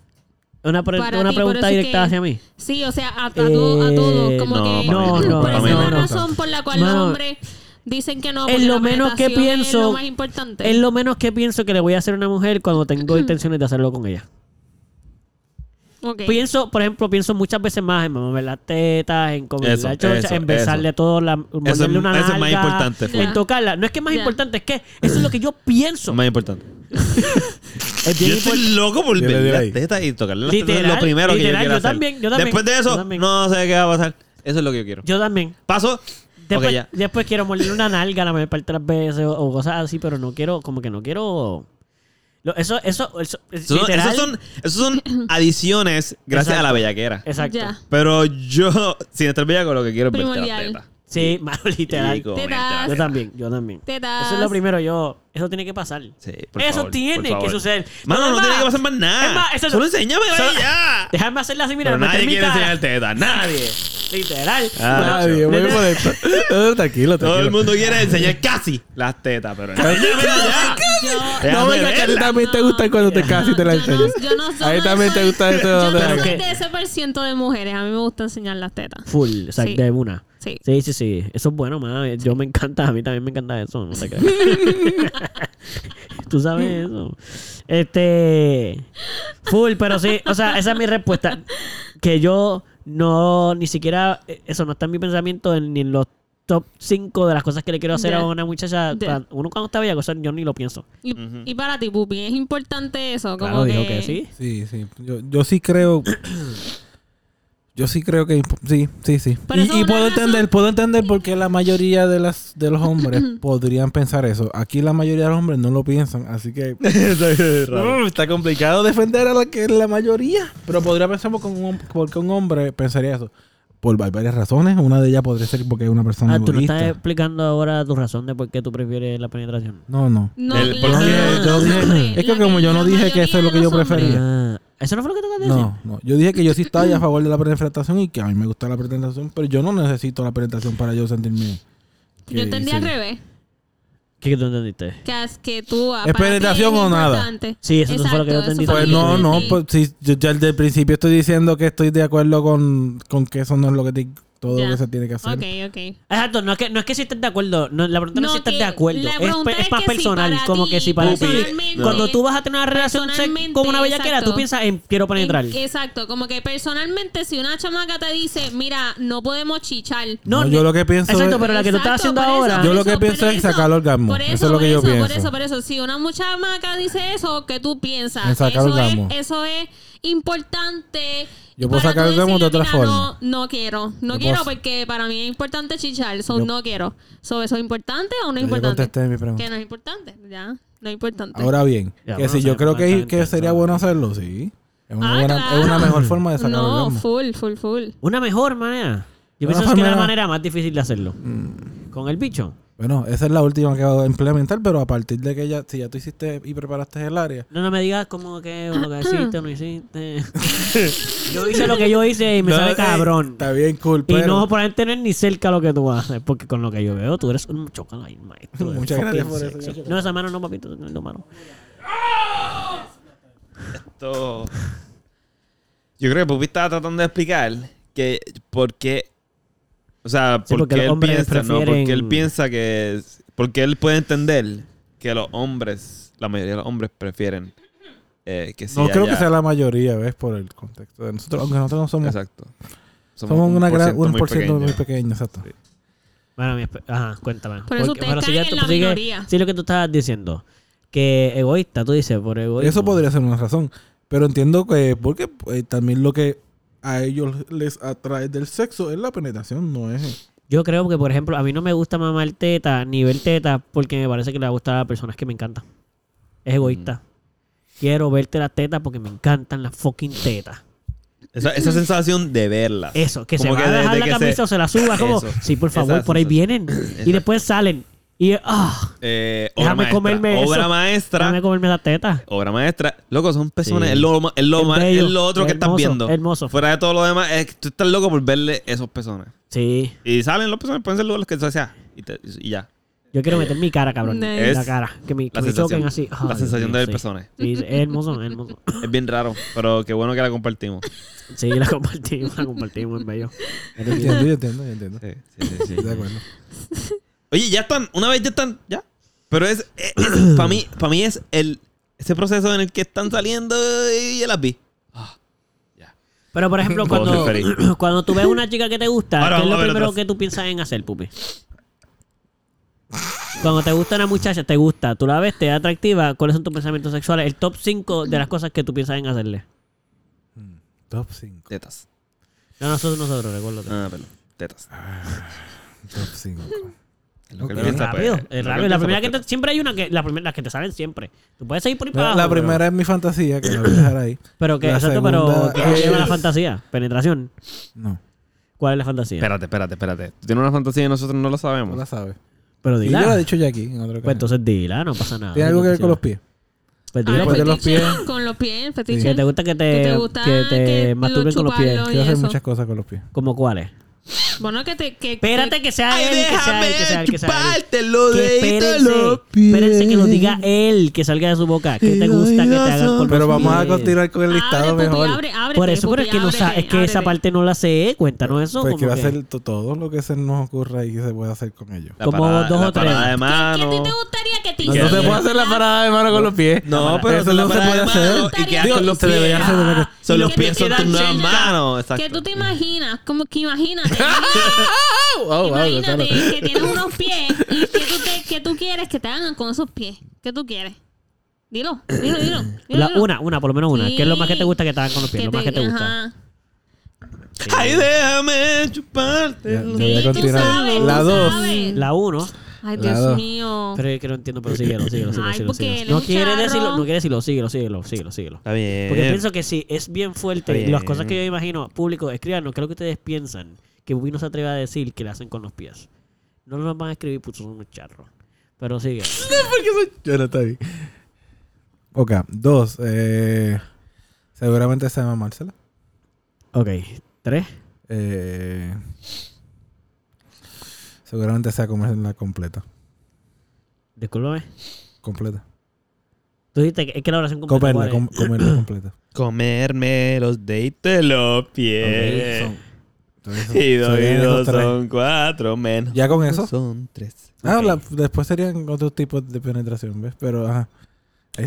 [SPEAKER 2] Una, pre-
[SPEAKER 3] para
[SPEAKER 2] una
[SPEAKER 3] ti, por
[SPEAKER 2] pregunta
[SPEAKER 3] eso es
[SPEAKER 2] directa
[SPEAKER 3] que-
[SPEAKER 2] hacia mí.
[SPEAKER 3] Sí, o sea, a, a todo, a
[SPEAKER 2] Eh,
[SPEAKER 3] todo. Como
[SPEAKER 1] no,
[SPEAKER 3] que.
[SPEAKER 1] para mí
[SPEAKER 2] no, no,
[SPEAKER 3] ¿Cuál
[SPEAKER 2] para
[SPEAKER 3] es
[SPEAKER 2] mí
[SPEAKER 3] la
[SPEAKER 2] no.
[SPEAKER 3] razón por la cual
[SPEAKER 2] Mano,
[SPEAKER 3] los hombres dicen que no?
[SPEAKER 2] es
[SPEAKER 3] porque
[SPEAKER 2] lo
[SPEAKER 3] la
[SPEAKER 2] menos que
[SPEAKER 3] penetración Es
[SPEAKER 2] pienso-
[SPEAKER 3] lo más importante.
[SPEAKER 2] Es lo menos que pienso que le voy a hacer a una mujer cuando
[SPEAKER 3] *clears throat*
[SPEAKER 2] tengo intenciones de hacerlo con ella.
[SPEAKER 3] Ok.
[SPEAKER 2] Pienso, por ejemplo, pienso muchas veces más en mover las tetas, en comer
[SPEAKER 1] Eso,
[SPEAKER 2] la chocha,
[SPEAKER 1] eso,
[SPEAKER 2] en besarle
[SPEAKER 1] eso.
[SPEAKER 2] todo, la, morderle una
[SPEAKER 1] eso es más
[SPEAKER 2] nalga,
[SPEAKER 1] importante,
[SPEAKER 3] fue.
[SPEAKER 2] En tocarla. No es que más
[SPEAKER 3] Ya.
[SPEAKER 2] importante, es que eso es lo que yo pienso.
[SPEAKER 1] Más importante.
[SPEAKER 2] Es bien
[SPEAKER 1] Yo estoy loco por
[SPEAKER 4] Dile,
[SPEAKER 1] ver
[SPEAKER 4] dile ahí.
[SPEAKER 1] las tetas y tocarle las tetas. Es
[SPEAKER 2] Literal,
[SPEAKER 1] lo primero que yo
[SPEAKER 2] literal,
[SPEAKER 1] quiero
[SPEAKER 2] yo
[SPEAKER 1] hacer.
[SPEAKER 2] también, yo también,
[SPEAKER 1] Después de
[SPEAKER 2] yo
[SPEAKER 1] eso,
[SPEAKER 2] también.
[SPEAKER 1] no sé qué va a pasar. Eso es lo que yo quiero.
[SPEAKER 2] impor- Yo también.
[SPEAKER 1] Paso.
[SPEAKER 2] Después,
[SPEAKER 1] ok, ya.
[SPEAKER 2] después quiero morderle una nalga la mayor parte de las veces o, o cosas así, pero no quiero, como que no quiero... lo- eso, eso, eso,
[SPEAKER 1] *clears throat* Esos son,
[SPEAKER 2] literal,
[SPEAKER 1] esos son, esos *clears throat* son adiciones gracias
[SPEAKER 2] Exacto.
[SPEAKER 1] a la bellaquera.
[SPEAKER 2] Exacto.
[SPEAKER 3] Ya.
[SPEAKER 1] Pero yo, *laughs* sin estar bellaco, lo que quiero es verte las
[SPEAKER 3] Primordial.
[SPEAKER 1] tetas.
[SPEAKER 2] Sí, *laughs* mano, literal.
[SPEAKER 1] Y comerte
[SPEAKER 3] Tetas.
[SPEAKER 1] las
[SPEAKER 2] Yo
[SPEAKER 1] tetas.
[SPEAKER 2] también, yo también.
[SPEAKER 3] Tetas.
[SPEAKER 2] Eso es lo primero, yo... Eso tiene que pasar.
[SPEAKER 1] Sí, por
[SPEAKER 2] eso
[SPEAKER 1] favor, por
[SPEAKER 2] tiene que
[SPEAKER 1] favor.
[SPEAKER 2] suceder.
[SPEAKER 1] Mano,
[SPEAKER 2] es
[SPEAKER 1] no,
[SPEAKER 2] más,
[SPEAKER 1] tiene que pasar más
[SPEAKER 2] es
[SPEAKER 1] nada.
[SPEAKER 2] más, eso-
[SPEAKER 1] Solo enséñame
[SPEAKER 2] solo-
[SPEAKER 1] ahí ya.
[SPEAKER 2] Déjame hacerla así, mira,
[SPEAKER 1] Pero
[SPEAKER 2] me
[SPEAKER 1] nadie
[SPEAKER 2] metí en mi
[SPEAKER 1] quiere *laughs*
[SPEAKER 2] cara.
[SPEAKER 1] enseñar tetas. Nadie.
[SPEAKER 2] *laughs* Literal.
[SPEAKER 1] Ah,
[SPEAKER 4] Nadie, muy
[SPEAKER 2] Nena.
[SPEAKER 4] molesto. Eh, Tranquilo, tranquilo.
[SPEAKER 1] Todo el mundo quiere enseñar casi las tetas, pero enséñame ya.
[SPEAKER 3] Yo,
[SPEAKER 1] Déjame
[SPEAKER 4] No, venga, que a ti
[SPEAKER 1] verla.
[SPEAKER 4] también te gustan cuando te casas y te la
[SPEAKER 3] yo
[SPEAKER 4] enseñas.
[SPEAKER 3] no- yo no soy-
[SPEAKER 4] A ti también te gusta este eso.
[SPEAKER 3] Yo
[SPEAKER 4] de-
[SPEAKER 3] no
[SPEAKER 2] Pero
[SPEAKER 3] soy
[SPEAKER 2] que-
[SPEAKER 3] de ese por ciento de mujeres. A mí me gusta enseñar las tetas.
[SPEAKER 2] Full, o sea,
[SPEAKER 3] Sí.
[SPEAKER 2] de una.
[SPEAKER 3] Sí.
[SPEAKER 2] Sí, sí, sí. Eso es bueno, mano. Yo me encanta, a mí también me encanta eso. No te
[SPEAKER 3] *laughs*
[SPEAKER 2] creas. *laughs* Tú sabes eso. Este. Full, pero sí. O sea, esa es mi respuesta. Que yo no, ni siquiera. Eso no está en mi pensamiento en- ni en los top 5 de las cosas que le quiero hacer
[SPEAKER 3] Ya.
[SPEAKER 2] a una muchacha.
[SPEAKER 3] Ya.
[SPEAKER 2] O sea, Uno cuando está bella, cosa, yo ni lo pienso.
[SPEAKER 3] Y,
[SPEAKER 1] Ujú.
[SPEAKER 3] y para ti, Pupi, es importante eso. Como
[SPEAKER 2] Claro,
[SPEAKER 3] que...
[SPEAKER 2] digo que sí.
[SPEAKER 4] Sí, sí. Yo, yo sí creo. *clears throat* Yo sí creo que impo- sí, sí, sí.
[SPEAKER 3] Pero
[SPEAKER 4] Y,
[SPEAKER 3] eso es
[SPEAKER 4] y
[SPEAKER 3] una
[SPEAKER 4] puedo
[SPEAKER 3] razón.
[SPEAKER 4] entender, puedo entender por qué la mayoría de las de los
[SPEAKER 3] *clears throat*
[SPEAKER 4] hombres podrían pensar eso. Aquí la mayoría de los hombres no lo piensan, así que Mm, está complicado defender a la que la mayoría, pero podría pensar porque un, hom- porque un hombre pensaría eso. Por varias razones, una de ellas podría ser porque es una persona
[SPEAKER 2] Ah, tú no
[SPEAKER 4] egoísta.
[SPEAKER 2] estás explicando ahora tu razón de por qué tú prefieres la penetración.
[SPEAKER 4] No, no.
[SPEAKER 3] No,
[SPEAKER 1] El-
[SPEAKER 3] la-
[SPEAKER 1] porque yo
[SPEAKER 3] la- los
[SPEAKER 4] dije-
[SPEAKER 3] hombres,
[SPEAKER 4] es que
[SPEAKER 3] la
[SPEAKER 4] como yo
[SPEAKER 3] la
[SPEAKER 4] no dije que eso es lo
[SPEAKER 3] mayoría
[SPEAKER 4] que
[SPEAKER 3] de
[SPEAKER 4] yo
[SPEAKER 3] los hombres.
[SPEAKER 4] prefería.
[SPEAKER 2] Ah, eso no fue lo que te de decir.
[SPEAKER 4] No, no. Yo dije que yo sí estaba a favor de la presentación y que a mí me gusta la presentación, pero yo no necesito la presentación para yo sentirme. que
[SPEAKER 3] Yo entendí al
[SPEAKER 4] hice.
[SPEAKER 3] revés.
[SPEAKER 2] ¿Qué tú entendiste?
[SPEAKER 3] Que, es que tú... ah,
[SPEAKER 4] ¿Es
[SPEAKER 3] para ti
[SPEAKER 4] penetración o nada?
[SPEAKER 3] importante.
[SPEAKER 2] Sí, eso fue lo que yo
[SPEAKER 3] Exacto,
[SPEAKER 2] entendí
[SPEAKER 3] eso fue
[SPEAKER 4] Pues
[SPEAKER 3] lo
[SPEAKER 4] no,
[SPEAKER 3] que yo
[SPEAKER 4] no,
[SPEAKER 3] entendí.
[SPEAKER 4] pues sí, yo ya desde el principio estoy diciendo que estoy de acuerdo con, con que eso no es lo que ti- todo
[SPEAKER 3] Ya.
[SPEAKER 4] lo que se tiene que hacer.
[SPEAKER 3] Ok, ok.
[SPEAKER 2] Exacto, no es que, no es que si estás de acuerdo, no, la pregunta no, es
[SPEAKER 3] No,
[SPEAKER 2] si estás
[SPEAKER 3] que
[SPEAKER 2] de acuerdo,
[SPEAKER 3] la
[SPEAKER 2] es,
[SPEAKER 3] pregunta
[SPEAKER 2] pe- es
[SPEAKER 3] es
[SPEAKER 2] más
[SPEAKER 3] que si
[SPEAKER 2] personal,
[SPEAKER 3] para
[SPEAKER 2] como
[SPEAKER 3] ti,
[SPEAKER 2] que si para ti,
[SPEAKER 3] personalmente,
[SPEAKER 2] cuando tú vas a tener una relación sex-
[SPEAKER 3] personalmente,
[SPEAKER 2] con una bellaquera,
[SPEAKER 3] exacto.
[SPEAKER 2] tú piensas en quiero penetrar.
[SPEAKER 3] En- exacto, como que personalmente si una chamaca te dice, mira, no podemos chichar.
[SPEAKER 4] No,
[SPEAKER 2] ni-
[SPEAKER 4] yo lo que pienso
[SPEAKER 2] Exacto,
[SPEAKER 4] es-
[SPEAKER 2] pero la que tú estás haciendo
[SPEAKER 3] Exacto, por eso,
[SPEAKER 2] ahora,
[SPEAKER 4] Yo lo
[SPEAKER 3] por
[SPEAKER 4] que
[SPEAKER 3] eso,
[SPEAKER 4] pienso
[SPEAKER 3] por
[SPEAKER 4] es sacar el orgasmo. Eso es lo que yo
[SPEAKER 3] por
[SPEAKER 4] pienso.
[SPEAKER 3] Por eso, por eso, si una muchaca dice eso, que tú piensas,
[SPEAKER 4] En sacar
[SPEAKER 3] eso,
[SPEAKER 4] orgasmo.
[SPEAKER 3] Es, eso es importante.
[SPEAKER 4] Yo puedo
[SPEAKER 3] para
[SPEAKER 4] sacar
[SPEAKER 3] tú
[SPEAKER 4] orgasmo de
[SPEAKER 3] decirle,
[SPEAKER 4] otra
[SPEAKER 3] "Mira,
[SPEAKER 4] forma".
[SPEAKER 3] No, no quiero, no
[SPEAKER 4] Yo
[SPEAKER 3] quiero
[SPEAKER 4] puedo-
[SPEAKER 3] porque para mí es importante chichar, so
[SPEAKER 4] Yo-
[SPEAKER 3] no quiero. So, ¿Eso es importante o no es
[SPEAKER 4] Yo
[SPEAKER 3] importante?
[SPEAKER 4] contesté mi
[SPEAKER 3] Que
[SPEAKER 4] pregunta.
[SPEAKER 3] no es importante, ya, no es importante.
[SPEAKER 4] Ahora bien,
[SPEAKER 2] Ya,
[SPEAKER 4] que
[SPEAKER 2] bueno,
[SPEAKER 4] si
[SPEAKER 2] sí,
[SPEAKER 4] yo creo que,
[SPEAKER 2] bueno,
[SPEAKER 4] que sería
[SPEAKER 2] está
[SPEAKER 4] bueno hacerlo, sí. Es una,
[SPEAKER 3] Ah,
[SPEAKER 4] buena, es una
[SPEAKER 3] claro.
[SPEAKER 4] mejor forma de sacar el
[SPEAKER 3] no,
[SPEAKER 4] orgasmo.
[SPEAKER 3] full, full, full.
[SPEAKER 2] una mejor manera. Yo
[SPEAKER 4] Una Mm.
[SPEAKER 2] pienso que es la
[SPEAKER 4] manera-
[SPEAKER 2] manera más difícil de hacerlo. Con el bicho.
[SPEAKER 4] Bueno, esa es la última que va a implementar, pero a partir de que ya, si ya tú hiciste y preparaste el área,
[SPEAKER 2] No, no me digas como que lo
[SPEAKER 3] *clears throat*
[SPEAKER 2] que hiciste o no hiciste. *laughs* yo hice lo que yo hice y me
[SPEAKER 4] No,
[SPEAKER 2] sale
[SPEAKER 4] eh,
[SPEAKER 2] cabrón.
[SPEAKER 4] Está bien cool,
[SPEAKER 2] Y
[SPEAKER 4] pero...
[SPEAKER 2] no por tener ni cerca lo que tú haces, porque con lo que yo veo, tú eres un chocado ahí, maestro. del
[SPEAKER 4] *laughs* Muchas gracias
[SPEAKER 2] fucking
[SPEAKER 4] por eso,
[SPEAKER 2] sexo. No, esa mano no, papito, no es lo malo.
[SPEAKER 1] Esto- Yo creo que Pupi estaba tratando de explicar que por qué. O sea,
[SPEAKER 2] Sí,
[SPEAKER 1] por qué
[SPEAKER 2] porque los
[SPEAKER 1] él
[SPEAKER 2] hombres
[SPEAKER 1] piensa, ¿no?
[SPEAKER 2] prefieren-
[SPEAKER 1] Porque él piensa que. Porque él puede entender que los hombres, la mayoría de los hombres prefieren eh, que
[SPEAKER 4] no
[SPEAKER 1] sí
[SPEAKER 4] creo que
[SPEAKER 1] haya-
[SPEAKER 4] sea la mayoría, ¿ves? Por el contexto de nosotros, aunque nosotros no somos...
[SPEAKER 1] Exacto.
[SPEAKER 4] Somos, una
[SPEAKER 1] por
[SPEAKER 4] gran,
[SPEAKER 1] ciento
[SPEAKER 4] un
[SPEAKER 1] muy
[SPEAKER 4] por ciento muy
[SPEAKER 1] pequeño.
[SPEAKER 4] pequeño, exacto.
[SPEAKER 1] Sí.
[SPEAKER 2] Bueno, mi espe- ajá, cuéntame.
[SPEAKER 3] Por eso
[SPEAKER 2] Porque-
[SPEAKER 3] ustedes
[SPEAKER 2] bueno,
[SPEAKER 3] caen
[SPEAKER 2] ya
[SPEAKER 3] en
[SPEAKER 2] tú-
[SPEAKER 3] la
[SPEAKER 2] sigue-
[SPEAKER 3] minoría.
[SPEAKER 2] Sí, lo que tú estabas diciendo. Que egoísta, tú dices, por egoísmo.
[SPEAKER 4] Eso podría ser una razón. Pero entiendo que porque eh, también lo que a ellos les atrae del sexo es la penetración, no es...
[SPEAKER 2] Yo creo que, por ejemplo, a mí no me gusta mamar teta, ni ver teta, porque me parece que le va a gustar a personas que me encantan.
[SPEAKER 1] Mm.
[SPEAKER 2] Es egoísta. Quiero verte las tetas porque me encantan las fucking tetas.
[SPEAKER 1] Esa, esa sensación de verla.
[SPEAKER 2] Eso, que
[SPEAKER 1] Como
[SPEAKER 2] se va
[SPEAKER 1] que
[SPEAKER 2] a
[SPEAKER 1] de-
[SPEAKER 2] dejar
[SPEAKER 1] de
[SPEAKER 2] la
[SPEAKER 1] que se-
[SPEAKER 2] camisa o se la suba, como,
[SPEAKER 1] Eso.
[SPEAKER 2] sí, por
[SPEAKER 1] Esa
[SPEAKER 2] favor, por ahí
[SPEAKER 1] sensación. *clears throat*
[SPEAKER 2] vienen. Y
[SPEAKER 1] Exacto.
[SPEAKER 2] después salen. Y, ah,
[SPEAKER 1] Eh, obra
[SPEAKER 2] Déjame
[SPEAKER 1] maestra.
[SPEAKER 2] comerme eso.
[SPEAKER 1] obra maestra.
[SPEAKER 2] déjame comerme las tetas.
[SPEAKER 1] Obra maestra. Loco, son personas.
[SPEAKER 2] Sí.
[SPEAKER 1] Es, lo, ma- es, lo,
[SPEAKER 2] Es
[SPEAKER 1] ma-
[SPEAKER 2] bello,
[SPEAKER 1] es lo otro que estás
[SPEAKER 2] hermoso,
[SPEAKER 1] viendo.
[SPEAKER 2] hermoso.
[SPEAKER 1] Fuera de todo lo demás, es que tú estás loco por verle esos personas.
[SPEAKER 2] Sí,
[SPEAKER 1] Y salen los personas, pueden ser los que tú decías. Y, te- y ya.
[SPEAKER 2] yo quiero meter mi cara, cabrón.
[SPEAKER 3] Nice.
[SPEAKER 2] En la
[SPEAKER 1] Es
[SPEAKER 2] cara. Que me, que
[SPEAKER 1] la
[SPEAKER 2] me
[SPEAKER 1] sensación.
[SPEAKER 2] choquen así.
[SPEAKER 1] La
[SPEAKER 2] Ay, Dios
[SPEAKER 1] sensación
[SPEAKER 2] mío,
[SPEAKER 1] de ver
[SPEAKER 2] sí.
[SPEAKER 1] personas.
[SPEAKER 2] Sí, es hermoso, es hermoso.
[SPEAKER 1] Es bien raro, pero qué bueno que la compartimos.
[SPEAKER 2] Sí, la compartimos, la compartimos, es bello.
[SPEAKER 4] Yo *laughs* entiendo, yo entiendo, yo entiendo.
[SPEAKER 1] Sí, sí, sí, sí.
[SPEAKER 4] Estoy de acuerdo.
[SPEAKER 1] Oye, ya están. Una vez ya están. Ya. Pero es. para mí, para mí es el. Ese proceso en el que están saliendo y ya las vi. Ah, ya.
[SPEAKER 2] Pero, por ejemplo,
[SPEAKER 1] Puedo
[SPEAKER 2] cuando,
[SPEAKER 1] ser feliz.
[SPEAKER 2] *clears throat* cuando tú ves una chica que te gusta,
[SPEAKER 1] Ahora
[SPEAKER 2] ¿qué es
[SPEAKER 1] vamos
[SPEAKER 2] lo
[SPEAKER 1] a ver
[SPEAKER 2] primero
[SPEAKER 1] otras.
[SPEAKER 2] que tú piensas en hacer, pupi? Cuando te gusta una muchacha, te gusta, tú la ves, te es atractiva, ¿cuáles son tus pensamientos sexuales? El top 5 de las cosas que tú piensas en hacerle.
[SPEAKER 4] Top 5.
[SPEAKER 1] Tetas.
[SPEAKER 2] No, nosotros, nosotros, recuérdate.
[SPEAKER 1] Ah, perdón. Tetas.
[SPEAKER 4] Top
[SPEAKER 2] *laughs*
[SPEAKER 4] 5.
[SPEAKER 1] Es lo que él
[SPEAKER 4] Ok.
[SPEAKER 2] Es
[SPEAKER 1] piensa, pues,
[SPEAKER 2] rápido,
[SPEAKER 1] es lo que
[SPEAKER 2] es
[SPEAKER 1] él
[SPEAKER 2] rápido. La
[SPEAKER 1] piensa,
[SPEAKER 2] primera
[SPEAKER 1] pues,
[SPEAKER 2] que te, siempre hay una que, la primera, las que te salen siempre. Tú puedes seguir por ahí para
[SPEAKER 4] La,
[SPEAKER 2] abajo.
[SPEAKER 4] la
[SPEAKER 2] pero-
[SPEAKER 4] primera es mi fantasía, que la voy a dejar ahí.
[SPEAKER 2] Pero que,
[SPEAKER 4] la
[SPEAKER 2] exacto,
[SPEAKER 4] segunda eh,
[SPEAKER 2] pero ¿qué te lleva la
[SPEAKER 4] es-
[SPEAKER 2] fantasía? Penetración.
[SPEAKER 4] No,
[SPEAKER 2] ¿Cuál es la fantasía?
[SPEAKER 1] Espérate, espérate, espérate. Tú tienes una fantasía y nosotros no lo
[SPEAKER 4] no
[SPEAKER 1] sabemos.
[SPEAKER 4] la sabes.
[SPEAKER 2] pero
[SPEAKER 4] Y yo lo he
[SPEAKER 2] dila.
[SPEAKER 4] dicho ya aquí, en otro
[SPEAKER 2] Pues
[SPEAKER 4] caso.
[SPEAKER 2] entonces dila, no pasa nada.
[SPEAKER 4] Tiene algo que ver con los pies.
[SPEAKER 2] Pues
[SPEAKER 3] Ah,
[SPEAKER 2] dila,
[SPEAKER 3] el
[SPEAKER 4] Pues de los
[SPEAKER 3] fetiche,
[SPEAKER 4] pies.
[SPEAKER 3] Con los pies, el
[SPEAKER 4] Sí.
[SPEAKER 3] fetiche.
[SPEAKER 2] Que te gusta que te,
[SPEAKER 3] Que te gusta
[SPEAKER 2] que te
[SPEAKER 3] que lo
[SPEAKER 2] masturben con los pies.
[SPEAKER 3] chuparlo.
[SPEAKER 4] Quiero hacer
[SPEAKER 3] eso.
[SPEAKER 4] muchas cosas con los pies.
[SPEAKER 2] ¿Como cuáles?
[SPEAKER 3] Bueno, que te. Que,
[SPEAKER 2] Espérate que sea él, que sea él, que sea él, que sea él.
[SPEAKER 4] chupártelo,
[SPEAKER 2] Que espérense,
[SPEAKER 4] deítalo,
[SPEAKER 2] espérense que lo
[SPEAKER 4] bien.
[SPEAKER 2] diga él, que salga de su boca. ¿Qué te
[SPEAKER 4] Ay,
[SPEAKER 2] gusta que te
[SPEAKER 4] Dios,
[SPEAKER 2] hagan con
[SPEAKER 4] Pero
[SPEAKER 2] los
[SPEAKER 4] vamos a
[SPEAKER 2] pies? Ah,
[SPEAKER 4] continuar con el listado mejor.
[SPEAKER 2] Por eso, pero es que, no sa- es que esa parte no la sé. Cuéntanos eso.
[SPEAKER 4] Pues que
[SPEAKER 2] como
[SPEAKER 4] va a
[SPEAKER 2] que-
[SPEAKER 4] ser to- todo lo que se nos ocurra y que se pueda hacer con ellos.
[SPEAKER 1] La
[SPEAKER 2] Como
[SPEAKER 1] parada-
[SPEAKER 2] dos
[SPEAKER 1] la
[SPEAKER 2] o tres.
[SPEAKER 1] parada de
[SPEAKER 3] ¿Qué, a ti
[SPEAKER 1] mano.
[SPEAKER 3] te gustaría que
[SPEAKER 1] que-
[SPEAKER 3] te
[SPEAKER 4] No, no se
[SPEAKER 3] hicieran?
[SPEAKER 4] puede hacer la parada de mano con los pies.
[SPEAKER 1] No, pero
[SPEAKER 4] eso
[SPEAKER 1] es la
[SPEAKER 4] no se
[SPEAKER 1] parada
[SPEAKER 4] puede
[SPEAKER 1] de mano
[SPEAKER 4] hacer.
[SPEAKER 1] Y que hagas
[SPEAKER 3] Digo,
[SPEAKER 1] con los
[SPEAKER 4] se debería
[SPEAKER 1] pies.
[SPEAKER 4] hacer de verdad
[SPEAKER 1] Son los
[SPEAKER 3] Ah, Que te
[SPEAKER 1] pies, son tus
[SPEAKER 3] quedan
[SPEAKER 1] nuevas
[SPEAKER 3] cerca.
[SPEAKER 1] manos.
[SPEAKER 3] Que tú
[SPEAKER 1] Exacto.
[SPEAKER 3] te imaginas, como que
[SPEAKER 4] *laughs*
[SPEAKER 3] imagínate.
[SPEAKER 4] Oh, wow,
[SPEAKER 3] imagínate
[SPEAKER 4] Gonzalo.
[SPEAKER 3] que tienes unos pies y que tú, te- que tú quieres que te hagan con esos pies. ¿Qué tú quieres? Dilo, dilo, dilo. dilo,
[SPEAKER 2] La-
[SPEAKER 3] dilo.
[SPEAKER 2] una, una, por lo menos una. ¿Qué es lo más que te gusta que te hagan con los pies? Lo más que te gusta.
[SPEAKER 3] ajá.
[SPEAKER 1] Ay, déjame chuparte.
[SPEAKER 4] Ya, debería
[SPEAKER 3] Sí, tú sabes,
[SPEAKER 4] continuar.
[SPEAKER 3] tú
[SPEAKER 4] La dos.
[SPEAKER 3] sabes.
[SPEAKER 2] La uno.
[SPEAKER 3] Ay,
[SPEAKER 4] La
[SPEAKER 3] Dios
[SPEAKER 4] dos.
[SPEAKER 3] mío.
[SPEAKER 2] Pero es que no entiendo, pero síguelo, síguelo, síguelo,
[SPEAKER 3] Ay,
[SPEAKER 2] síguelo,
[SPEAKER 3] porque
[SPEAKER 2] síguelo.
[SPEAKER 3] él es
[SPEAKER 2] No
[SPEAKER 3] un
[SPEAKER 2] quiere
[SPEAKER 3] charro.
[SPEAKER 2] decirlo, no quiere decirlo, síguelo, síguelo, síguelo, síguelo.
[SPEAKER 1] Está bien.
[SPEAKER 2] Porque pienso que sí, es bien fuerte.
[SPEAKER 1] Eh, Está bien.
[SPEAKER 2] Las cosas que yo imagino, público, escríbanos, ¿qué es lo que ustedes piensan que Bubi no se atreve a decir que le hacen con los pies? No nos van a escribir, puto, son unos charros. Pero sigue.
[SPEAKER 4] Yo no estoy. Ok, dos. Eh, seguramente se llama Marcela.
[SPEAKER 2] Ok, tres.
[SPEAKER 4] Eh, seguramente sea comerla completa.
[SPEAKER 2] Discúlpame.
[SPEAKER 4] Completa.
[SPEAKER 2] Tú dijiste que es que la oración completa.
[SPEAKER 4] Comerla,
[SPEAKER 2] ¿cuál es?
[SPEAKER 4] com- comerla *laughs* completa.
[SPEAKER 1] Comerme los deditos de los pies.
[SPEAKER 4] Ok, son- entonces son-
[SPEAKER 1] Y dos y
[SPEAKER 4] serían esos
[SPEAKER 1] dos
[SPEAKER 4] tres.
[SPEAKER 1] son cuatro menos.
[SPEAKER 4] Ya con eso.
[SPEAKER 1] Son tres.
[SPEAKER 4] Ah, la- después serían otros tipos de penetración, ¿ves? Pero ajá. Ahí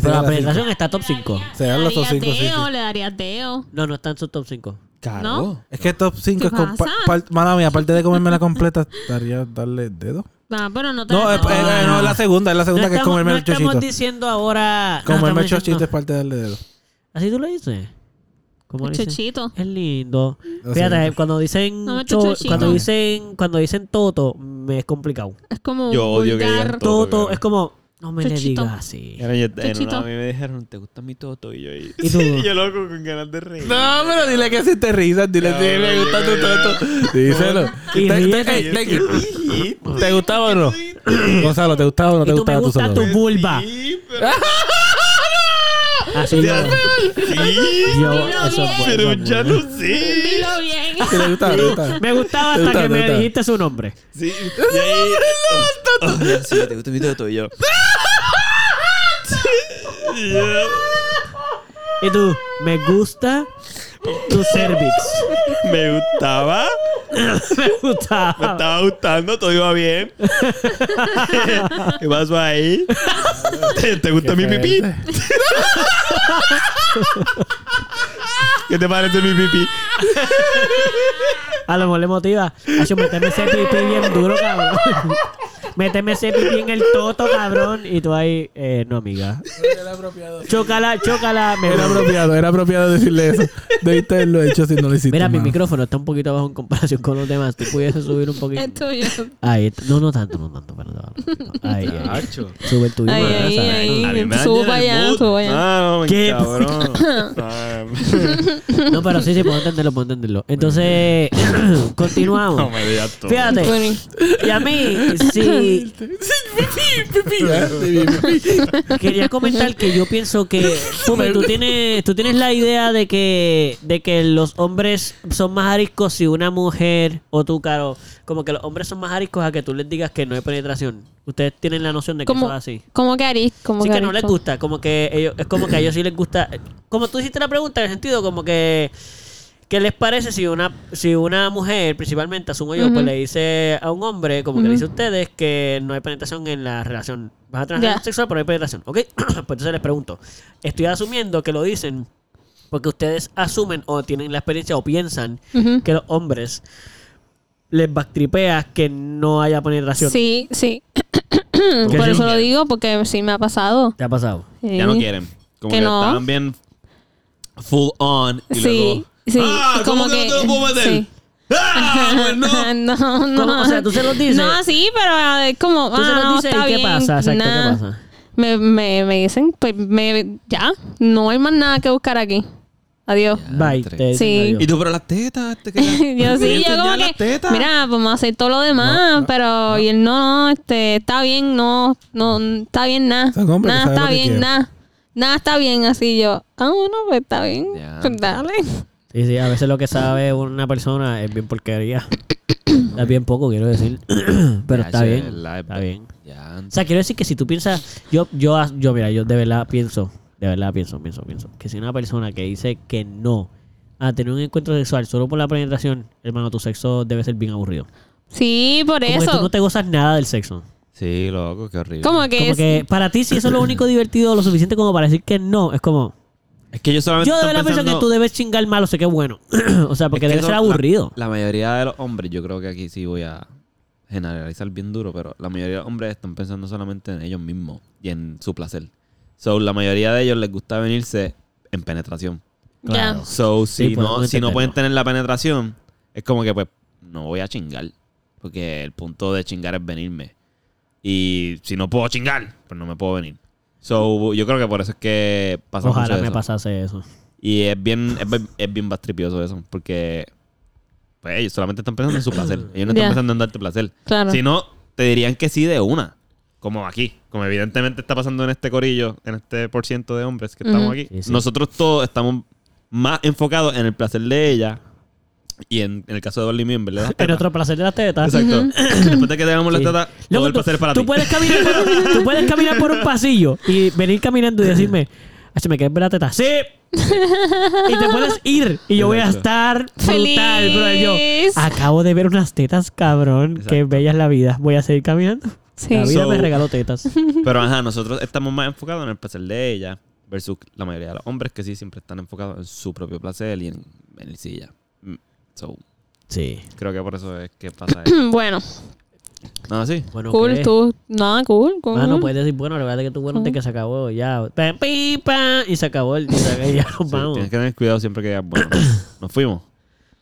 [SPEAKER 2] Pero
[SPEAKER 4] serían
[SPEAKER 2] la
[SPEAKER 4] las
[SPEAKER 2] penetración
[SPEAKER 4] cinco.
[SPEAKER 2] está top 5.
[SPEAKER 4] Se dan los
[SPEAKER 3] Le daría
[SPEAKER 4] cinco, sí,
[SPEAKER 3] teo,
[SPEAKER 4] sí.
[SPEAKER 3] Le daría teo.
[SPEAKER 2] No, no está en su top 5.
[SPEAKER 3] ¿No?
[SPEAKER 4] Es que top 5
[SPEAKER 3] ¿Qué
[SPEAKER 4] es con
[SPEAKER 3] pasa?
[SPEAKER 4] pa- par- mala mía, aparte de comérmela completa, estaría darle dedo.
[SPEAKER 3] Ah, pero no te
[SPEAKER 4] No,
[SPEAKER 3] la-
[SPEAKER 4] eh, eh, no, es la segunda, es la
[SPEAKER 2] No
[SPEAKER 4] segunda que es
[SPEAKER 2] estamos,
[SPEAKER 4] comerme
[SPEAKER 2] no
[SPEAKER 4] el chochito.
[SPEAKER 2] estamos diciendo ahora. no
[SPEAKER 4] Comerme el
[SPEAKER 2] estamos
[SPEAKER 4] chochito
[SPEAKER 2] diciendo-
[SPEAKER 4] es parte de darle dedo.
[SPEAKER 2] Así tú lo dices. ¿Cómo le dices?
[SPEAKER 3] Chochito.
[SPEAKER 2] Es lindo.
[SPEAKER 4] Lo
[SPEAKER 2] Fíjate,
[SPEAKER 4] siento.
[SPEAKER 2] cuando dicen
[SPEAKER 3] No me
[SPEAKER 2] cho-
[SPEAKER 3] chucho el
[SPEAKER 2] cuando
[SPEAKER 4] Ah.
[SPEAKER 3] chico.
[SPEAKER 2] dicen cuando dicen toto me es complicado.
[SPEAKER 3] Es como
[SPEAKER 1] Yo odio que
[SPEAKER 3] vulgar.
[SPEAKER 1] digan Toto,
[SPEAKER 2] Toto
[SPEAKER 1] cabrón.
[SPEAKER 2] es como no me le
[SPEAKER 3] Chuchito.
[SPEAKER 2] digas así.
[SPEAKER 1] Era yo- en
[SPEAKER 3] Chuchito.
[SPEAKER 1] una, a mí me dijeron, ¿te gusta mi toto? *laughs* Y yo ahí.
[SPEAKER 2] ¿Y tú?
[SPEAKER 1] Sí, yo loco con ganas de reír.
[SPEAKER 4] No, pero dile que si te risas, dile
[SPEAKER 1] No,
[SPEAKER 4] si me
[SPEAKER 1] no,
[SPEAKER 4] gusta
[SPEAKER 1] no,
[SPEAKER 4] tu
[SPEAKER 1] no.
[SPEAKER 4] toto. Díselo.
[SPEAKER 2] Y
[SPEAKER 4] Te- te-
[SPEAKER 2] ríete.
[SPEAKER 4] ey, te- ¿Te gustaba o no? Gonzalo, ¿te gustaba o no
[SPEAKER 2] Y
[SPEAKER 4] te
[SPEAKER 2] tú me
[SPEAKER 4] gustaba tu
[SPEAKER 2] gusta tu
[SPEAKER 4] solo?
[SPEAKER 2] vulva.
[SPEAKER 1] Sí, pero.
[SPEAKER 2] Así yo,
[SPEAKER 1] Sí,
[SPEAKER 2] yo
[SPEAKER 3] Dilo
[SPEAKER 2] eso es bueno,
[SPEAKER 1] pero
[SPEAKER 2] eso es
[SPEAKER 1] ya
[SPEAKER 2] bueno.
[SPEAKER 1] no sé.
[SPEAKER 3] Dilo bien.
[SPEAKER 4] ¿Te gustaba? ¿Te gustaba?
[SPEAKER 2] Me gustaba hasta
[SPEAKER 4] Te gusta,
[SPEAKER 2] que
[SPEAKER 4] te
[SPEAKER 2] me
[SPEAKER 4] gusta.
[SPEAKER 2] dijiste su nombre.
[SPEAKER 3] *laughs*
[SPEAKER 1] Sí, y ahí. Oh, oh, ya, sí, te gusta mi toto.
[SPEAKER 3] *laughs*
[SPEAKER 1] Y yo. Sí, ya.
[SPEAKER 2] Y tú, me gusta tu cervix.
[SPEAKER 1] *laughs*
[SPEAKER 2] *laughs*
[SPEAKER 1] Me gustaba.
[SPEAKER 2] Me gustaba.
[SPEAKER 1] Me estaba gustando, todo iba
[SPEAKER 3] *laughs*
[SPEAKER 1] bien. ¿Qué pasó ahí? ¿Te, te gusta mi pipí? *laughs* ¿Qué te parece mi pipí?
[SPEAKER 2] A lo mejor le motiva. Acho, méteme ese pipí bien duro, cabrón. *laughs* méteme ese pipí en el toto, cabrón. Y tú ahí, eh, no, amiga.
[SPEAKER 4] Era apropiado.
[SPEAKER 2] Chócala, chócala. Me
[SPEAKER 4] Era
[SPEAKER 2] voy.
[SPEAKER 4] apropiado, era apropiado decirle eso. Debiste haberlo hecho si no lo hiciste.
[SPEAKER 2] Mira, mi
[SPEAKER 4] mano.
[SPEAKER 2] micrófono está un poquito abajo en comparación con los demás. Tú pudiese subir un poquito.
[SPEAKER 3] Es tuyo.
[SPEAKER 2] Ahí, está. no, no tanto, no tanto. Pero, no, no. Ahí, ahí. Sube el tuyo.
[SPEAKER 3] Ay,
[SPEAKER 2] madre,
[SPEAKER 3] ay,
[SPEAKER 2] ¿sabes?
[SPEAKER 3] ay.
[SPEAKER 1] A mí me
[SPEAKER 3] *laughs* Subo
[SPEAKER 1] daña
[SPEAKER 3] pa'
[SPEAKER 1] el
[SPEAKER 3] allá,
[SPEAKER 1] mood.
[SPEAKER 3] subo pa' allá.
[SPEAKER 1] Ah, no, me
[SPEAKER 2] ¿Qué?
[SPEAKER 1] cabrón. Ah, *laughs*
[SPEAKER 2] No, pero sí, sí, puedo entenderlo, puedo entenderlo. Entonces,
[SPEAKER 1] no
[SPEAKER 2] *coughs* continuamos.
[SPEAKER 1] me digas todo.
[SPEAKER 2] Fíjate. Y a mí,
[SPEAKER 3] *coughs*
[SPEAKER 2] sí,
[SPEAKER 4] Ya, sí, sí, sí.
[SPEAKER 2] Quería comentar que yo pienso que Fumi, tú tienes, tú tienes la idea de que, de que los hombres son más ariscos si una mujer o tú, Caro, como que los hombres son más ariscos a que tú les digas que no hay penetración. Ustedes tienen la noción de que
[SPEAKER 3] Como,
[SPEAKER 2] eso es así.
[SPEAKER 3] como que aris, como
[SPEAKER 2] Sí que no les
[SPEAKER 3] arisco.
[SPEAKER 2] gusta, como que ellos, es como que a ellos sí les gusta. Como tú hiciste la pregunta, en el sentido como que ¿qué les parece si una, si una mujer, principalmente asumo yo, pues le dice a un hombre, como que le dice a ustedes, que no hay penetración en la relación. Vas a tener
[SPEAKER 3] Ya.
[SPEAKER 2] relación sexual, pero no hay penetración. ¿Ok? *clears throat* pues entonces les pregunto. Estoy asumiendo que lo dicen porque ustedes asumen o tienen la experiencia o piensan
[SPEAKER 3] Ujú.
[SPEAKER 2] que los hombres les backtripeas que no haya penetración.
[SPEAKER 3] Sí, sí.
[SPEAKER 2] Que
[SPEAKER 3] Por
[SPEAKER 2] sí.
[SPEAKER 3] eso lo digo, porque sí me ha pasado. Eh,
[SPEAKER 2] ¿Te ha pasado?
[SPEAKER 3] Sí.
[SPEAKER 1] Ya no quieren. Como
[SPEAKER 3] Que
[SPEAKER 1] que,
[SPEAKER 3] no.
[SPEAKER 1] estaban bien full on. Y
[SPEAKER 3] Sí,
[SPEAKER 1] luego,
[SPEAKER 3] sí.
[SPEAKER 1] Ah, ¿cómo
[SPEAKER 3] como
[SPEAKER 1] que, no te lo puedo meter?
[SPEAKER 3] sí.
[SPEAKER 1] ¡Ah! Pues no.
[SPEAKER 3] *laughs* no, no.
[SPEAKER 2] ¿Cómo? O sea, ¿tú se los dices?
[SPEAKER 3] *laughs* No, sí, pero ah, es como.
[SPEAKER 2] Tú se
[SPEAKER 3] ah,
[SPEAKER 2] los
[SPEAKER 3] no,
[SPEAKER 2] dices
[SPEAKER 3] está
[SPEAKER 2] y ¿qué
[SPEAKER 3] bien.
[SPEAKER 2] pasa? Exacto, ¿qué
[SPEAKER 3] Nah.
[SPEAKER 2] pasa?
[SPEAKER 3] Me, me, me dicen, pues me, ya, no hay más nada que buscar aquí. Adiós. *laughs*
[SPEAKER 2] Bye.
[SPEAKER 1] Tres.
[SPEAKER 2] te dicen
[SPEAKER 3] Sí.
[SPEAKER 2] adiós.
[SPEAKER 1] Y tú, pero las tetas.
[SPEAKER 5] este
[SPEAKER 1] Te quedan- Voy
[SPEAKER 3] yo
[SPEAKER 1] a
[SPEAKER 3] sí, yo
[SPEAKER 1] enseñar
[SPEAKER 3] como
[SPEAKER 1] las
[SPEAKER 3] que,
[SPEAKER 1] tetas.
[SPEAKER 3] mira, vamos a hacer todo lo demás, pero y él no, no, este, está bien, no, no, está bien nada,
[SPEAKER 4] Son hombres que
[SPEAKER 3] nada
[SPEAKER 4] saben
[SPEAKER 3] está
[SPEAKER 4] lo que
[SPEAKER 3] bien,
[SPEAKER 4] quieren.
[SPEAKER 3] nada, nada está bien, así yo, ah, bueno, pues está bien,
[SPEAKER 1] Ya.
[SPEAKER 3] pues dale.
[SPEAKER 1] *coughs*
[SPEAKER 2] Sí, sí, a veces lo que sabe una persona es bien porquería. Está bien poco, quiero decir. *coughs* Pero
[SPEAKER 1] Ya,
[SPEAKER 2] está
[SPEAKER 1] che,
[SPEAKER 2] bien.
[SPEAKER 1] ¿verdad?
[SPEAKER 2] Está bien.
[SPEAKER 1] Ya,
[SPEAKER 2] O sea, quiero decir que si tú piensas, yo, yo, yo, mira, yo de verdad pienso, de verdad pienso, pienso, pienso, que si una persona que dice que no a tener un encuentro sexual solo por la penetración, hermano, tu sexo debe ser bien aburrido.
[SPEAKER 3] Sí, por
[SPEAKER 2] Como que tú no
[SPEAKER 3] eso.
[SPEAKER 2] te gozas nada del sexo.
[SPEAKER 1] Sí, loco, qué horrible.
[SPEAKER 3] Como que,
[SPEAKER 2] Como
[SPEAKER 3] es-
[SPEAKER 2] que para ti, si eso es lo único divertido, lo suficiente como para decir que no, es como.
[SPEAKER 1] Es que yo solamente
[SPEAKER 2] Yo de
[SPEAKER 1] estoy
[SPEAKER 2] verdad pienso que
[SPEAKER 1] pensando-
[SPEAKER 2] tú debes chingar malo, sé que es bueno. *coughs* o sea,
[SPEAKER 1] Es
[SPEAKER 2] porque
[SPEAKER 1] que
[SPEAKER 2] debe
[SPEAKER 1] eso-
[SPEAKER 2] ser
[SPEAKER 1] la-
[SPEAKER 2] aburrido.
[SPEAKER 1] La, mayoría de los hombres, yo creo que aquí sí voy a generalizar bien duro, pero la mayoría de los hombres están pensando solamente en ellos mismos y en su placer. So, la mayoría de ellos les gusta venirse en penetración.
[SPEAKER 3] ya.
[SPEAKER 1] So, si,
[SPEAKER 2] Sí, pues,
[SPEAKER 1] no,
[SPEAKER 2] podemos
[SPEAKER 1] si no
[SPEAKER 2] entenderlo.
[SPEAKER 1] pueden tener la penetración, es como que pues no voy a chingar. Porque el punto de chingar es venirme. Y si no puedo chingar, pues no me puedo venir. So, yo creo que por eso es que pasa
[SPEAKER 2] Ojalá
[SPEAKER 1] mucho
[SPEAKER 2] me
[SPEAKER 1] eso.
[SPEAKER 2] pasase eso.
[SPEAKER 1] Y es bien, es, bien- es bien bastripioso eso, porque pues, ellos solamente están pensando en su placer. Ellos no están
[SPEAKER 3] Ya.
[SPEAKER 1] pensando en darte placer.
[SPEAKER 3] Claro.
[SPEAKER 1] Si no, te dirían que sí de una. Como aquí. Como evidentemente está pasando en este corillo, en este por ciento de hombres que estamos
[SPEAKER 3] Ujú.
[SPEAKER 1] aquí.
[SPEAKER 2] Sí, sí.
[SPEAKER 1] Nosotros todos estamos más enfocados en el placer de ella y en, en el caso de Dolly Mien, ¿verdad?
[SPEAKER 2] En otro placer de las tetas.
[SPEAKER 1] Exacto. Después de que tengamos la
[SPEAKER 2] Sí.
[SPEAKER 1] tata, todo
[SPEAKER 2] Loco,
[SPEAKER 1] el placer es para
[SPEAKER 2] tú
[SPEAKER 1] ti.
[SPEAKER 2] Puedes caminar por, tú puedes caminar por un pasillo y venir caminando y decirme, "Ay, se me quedé en la teta. ¡Sí! Y te puedes ir. Y yo voy a
[SPEAKER 1] Exacto.
[SPEAKER 2] estar brutal,
[SPEAKER 3] Feliz.
[SPEAKER 2] bro. Y yo, ah, acabo de ver unas tetas, cabrón. Qué
[SPEAKER 1] Exacto.
[SPEAKER 2] bella es la vida. Voy a seguir caminando.
[SPEAKER 3] Sí.
[SPEAKER 2] La vida
[SPEAKER 1] So-
[SPEAKER 2] me regaló
[SPEAKER 3] *laughs*
[SPEAKER 2] tetas.
[SPEAKER 1] Pero ajá, nosotros estamos más enfocados en el placer de ella versus la mayoría de los hombres que sí siempre están enfocados en su propio placer y en venirse y ya. Mm, So,
[SPEAKER 2] Sí.
[SPEAKER 1] creo que por eso es que pasa
[SPEAKER 2] *coughs*
[SPEAKER 1] eso.
[SPEAKER 3] Mm, Bueno,
[SPEAKER 1] No, sí.
[SPEAKER 2] Bueno,
[SPEAKER 3] cool,
[SPEAKER 2] ¿qué?
[SPEAKER 3] tú. Nada, cool, cool.
[SPEAKER 2] Mano, pues, puedes decir, bueno, la verdad es que tú, bueno, de que se acabó ya. Pam, pim, pam, y se acabó el día. Y ya
[SPEAKER 1] Sí,
[SPEAKER 2] nos vamos.
[SPEAKER 1] Tienes que tener cuidado siempre que digas,
[SPEAKER 2] *coughs*
[SPEAKER 1] bueno, nos fuimos.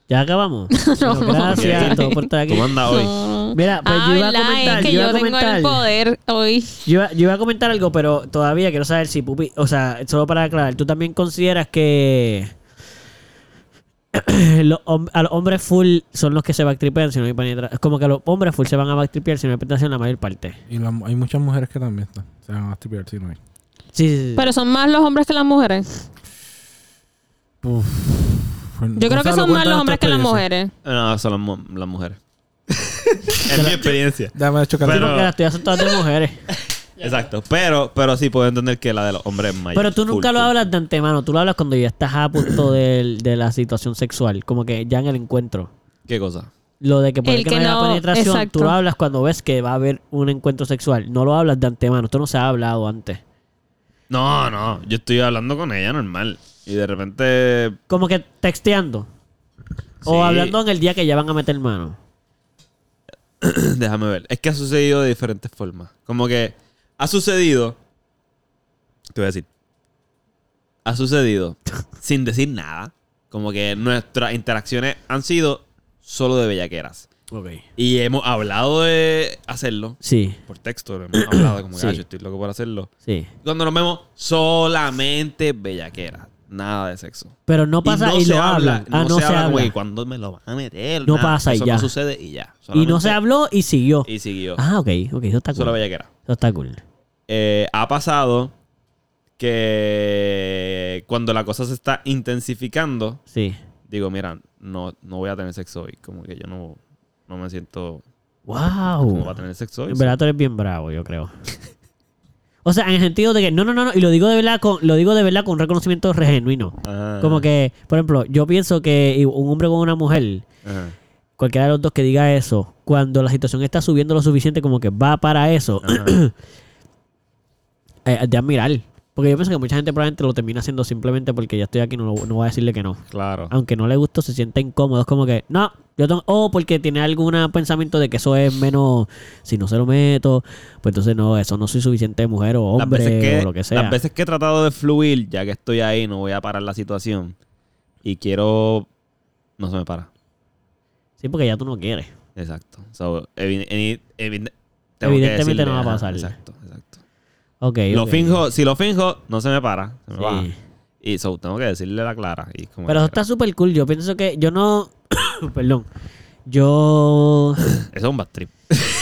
[SPEAKER 2] Ya acabamos. Bueno, gracias a todos por estar aquí.
[SPEAKER 1] ¿Cómo anda hoy?
[SPEAKER 2] Mira, pues
[SPEAKER 3] ah,
[SPEAKER 2] yo iba a
[SPEAKER 3] verdad,
[SPEAKER 2] comentar.
[SPEAKER 3] es que
[SPEAKER 2] yo iba
[SPEAKER 3] yo
[SPEAKER 2] a
[SPEAKER 3] tengo
[SPEAKER 2] comentar.
[SPEAKER 3] el poder hoy.
[SPEAKER 2] Yo iba, yo iba a comentar algo, pero todavía quiero saber si Pupi, o sea, solo para aclarar, ¿tú también consideras que *clears throat* los, hom- a los hombres full son los que se backtripean si no hay penetración? Como que los hombres full se van a backtripear si no hay penetración la mayor parte.
[SPEAKER 4] Y la- hay muchas mujeres que también están. Se van a estripear si no hay.
[SPEAKER 2] Sí, sí, sí.
[SPEAKER 3] Pero son más los hombres que las mujeres. Yo creo que
[SPEAKER 4] Gonzalo,
[SPEAKER 3] son más los
[SPEAKER 4] cuéntanos tu
[SPEAKER 3] hombres que las
[SPEAKER 4] experiencia.
[SPEAKER 3] mujeres.
[SPEAKER 1] No, son las, mu- las
[SPEAKER 2] *laughs*
[SPEAKER 1] mujeres. es mi experiencia.
[SPEAKER 4] Déjame chocar.
[SPEAKER 2] Sí,
[SPEAKER 1] Pero-
[SPEAKER 2] porque las tuyas son todas
[SPEAKER 1] *laughs*
[SPEAKER 2] de mujeres.
[SPEAKER 1] Exacto. Pero, pero sí puedo entender que la de los hombres es mayor.
[SPEAKER 2] Pero tú
[SPEAKER 1] Full,
[SPEAKER 2] nunca lo
[SPEAKER 1] full.
[SPEAKER 2] hablas de antemano, tú lo hablas cuando ya estás a punto del- de, la situación sexual, como que ya en el encuentro.
[SPEAKER 1] ¿Qué cosa?
[SPEAKER 2] Lo de que por
[SPEAKER 3] El
[SPEAKER 2] el que,
[SPEAKER 3] que
[SPEAKER 2] no haya
[SPEAKER 3] no-
[SPEAKER 2] penetración,
[SPEAKER 3] exacto.
[SPEAKER 2] tú lo hablas cuando ves que va a haber un encuentro sexual. No lo hablas de antemano, esto no se ha hablado antes.
[SPEAKER 1] No, no. Yo estoy hablando con ella normal. Y de repente
[SPEAKER 2] Como que texteando.
[SPEAKER 1] Sí.
[SPEAKER 2] O hablando en el día que ya van a meter mano.
[SPEAKER 1] *clears throat* Déjame ver. Es que ha sucedido de diferentes formas. Como que ha sucedido. Te voy a decir. Ha
[SPEAKER 2] *laughs*
[SPEAKER 1] sucedido sin decir nada. Como que nuestras interacciones han sido solo de bellaqueras.
[SPEAKER 2] Ok.
[SPEAKER 1] Y hemos hablado de hacerlo.
[SPEAKER 2] Sí,
[SPEAKER 1] Por texto, lo hemos hablado. Como que
[SPEAKER 2] Sí.
[SPEAKER 1] "Ah, yo estoy loco por hacerlo.
[SPEAKER 2] sí.
[SPEAKER 1] Cuando nos vemos, solamente bellaqueras. Nada de sexo.
[SPEAKER 2] Pero no pasa y,
[SPEAKER 1] se
[SPEAKER 2] lo
[SPEAKER 1] habla,
[SPEAKER 2] hablan. Ah, no, se,
[SPEAKER 1] habla como
[SPEAKER 2] habla.
[SPEAKER 1] que cuando me lo van a meter.
[SPEAKER 2] No
[SPEAKER 1] Nada.
[SPEAKER 2] pasa y
[SPEAKER 1] Eso
[SPEAKER 2] ya.
[SPEAKER 1] no sucede y ya.
[SPEAKER 2] Y no se
[SPEAKER 1] Solamente-
[SPEAKER 2] habló y siguió.
[SPEAKER 1] Y siguió.
[SPEAKER 2] Ah, ok, ok, eso está cool.
[SPEAKER 1] Solo bellaquera.
[SPEAKER 2] Eso está cool.
[SPEAKER 1] eh, ha pasado que cuando la cosa se está intensificando,
[SPEAKER 2] Sí.
[SPEAKER 1] digo, mira, no, no voy a tener sexo hoy. Como que yo no, no me siento como va a
[SPEAKER 2] Wow.
[SPEAKER 1] tener sexo hoy.
[SPEAKER 2] En verdad tú eres bien bravo, yo creo. *laughs* O sea, en el sentido de que no, no, no, no, y lo digo de verdad con, lo digo de verdad con un reconocimiento re genuino.
[SPEAKER 1] Ajá,
[SPEAKER 2] Como que, por ejemplo, yo pienso que y- un hombre con una mujer,
[SPEAKER 1] ajá.
[SPEAKER 2] cualquiera de los dos que diga eso, cuando la situación está subiendo lo suficiente como que va para eso, *clears throat* eh, de admirar. Porque yo pienso que mucha gente probablemente lo termina haciendo simplemente porque ya estoy aquí, no, lo- no voy a decirle que no.
[SPEAKER 1] Claro.
[SPEAKER 2] Aunque no le guste, se siente incómodo. Es como que, no, yo tengo. O porque tiene algún pensamiento de que eso es menos. Si no se lo meto, pues entonces no, eso no soy suficiente mujer o
[SPEAKER 1] Las veces,
[SPEAKER 2] hombre
[SPEAKER 1] que,
[SPEAKER 2] o lo que sea.
[SPEAKER 1] las veces que he tratado de fluir, ya que estoy ahí, no voy a parar la situación. Y quiero... No se me para.
[SPEAKER 2] Sí, porque ya tú no quieres.
[SPEAKER 1] Exacto. So, evi- evi- evi- tengo que
[SPEAKER 2] Evidentemente
[SPEAKER 1] decirle,
[SPEAKER 2] no va a
[SPEAKER 1] ajá,
[SPEAKER 2] pasar.
[SPEAKER 1] Exacto, exacto.
[SPEAKER 2] Ok.
[SPEAKER 1] Lo
[SPEAKER 2] ok.
[SPEAKER 1] finjo, si lo finjo, no se me para. Se me
[SPEAKER 2] Sí.
[SPEAKER 1] baja. Y so, tengo que decirle la clara. Y como
[SPEAKER 2] Pero eso
[SPEAKER 1] que-
[SPEAKER 2] está súper cool. Yo pienso que yo no. *coughs* Perdón.
[SPEAKER 1] *coughs*
[SPEAKER 2] Yo.
[SPEAKER 1] Eso es un bad trip. *laughs*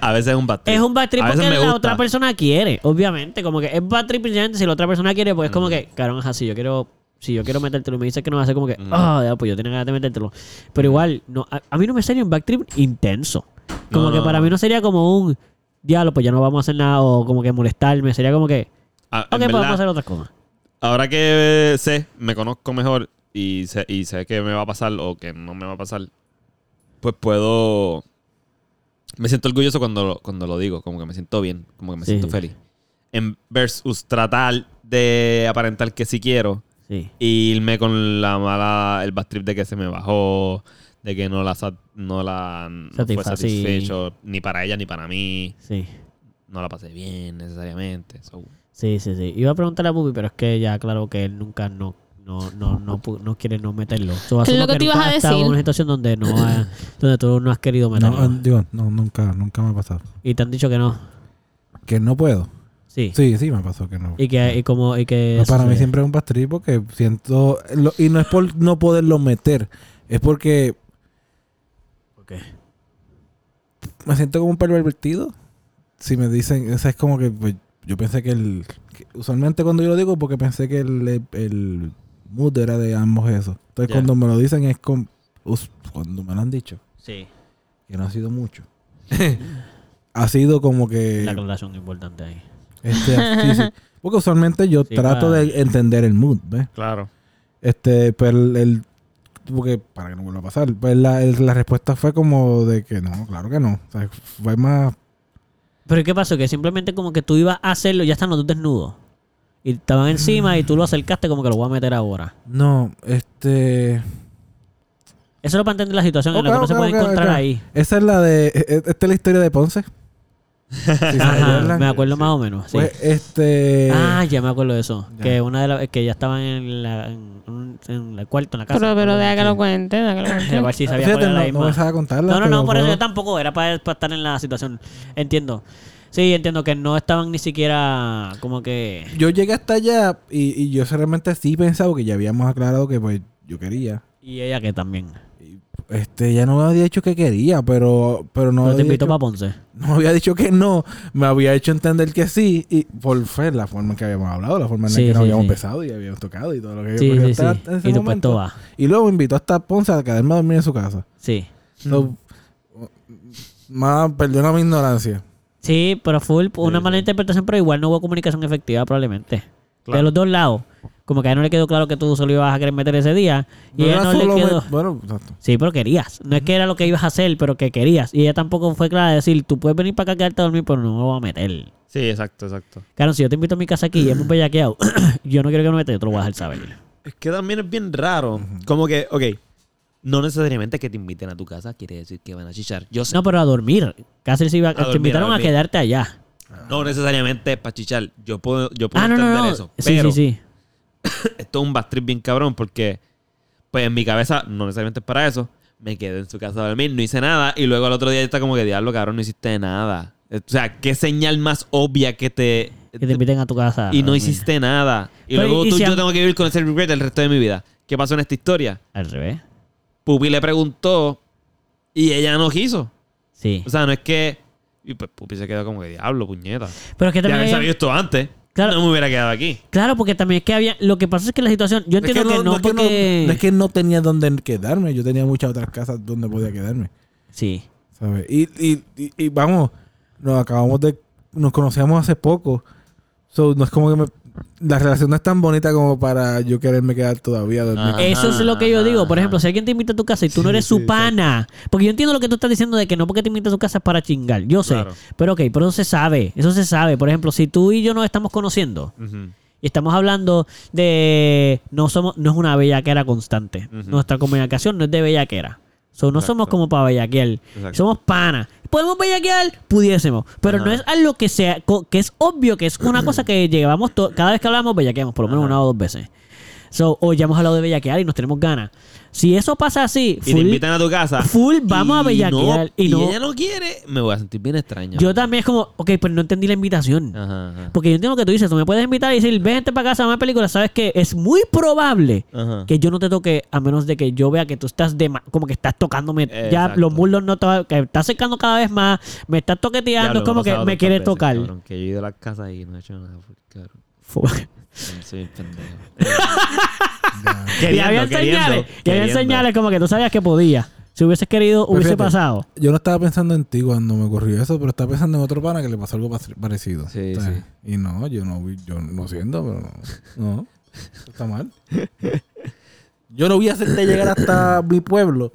[SPEAKER 1] a veces es un bad trip.
[SPEAKER 2] Es un bad trip
[SPEAKER 1] A veces
[SPEAKER 2] porque
[SPEAKER 1] me
[SPEAKER 2] la
[SPEAKER 1] gusta.
[SPEAKER 2] otra persona quiere, obviamente. Como que es bad trip precisamente si la otra persona quiere, pues es como
[SPEAKER 1] Ujú.
[SPEAKER 2] que, carón, ajá, si yo quiero Si yo quiero metértelo y me dices que no, va a ser como que, ah, ya, pues yo tenía ganas de metértelo. Pero igual, no, a, a mí no me sería un backtrip intenso. Como
[SPEAKER 1] No,
[SPEAKER 2] que
[SPEAKER 1] no,
[SPEAKER 2] para
[SPEAKER 1] no.
[SPEAKER 2] mí no sería como un diablo, pues ya no vamos a hacer nada o como que molestarme. Sería como que,
[SPEAKER 1] Ah, en
[SPEAKER 2] ok,
[SPEAKER 1] verdad,
[SPEAKER 2] podemos hacer otras cosas.
[SPEAKER 1] Ahora que sé, me conozco mejor y sé, y sé que me va a pasar o que no me va a pasar, pues puedo... Me siento orgulloso cuando, lo- cuando lo digo, como que me siento bien, como que me
[SPEAKER 2] Sí.
[SPEAKER 1] siento feliz. En versus tratar de aparentar que sí quiero
[SPEAKER 2] Sí.
[SPEAKER 1] y irme con la mala, el bad trip de que se me bajó, de que no la, sat- no la no fue
[SPEAKER 2] Satisfací.
[SPEAKER 1] satisfecho, ni para ella ni para mí,
[SPEAKER 2] Sí,
[SPEAKER 1] no la pasé bien necesariamente. so.
[SPEAKER 2] sí, sí, sí. Iba a preguntar a Bubi, pero es que ya claro que él nunca no, no, no, no, pu- no quiere no meterlo. So,
[SPEAKER 3] Es
[SPEAKER 2] asumo
[SPEAKER 3] lo que te ibas
[SPEAKER 2] nunca
[SPEAKER 3] a
[SPEAKER 2] has estado en
[SPEAKER 3] decir.
[SPEAKER 2] una situación donde no ha- donde tú no has querido meterlo.
[SPEAKER 4] Eh, No, ah, digo, no, nunca, nunca me ha pasado.
[SPEAKER 2] Y te han dicho que no.
[SPEAKER 4] Que no puedo.
[SPEAKER 2] Sí.
[SPEAKER 4] Sí, sí me pasó que no.
[SPEAKER 2] Y que, y como, y que.
[SPEAKER 4] No, para mí
[SPEAKER 2] sucede.
[SPEAKER 4] siempre es un pastry porque siento... lo- y no es por no poderlo meter. Es porque
[SPEAKER 2] Ok.
[SPEAKER 4] me siento como un pervertido. Si me dicen... O sea, es como que... pues, yo pensé que el... que usualmente cuando yo lo digo porque pensé que el, el mood era de ambos eso. Entonces
[SPEAKER 1] Ya.
[SPEAKER 4] cuando me lo dicen es con... us- cuando me lo han dicho.
[SPEAKER 2] Sí.
[SPEAKER 4] Que no ha
[SPEAKER 2] *laughs*
[SPEAKER 4] sido mucho. ha sido como que...
[SPEAKER 2] La aclaración importante ahí.
[SPEAKER 4] Este,
[SPEAKER 2] *laughs*
[SPEAKER 4] sí, sí. Porque usualmente yo
[SPEAKER 2] Sí,
[SPEAKER 4] trato
[SPEAKER 2] para-
[SPEAKER 4] de entender el mood, ¿ves?
[SPEAKER 1] Claro.
[SPEAKER 4] Este, pero el, el- porque para que no vuelva a pasar, pues la, el- la respuesta fue como de que no, claro que no. O sea, fue más
[SPEAKER 2] Pero ¿qué pasó? Que simplemente como que tú ibas a hacerlo y ya están los dos desnudos. Y estaban encima y tú lo acercaste como que lo voy a meter ahora.
[SPEAKER 4] no, este
[SPEAKER 2] Eso era para entender la situación en
[SPEAKER 4] Ok,
[SPEAKER 2] la que no se
[SPEAKER 4] ok,
[SPEAKER 2] puede
[SPEAKER 4] ok,
[SPEAKER 2] encontrar
[SPEAKER 4] ok.
[SPEAKER 2] ahí.
[SPEAKER 4] esa es la de e- e- esta es la historia
[SPEAKER 2] *laughs*
[SPEAKER 4] de Ponce. Si se
[SPEAKER 2] Ajá,
[SPEAKER 4] acuerdan.
[SPEAKER 2] me acuerdo más o menos. sí.
[SPEAKER 4] Pues este
[SPEAKER 2] ah, ya me acuerdo de eso.
[SPEAKER 4] ya.
[SPEAKER 2] Que una de las que ya estaban en la en, un- en el cuarto, en la casa.
[SPEAKER 3] Pero, pero deja que
[SPEAKER 2] *laughs*
[SPEAKER 3] lo cuente,
[SPEAKER 2] *coughs*
[SPEAKER 3] deja que lo
[SPEAKER 2] A ver
[SPEAKER 3] cuente.
[SPEAKER 2] si sabía cuál
[SPEAKER 4] fíjate,
[SPEAKER 2] era la
[SPEAKER 4] no, no
[SPEAKER 2] misma.
[SPEAKER 4] me sabe contarla.
[SPEAKER 2] No, no,
[SPEAKER 4] pero
[SPEAKER 2] no, por eso
[SPEAKER 4] puedo-
[SPEAKER 2] yo tampoco. Era para, para estar en la situación. Entiendo. Sí, entiendo que no estaban ni siquiera como que.
[SPEAKER 4] yo llegué hasta allá y, y yo realmente sí pensaba que ya habíamos aclarado que pues yo quería.
[SPEAKER 2] Y ella que también.
[SPEAKER 4] Este, ya no me había dicho que quería, pero pero no
[SPEAKER 2] Pero te
[SPEAKER 4] había
[SPEAKER 2] invitó para
[SPEAKER 4] dicho-
[SPEAKER 2] Ponce.
[SPEAKER 4] No había dicho que no, me había hecho entender que sí, y por fue la forma en que habíamos hablado, la forma en la
[SPEAKER 2] Sí,
[SPEAKER 4] que nos
[SPEAKER 2] sí,
[SPEAKER 4] habíamos
[SPEAKER 2] sí.
[SPEAKER 4] besado y habíamos tocado y todo lo que
[SPEAKER 2] Sí,
[SPEAKER 4] ocurrió
[SPEAKER 2] sí, sí.
[SPEAKER 4] hasta- hasta ese
[SPEAKER 2] Y pues, tu
[SPEAKER 4] momento.
[SPEAKER 2] puesto va.
[SPEAKER 4] Y luego me invitó hasta Ponce a quedarme a dormir en su casa.
[SPEAKER 2] Sí.
[SPEAKER 4] So, más, perdona mi ignorancia.
[SPEAKER 2] Sí, pero full, una mala interpretación, pero igual no hubo comunicación efectiva probablemente. De los dos lados. Como que a él no le quedó claro que tú solo ibas a querer meter ese día. Y
[SPEAKER 4] No
[SPEAKER 2] ella
[SPEAKER 4] era
[SPEAKER 2] no le
[SPEAKER 4] solo me-
[SPEAKER 2] quedó.
[SPEAKER 4] bueno, exacto.
[SPEAKER 2] Sí, pero querías. No es que era lo que ibas a hacer, pero que querías. Y ella tampoco fue clara de decir, tú puedes venir para acá a quedarte a dormir, pero no me voy a meter.
[SPEAKER 1] Sí, exacto, exacto.
[SPEAKER 2] Claro, si yo te invito a mi casa aquí y hemos bellaqueado, *clears throat* yo no quiero que me metas, yo te lo voy a dejar saber.
[SPEAKER 1] Es que también es bien raro. Como que, ok, no necesariamente que te inviten a tu casa quiere decir que van a chichar. Yo sé.
[SPEAKER 2] No,
[SPEAKER 1] No,
[SPEAKER 2] pero a dormir. Casi se iba, te
[SPEAKER 1] dormir,
[SPEAKER 2] invitaron
[SPEAKER 1] a
[SPEAKER 2] a,
[SPEAKER 1] dormir.
[SPEAKER 2] quedarte allá.
[SPEAKER 1] necesariamente para chichar. Yo puedo, yo puedo
[SPEAKER 2] Ah, no,
[SPEAKER 1] entender
[SPEAKER 2] no, no.
[SPEAKER 1] eso.
[SPEAKER 2] sí,
[SPEAKER 1] pero
[SPEAKER 2] sí, sí.
[SPEAKER 1] esto es un backtrip bien cabrón porque, pues en mi cabeza, no necesariamente es para eso. Me quedé en su casa a dormir, no hice nada. Y luego al otro día está como que, diablo, cabrón, no hiciste nada. Eh, O sea, qué señal más obvia que te.
[SPEAKER 2] Que te inviten a tu casa. a
[SPEAKER 1] y no
[SPEAKER 2] dormir.
[SPEAKER 1] hiciste nada. Y
[SPEAKER 2] Pero,
[SPEAKER 1] luego
[SPEAKER 2] ¿y
[SPEAKER 1] tú,
[SPEAKER 2] si
[SPEAKER 1] yo
[SPEAKER 2] am-
[SPEAKER 1] tengo que vivir con ese regret el resto de mi vida. ¿Qué pasó en esta historia?
[SPEAKER 2] Al revés.
[SPEAKER 1] Pupi le preguntó y ella no quiso.
[SPEAKER 2] Sí.
[SPEAKER 1] O sea, no es que. Y pues Pupi se quedó como que diablo, puñeta.
[SPEAKER 2] Pero es que
[SPEAKER 1] De
[SPEAKER 2] también.
[SPEAKER 1] haber
[SPEAKER 2] había-
[SPEAKER 1] sabido esto antes,
[SPEAKER 2] Claro.
[SPEAKER 1] no me hubiera quedado aquí.
[SPEAKER 2] Claro, porque también es que había. Lo que pasa es que la situación. Yo
[SPEAKER 4] Es
[SPEAKER 2] entiendo que no,
[SPEAKER 4] es que
[SPEAKER 2] porque.
[SPEAKER 4] no es que no tenía donde quedarme, yo tenía muchas otras casas donde podía quedarme.
[SPEAKER 2] Sí.
[SPEAKER 4] ¿sabes? Y, y, y, y vamos, nos acabamos de. Nos conocíamos hace poco. So, no es como que me- la relación no es tan bonita como para yo quererme quedar todavía a dormir.
[SPEAKER 1] Ah.
[SPEAKER 2] Eso es lo que yo
[SPEAKER 1] ajá,
[SPEAKER 2] digo. Por
[SPEAKER 1] ajá.
[SPEAKER 2] ejemplo, si alguien te invita a tu casa y tú no
[SPEAKER 4] Sí,
[SPEAKER 2] eres
[SPEAKER 4] sí,
[SPEAKER 2] su
[SPEAKER 4] sí.
[SPEAKER 2] pana. Porque yo entiendo lo que tú estás diciendo de que no porque te invita a tu casa es para chingar. Yo sé.
[SPEAKER 1] Claro.
[SPEAKER 2] Pero ok, pero eso se sabe. Eso se sabe. Por ejemplo, si tú y yo nos estamos conociendo.
[SPEAKER 1] Ujú.
[SPEAKER 2] Y estamos hablando de. No somos no es una bellaquera constante.
[SPEAKER 1] Ujú.
[SPEAKER 2] Nuestra comunicación no es de bellaquera. So, no somos
[SPEAKER 1] Exacto.
[SPEAKER 2] como para bellaquear.
[SPEAKER 1] Exacto.
[SPEAKER 2] Somos panas. ¿Podemos bellaquear? Pudiésemos. Pero
[SPEAKER 1] Ajá.
[SPEAKER 2] no es algo que sea. co- que es obvio que es una
[SPEAKER 1] *clears throat*
[SPEAKER 2] cosa que llevamos. to- cada vez que hablamos, bellaqueamos por lo menos
[SPEAKER 1] Ajá.
[SPEAKER 2] una o dos veces. So, o ya hemos hablado de bellaquear y nos tenemos ganas. Si eso pasa así.
[SPEAKER 1] Y te invitan a tu casa.
[SPEAKER 2] full, vamos a
[SPEAKER 1] y no-
[SPEAKER 2] bellaquear, y no-
[SPEAKER 1] ella no quiere, me voy a Ah. sentir bien extraño.
[SPEAKER 2] Yo también es como. Ok, pero no entendí la invitación.
[SPEAKER 1] Ajá, ajá.
[SPEAKER 2] Porque yo entiendo lo que tú dices. Tú me puedes invitar y decir, vente para casa a ver una película. Sabes que es muy probable
[SPEAKER 1] Ajá.
[SPEAKER 2] que yo no te toque a menos de que yo vea que tú estás de ma- como que estás tocándome ya
[SPEAKER 1] Exacto.
[SPEAKER 2] los muslos no te que estás secando cada vez más me estás
[SPEAKER 1] Diablo,
[SPEAKER 2] toqueteando es
[SPEAKER 1] ha
[SPEAKER 2] como que
[SPEAKER 1] pasado
[SPEAKER 2] me
[SPEAKER 1] tantas
[SPEAKER 2] quieres
[SPEAKER 1] veces,
[SPEAKER 2] tocar
[SPEAKER 1] cabrón, que yo he ido a las casas y no he hecho nada. porque, Cabrón,
[SPEAKER 2] Fu-
[SPEAKER 1] soy un pendejo.
[SPEAKER 2] Y
[SPEAKER 1] Queriendo,
[SPEAKER 2] había señales.
[SPEAKER 1] queriendo,
[SPEAKER 2] Y había
[SPEAKER 1] queriendo.
[SPEAKER 2] señales como que tú sabías que podía. Si hubieses querido, hubiese
[SPEAKER 4] fíjate,
[SPEAKER 2] pasado.
[SPEAKER 4] Yo no estaba pensando en ti cuando me ocurrió eso, pero estaba pensando en otro pana que le pasó algo pas- parecido.
[SPEAKER 5] Sí,
[SPEAKER 4] O sea,
[SPEAKER 5] sí.
[SPEAKER 4] Y no, yo no vi- yo no siento, pero no. No, eso está mal. *laughs* Yo no voy a hacerte llegar hasta mi pueblo.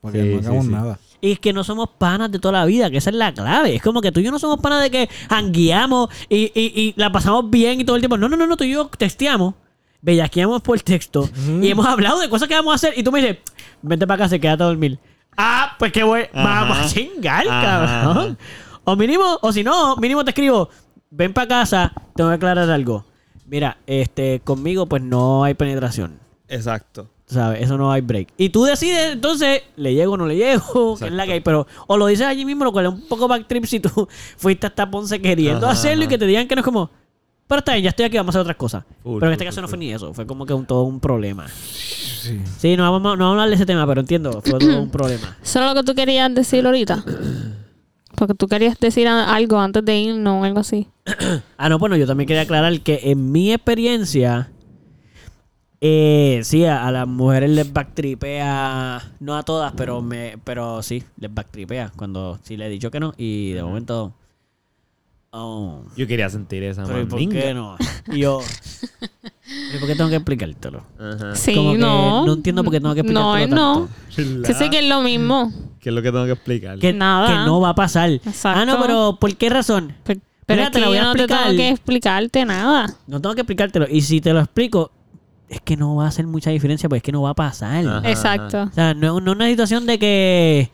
[SPEAKER 4] Porque
[SPEAKER 1] Sí,
[SPEAKER 4] no
[SPEAKER 1] sí,
[SPEAKER 4] hagamos
[SPEAKER 1] sí.
[SPEAKER 4] nada.
[SPEAKER 2] Y es que no somos panas de toda la vida, que esa es la clave. Es como que tú y yo no somos panas de que hangueamos y, y- y la pasamos bien y todo el tiempo. No, no, no, no, tú y yo texteamos, bellaqueamos por texto y hemos hablado de cosas que vamos a hacer. Y tú me dices, vente para casa y quédate a dormir. Ah, pues qué voy. Vamos a chingar,
[SPEAKER 1] Ajá.
[SPEAKER 2] cabrón. O mínimo, o si no, mínimo te escribo, ven para casa, tengo que aclarar algo. Mira, este, conmigo pues no hay penetración.
[SPEAKER 1] Exacto.
[SPEAKER 2] ¿Sabes? Eso no hay break. Y tú decides, entonces, le llego o no le llego, *laughs* que es la que hay. Pero, o lo dices allí mismo, lo cual es un poco backtrip si tú *laughs* fuiste hasta Ponce queriendo
[SPEAKER 1] Ajá,
[SPEAKER 2] hacerlo y
[SPEAKER 1] ajá.
[SPEAKER 2] que te digan que no es como, pero está bien, ya estoy aquí, vamos a hacer otras cosas.
[SPEAKER 1] Full,
[SPEAKER 2] pero en este
[SPEAKER 1] full,
[SPEAKER 2] caso
[SPEAKER 1] full,
[SPEAKER 2] no
[SPEAKER 1] full.
[SPEAKER 2] fue ni eso, fue como que un, todo un problema.
[SPEAKER 4] Sí.
[SPEAKER 2] Sí, no vamos, a- no vamos a hablar de ese tema, pero entiendo, fue todo un problema.
[SPEAKER 3] Eso es lo que tú querías decir ahorita. Porque tú querías decir a- algo antes de irnos o algo así.
[SPEAKER 2] Ah, no, bueno, yo también quería aclarar que en mi experiencia, eh, sí, a, a las mujeres les backtripea, no a todas, pero me, pero sí, les backtripea cuando sí le he dicho que no y de momento, oh,
[SPEAKER 1] Yo quería sentir esa
[SPEAKER 2] pero ¿y por
[SPEAKER 1] mandinga.
[SPEAKER 2] qué no? Y yo, ¿pero por qué tengo que explicártelo?
[SPEAKER 1] Ajá. *laughs*
[SPEAKER 3] Sí,
[SPEAKER 2] Ah, Como que
[SPEAKER 3] no.
[SPEAKER 2] no entiendo por qué tengo que
[SPEAKER 3] No,
[SPEAKER 2] explicártelo
[SPEAKER 3] no.
[SPEAKER 2] tanto.
[SPEAKER 3] Que sé que es lo mismo.
[SPEAKER 1] ¿Qué es lo que tengo que explicar?
[SPEAKER 2] Que,
[SPEAKER 3] Nada.
[SPEAKER 2] que no va a pasar.
[SPEAKER 3] Exacto.
[SPEAKER 2] Ah, no, pero ¿por qué razón?
[SPEAKER 3] Pero,
[SPEAKER 2] Mira, te
[SPEAKER 3] pero es que
[SPEAKER 2] la voy a
[SPEAKER 3] yo no te
[SPEAKER 2] explicar.
[SPEAKER 3] tengo que explicarte nada.
[SPEAKER 2] No tengo que explicártelo. Y si te lo explico, es que no va a hacer mucha diferencia, pues es que no va a pasar.
[SPEAKER 5] Ajá.
[SPEAKER 3] Exacto.
[SPEAKER 2] O sea, no, no es una situación de que.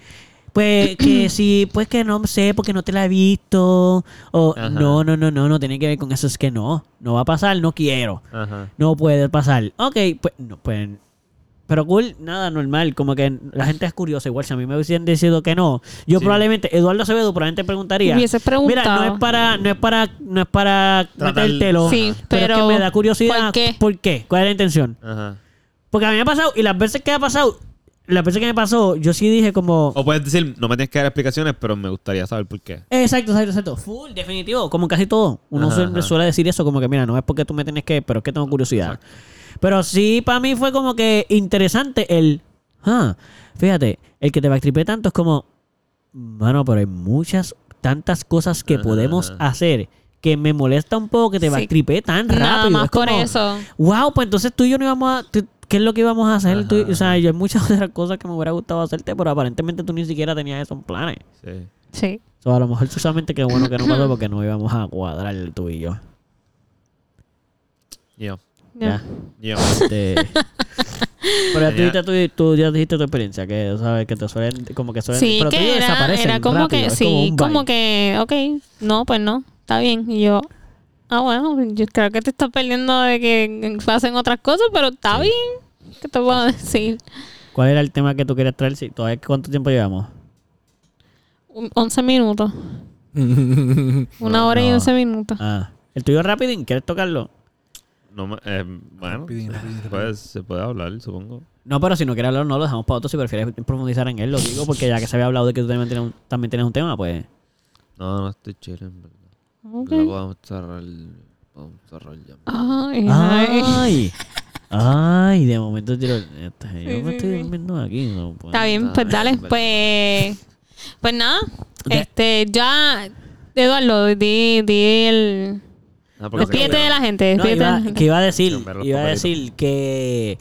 [SPEAKER 2] Pues
[SPEAKER 5] *clears throat*
[SPEAKER 2] que si, pues que no sé, porque no te la he visto. O
[SPEAKER 5] Ajá.
[SPEAKER 2] no, no, no, no, no tiene que ver con eso. Es que no, no va a pasar, no quiero.
[SPEAKER 5] Ajá.
[SPEAKER 2] No puede pasar. Ok, pues, no, pues. Pero cool, nada normal. Como que la gente es curiosa. Igual si a mí me hubiesen decidido que no, yo probablemente, Eduardo Acevedo probablemente preguntaría.
[SPEAKER 3] Hubieses preguntado.
[SPEAKER 2] Mira, no es para, no es para, no es para
[SPEAKER 1] Tratar-
[SPEAKER 2] metértelo.
[SPEAKER 3] Sí,
[SPEAKER 2] pero, es
[SPEAKER 3] pero,
[SPEAKER 2] que me da curiosidad.
[SPEAKER 3] ¿por qué?
[SPEAKER 2] ¿Por qué? ¿Cuál es la intención?
[SPEAKER 5] Ajá.
[SPEAKER 2] Porque a mí me ha pasado, y las veces que ha pasado, las veces que me pasó, yo sí dije como...
[SPEAKER 5] O puedes decir, no me tienes que dar explicaciones, pero me gustaría saber por qué.
[SPEAKER 2] "Eh, Exacto, exacto, exacto. Full, definitivo, como en casi todo. Uno
[SPEAKER 5] Ajá,
[SPEAKER 2] suele,
[SPEAKER 5] ajá.
[SPEAKER 2] suele decir eso como que, mira, no es porque tú me tienes que, pero es que tengo curiosidad. Pero sí, para mí fue como que interesante el... ah, fíjate, el que te backtripé tanto es como... Mano, pero hay muchas, tantas cosas que
[SPEAKER 5] Ajá,
[SPEAKER 2] podemos
[SPEAKER 5] ajá.
[SPEAKER 2] hacer que me molesta un poco que te
[SPEAKER 3] Sí.
[SPEAKER 2] backtripé tan rápido.
[SPEAKER 3] Nada más
[SPEAKER 2] Es
[SPEAKER 3] por
[SPEAKER 2] como,
[SPEAKER 3] eso.
[SPEAKER 2] Wow, pues entonces tú y yo no íbamos a. tú- ¿Qué es lo que íbamos a hacer? Tú- o sea, yo hay muchas *laughs* otras cosas que me hubiera gustado hacerte, pero aparentemente tú ni siquiera tenías esos planes.
[SPEAKER 5] Sí.
[SPEAKER 3] Sí.
[SPEAKER 2] O sea, a lo mejor tú solamente que bueno que no pasó porque no íbamos a cuadrar tú y yo.
[SPEAKER 5] Yo.
[SPEAKER 2] Ya.
[SPEAKER 3] *laughs*
[SPEAKER 5] Yo.
[SPEAKER 2] Este, pero ya tú, dijiste
[SPEAKER 5] Tenía-
[SPEAKER 2] tu- tú ya dijiste tu experiencia, que sabes que te suelen, como que suelen,
[SPEAKER 3] Sí,
[SPEAKER 2] pero tú y yo
[SPEAKER 3] que era,
[SPEAKER 2] desaparecen
[SPEAKER 3] era como
[SPEAKER 2] rápido,
[SPEAKER 3] que,
[SPEAKER 2] es
[SPEAKER 3] sí,
[SPEAKER 2] un
[SPEAKER 3] como,
[SPEAKER 2] vibe.
[SPEAKER 3] que, ok, no, pues no, está bien. Y yo, ah, bueno, yo creo que te estás perdiendo de que pasen otras cosas, pero está bien. ¿Qué te puedo decir?
[SPEAKER 2] ¿Cuál era el tema que tú querías traer? Si, ¿Todavía cuánto tiempo llevamos?
[SPEAKER 3] Un-
[SPEAKER 2] *laughs*
[SPEAKER 3] 11 minutos. Una hora y
[SPEAKER 2] no.
[SPEAKER 3] 11 minutos.
[SPEAKER 2] Ah, el tuyo rápido, ¿quieres tocarlo?
[SPEAKER 5] No, me- eh, bueno,
[SPEAKER 4] Rapidín, rapidín, rapidín.
[SPEAKER 5] pues, se puede hablar, supongo.
[SPEAKER 2] No, pero si no quieres hablarlo, no lo dejamos para otro. Si prefieres profundizar en él, lo digo, porque ya que se había hablado de que tú también tienes un, también tienes un tema, pues.
[SPEAKER 5] No, no estoy chill, en verdad.
[SPEAKER 3] Ok.
[SPEAKER 5] Luego vamos a cerrar, vamos a cerrar ya.
[SPEAKER 3] Ay,
[SPEAKER 2] Ah,
[SPEAKER 3] ay. *laughs*
[SPEAKER 2] ¡Ay! ¡Ay! De momento tiro. Este, Yo
[SPEAKER 3] Sí,
[SPEAKER 2] me
[SPEAKER 3] sí,
[SPEAKER 2] estoy
[SPEAKER 3] sí.
[SPEAKER 2] durmiendo aquí. No, puedo.
[SPEAKER 3] Está bien, pues dale. Pues, pues nada. Este, ya, Eduardo, di, di el.
[SPEAKER 5] Ah, porque se
[SPEAKER 3] Despídete
[SPEAKER 5] cambió.
[SPEAKER 3] de la gente.
[SPEAKER 2] No,
[SPEAKER 3] Despídete de la
[SPEAKER 2] iba,
[SPEAKER 3] gente.
[SPEAKER 2] que iba a decir,
[SPEAKER 5] Cambiar los
[SPEAKER 2] iba a
[SPEAKER 5] papelitos.
[SPEAKER 2] decir que.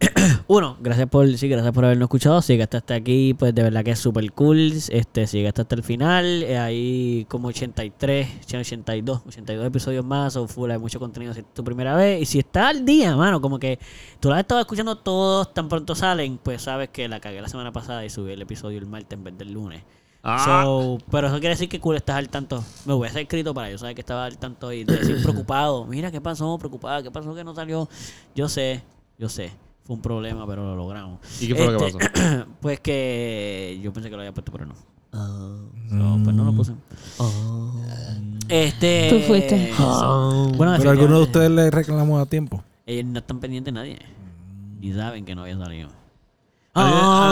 [SPEAKER 2] *clears throat* Uno, gracias por, sí, gracias por habernos escuchado. Si llegaste hasta aquí, pues de verdad que es súper cool. Este, si llegaste hasta el final, eh, hay como 83, 82, 82 episodios más, o full, hay mucho contenido si es tu primera vez. Y si está al día, mano, como que tú la has estado escuchando todos, tan pronto salen, pues sabes que la cagué la semana pasada y subí el episodio el martes en vez del lunes.
[SPEAKER 5] Ah.
[SPEAKER 2] So, pero eso quiere decir que cool estás al tanto. Me hubiese escrito para yo saber que estaba al tanto y
[SPEAKER 5] *clears throat*
[SPEAKER 2] decir preocupado. Mira, ¿qué pasó? Preocupada, ¿qué pasó que no salió? Yo sé, yo sé. Fue un problema, pero lo logramos.
[SPEAKER 5] ¿Y qué fue lo que
[SPEAKER 2] pasó? *clears throat* pues que yo pensé que lo había puesto, pero no.
[SPEAKER 5] Ah,
[SPEAKER 2] So, pues no
[SPEAKER 4] Mm.
[SPEAKER 2] lo puse. Este.
[SPEAKER 3] Tú fuiste.
[SPEAKER 2] so, bueno,
[SPEAKER 4] Ah, Pero alguno de
[SPEAKER 2] definitivamente,
[SPEAKER 4] ustedes le reclamó a tiempo.
[SPEAKER 2] ellos no están pendientes de nadie. Ni saben que no había salido.
[SPEAKER 5] A mí- a-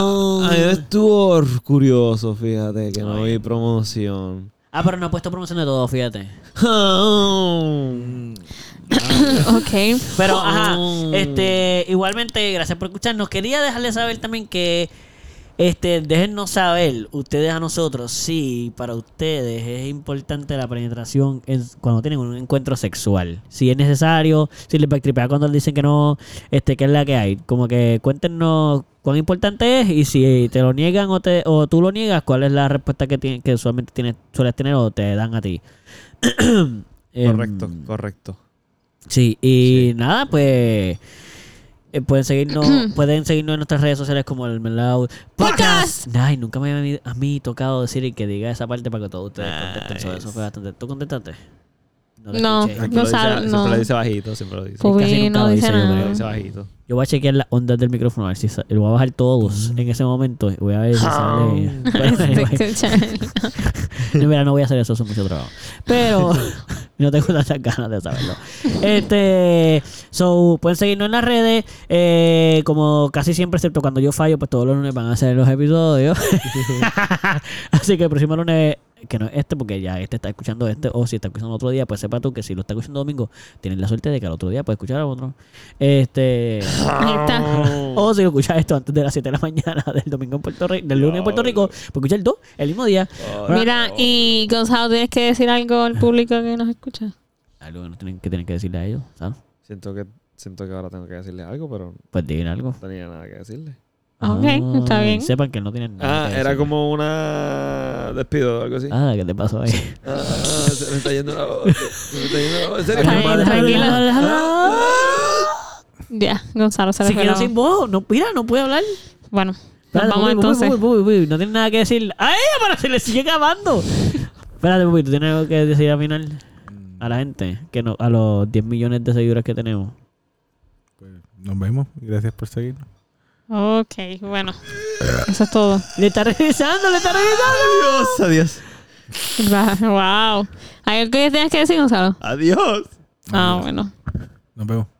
[SPEAKER 5] a mí me estuvo curioso, fíjate, que no
[SPEAKER 2] Ay.
[SPEAKER 5] vi promoción.
[SPEAKER 2] Ah, pero no he puesto promoción de todo, fíjate.
[SPEAKER 3] *laughs* ok.
[SPEAKER 2] Pero, ajá, este, igualmente, gracias por escucharnos. Quería dejarles saber también que, este, déjennos saber, ustedes a nosotros, si para ustedes es importante la penetración en- cuando tienen un encuentro sexual. Si es necesario, si les backtripea cuando les dicen que no, este, que es la que hay. Como que cuéntenos cuán importante es y si te lo niegan o, te, o tú lo niegas, cuál es la respuesta que, tienes, que usualmente tienes, sueles tener o te dan a ti. *clears throat* Em,
[SPEAKER 1] Correcto, correcto.
[SPEAKER 2] Sí, y nada, pues eh, pueden
[SPEAKER 3] *clears throat*
[SPEAKER 2] seguirnos, pueden seguirnos en nuestras redes sociales como el Melao
[SPEAKER 3] Podcast.
[SPEAKER 2] Ay, nunca me había a mí tocado decir y que diga esa parte para que todos ustedes contesten sobre eso. Fue bastante. ¿Tú contestaste? lo
[SPEAKER 3] No.
[SPEAKER 2] escuché.
[SPEAKER 5] Aquí
[SPEAKER 3] No
[SPEAKER 5] lo dice-
[SPEAKER 3] sabe,
[SPEAKER 5] siempre
[SPEAKER 3] no.
[SPEAKER 5] lo dice bajito, siempre lo dice.
[SPEAKER 2] Casi
[SPEAKER 3] Pubi
[SPEAKER 2] nunca
[SPEAKER 3] no
[SPEAKER 2] lo
[SPEAKER 3] dice
[SPEAKER 2] hice, yo
[SPEAKER 5] Lo
[SPEAKER 3] nada. *laughs*
[SPEAKER 5] dice bajito.
[SPEAKER 2] Yo voy a chequear las ondas del micrófono a ver si sa- lo voy a bajar todos en ese momento y voy a ver si
[SPEAKER 3] Ah. *laughs*
[SPEAKER 2] sale. Bueno, *laughs* anyway. *laughs* No, mira, no voy a hacer eso, eso es mucho trabajo. Pero *laughs* no tengo tantas ganas de saberlo. Este, so, pueden seguirnos en las redes. eh, como casi siempre, excepto cuando yo fallo, pues todos los lunes van a ser los episodios. *laughs* Así que el próximo lunes, que no es este, porque ya este está escuchando este, o si está escuchando otro día, pues sepa tú que si lo está escuchando domingo, tienes la suerte de que al otro día puedes escuchar a otro. Este.
[SPEAKER 3] Ahí está.
[SPEAKER 2] *laughs* O si escuchas esto antes de las 7 de la mañana del domingo en Puerto Rico, del lunes en Puerto Rico, pues escucha el 2 el mismo día.
[SPEAKER 3] Mira, y Gonzalo, ¿tienes que decir algo al público que nos escucha?
[SPEAKER 2] Algo que, no tienen, que tienen que decirle a ellos, ¿sabes?
[SPEAKER 5] Siento que, siento que ahora tengo que decirle algo, pero no
[SPEAKER 2] Pues digan algo.
[SPEAKER 5] tenía nada que decirle.
[SPEAKER 2] Ah,
[SPEAKER 3] Ah, Ok, está bien.
[SPEAKER 2] Sepan que no tienen nada.
[SPEAKER 5] Ah,
[SPEAKER 2] que
[SPEAKER 5] era
[SPEAKER 2] decirle.
[SPEAKER 5] como una despido o algo así.
[SPEAKER 2] Ah, ¿qué te pasó ahí? *laughs*
[SPEAKER 5] Ah, se me está yendo la voz. Se me está yendo la voz. ¿En serio?
[SPEAKER 3] Está bien,
[SPEAKER 5] Madre.
[SPEAKER 3] tranquilo.
[SPEAKER 2] Ah.
[SPEAKER 3] Ya, Gonzalo se
[SPEAKER 2] Si
[SPEAKER 3] refiere.
[SPEAKER 2] quedó sin voz, no, mira, no puede hablar.
[SPEAKER 3] Bueno, nos
[SPEAKER 2] Espérate,
[SPEAKER 3] Pues vamos
[SPEAKER 2] Pupi, Pupi,
[SPEAKER 3] entonces.
[SPEAKER 2] Pupi, Pupi, Pupi, no tiene nada que decir. ¡A ella! Para se le sigue
[SPEAKER 3] *laughs*
[SPEAKER 2] acabando. Espérate, Pupi, ¿tú tienes algo que decir al final? A la gente, que no, a los 10 millones de seguidores que tenemos.
[SPEAKER 4] Nos vemos. Gracias por seguirnos.
[SPEAKER 3] Ok, bueno. Eso es todo. *laughs*
[SPEAKER 2] Le está regresando, le está regresando.
[SPEAKER 5] Adiós, adiós.
[SPEAKER 3] Wow. ¿Hay algo que tienes que decir, Gonzalo?
[SPEAKER 5] Adiós.
[SPEAKER 3] Ah, bueno.
[SPEAKER 4] Nos vemos.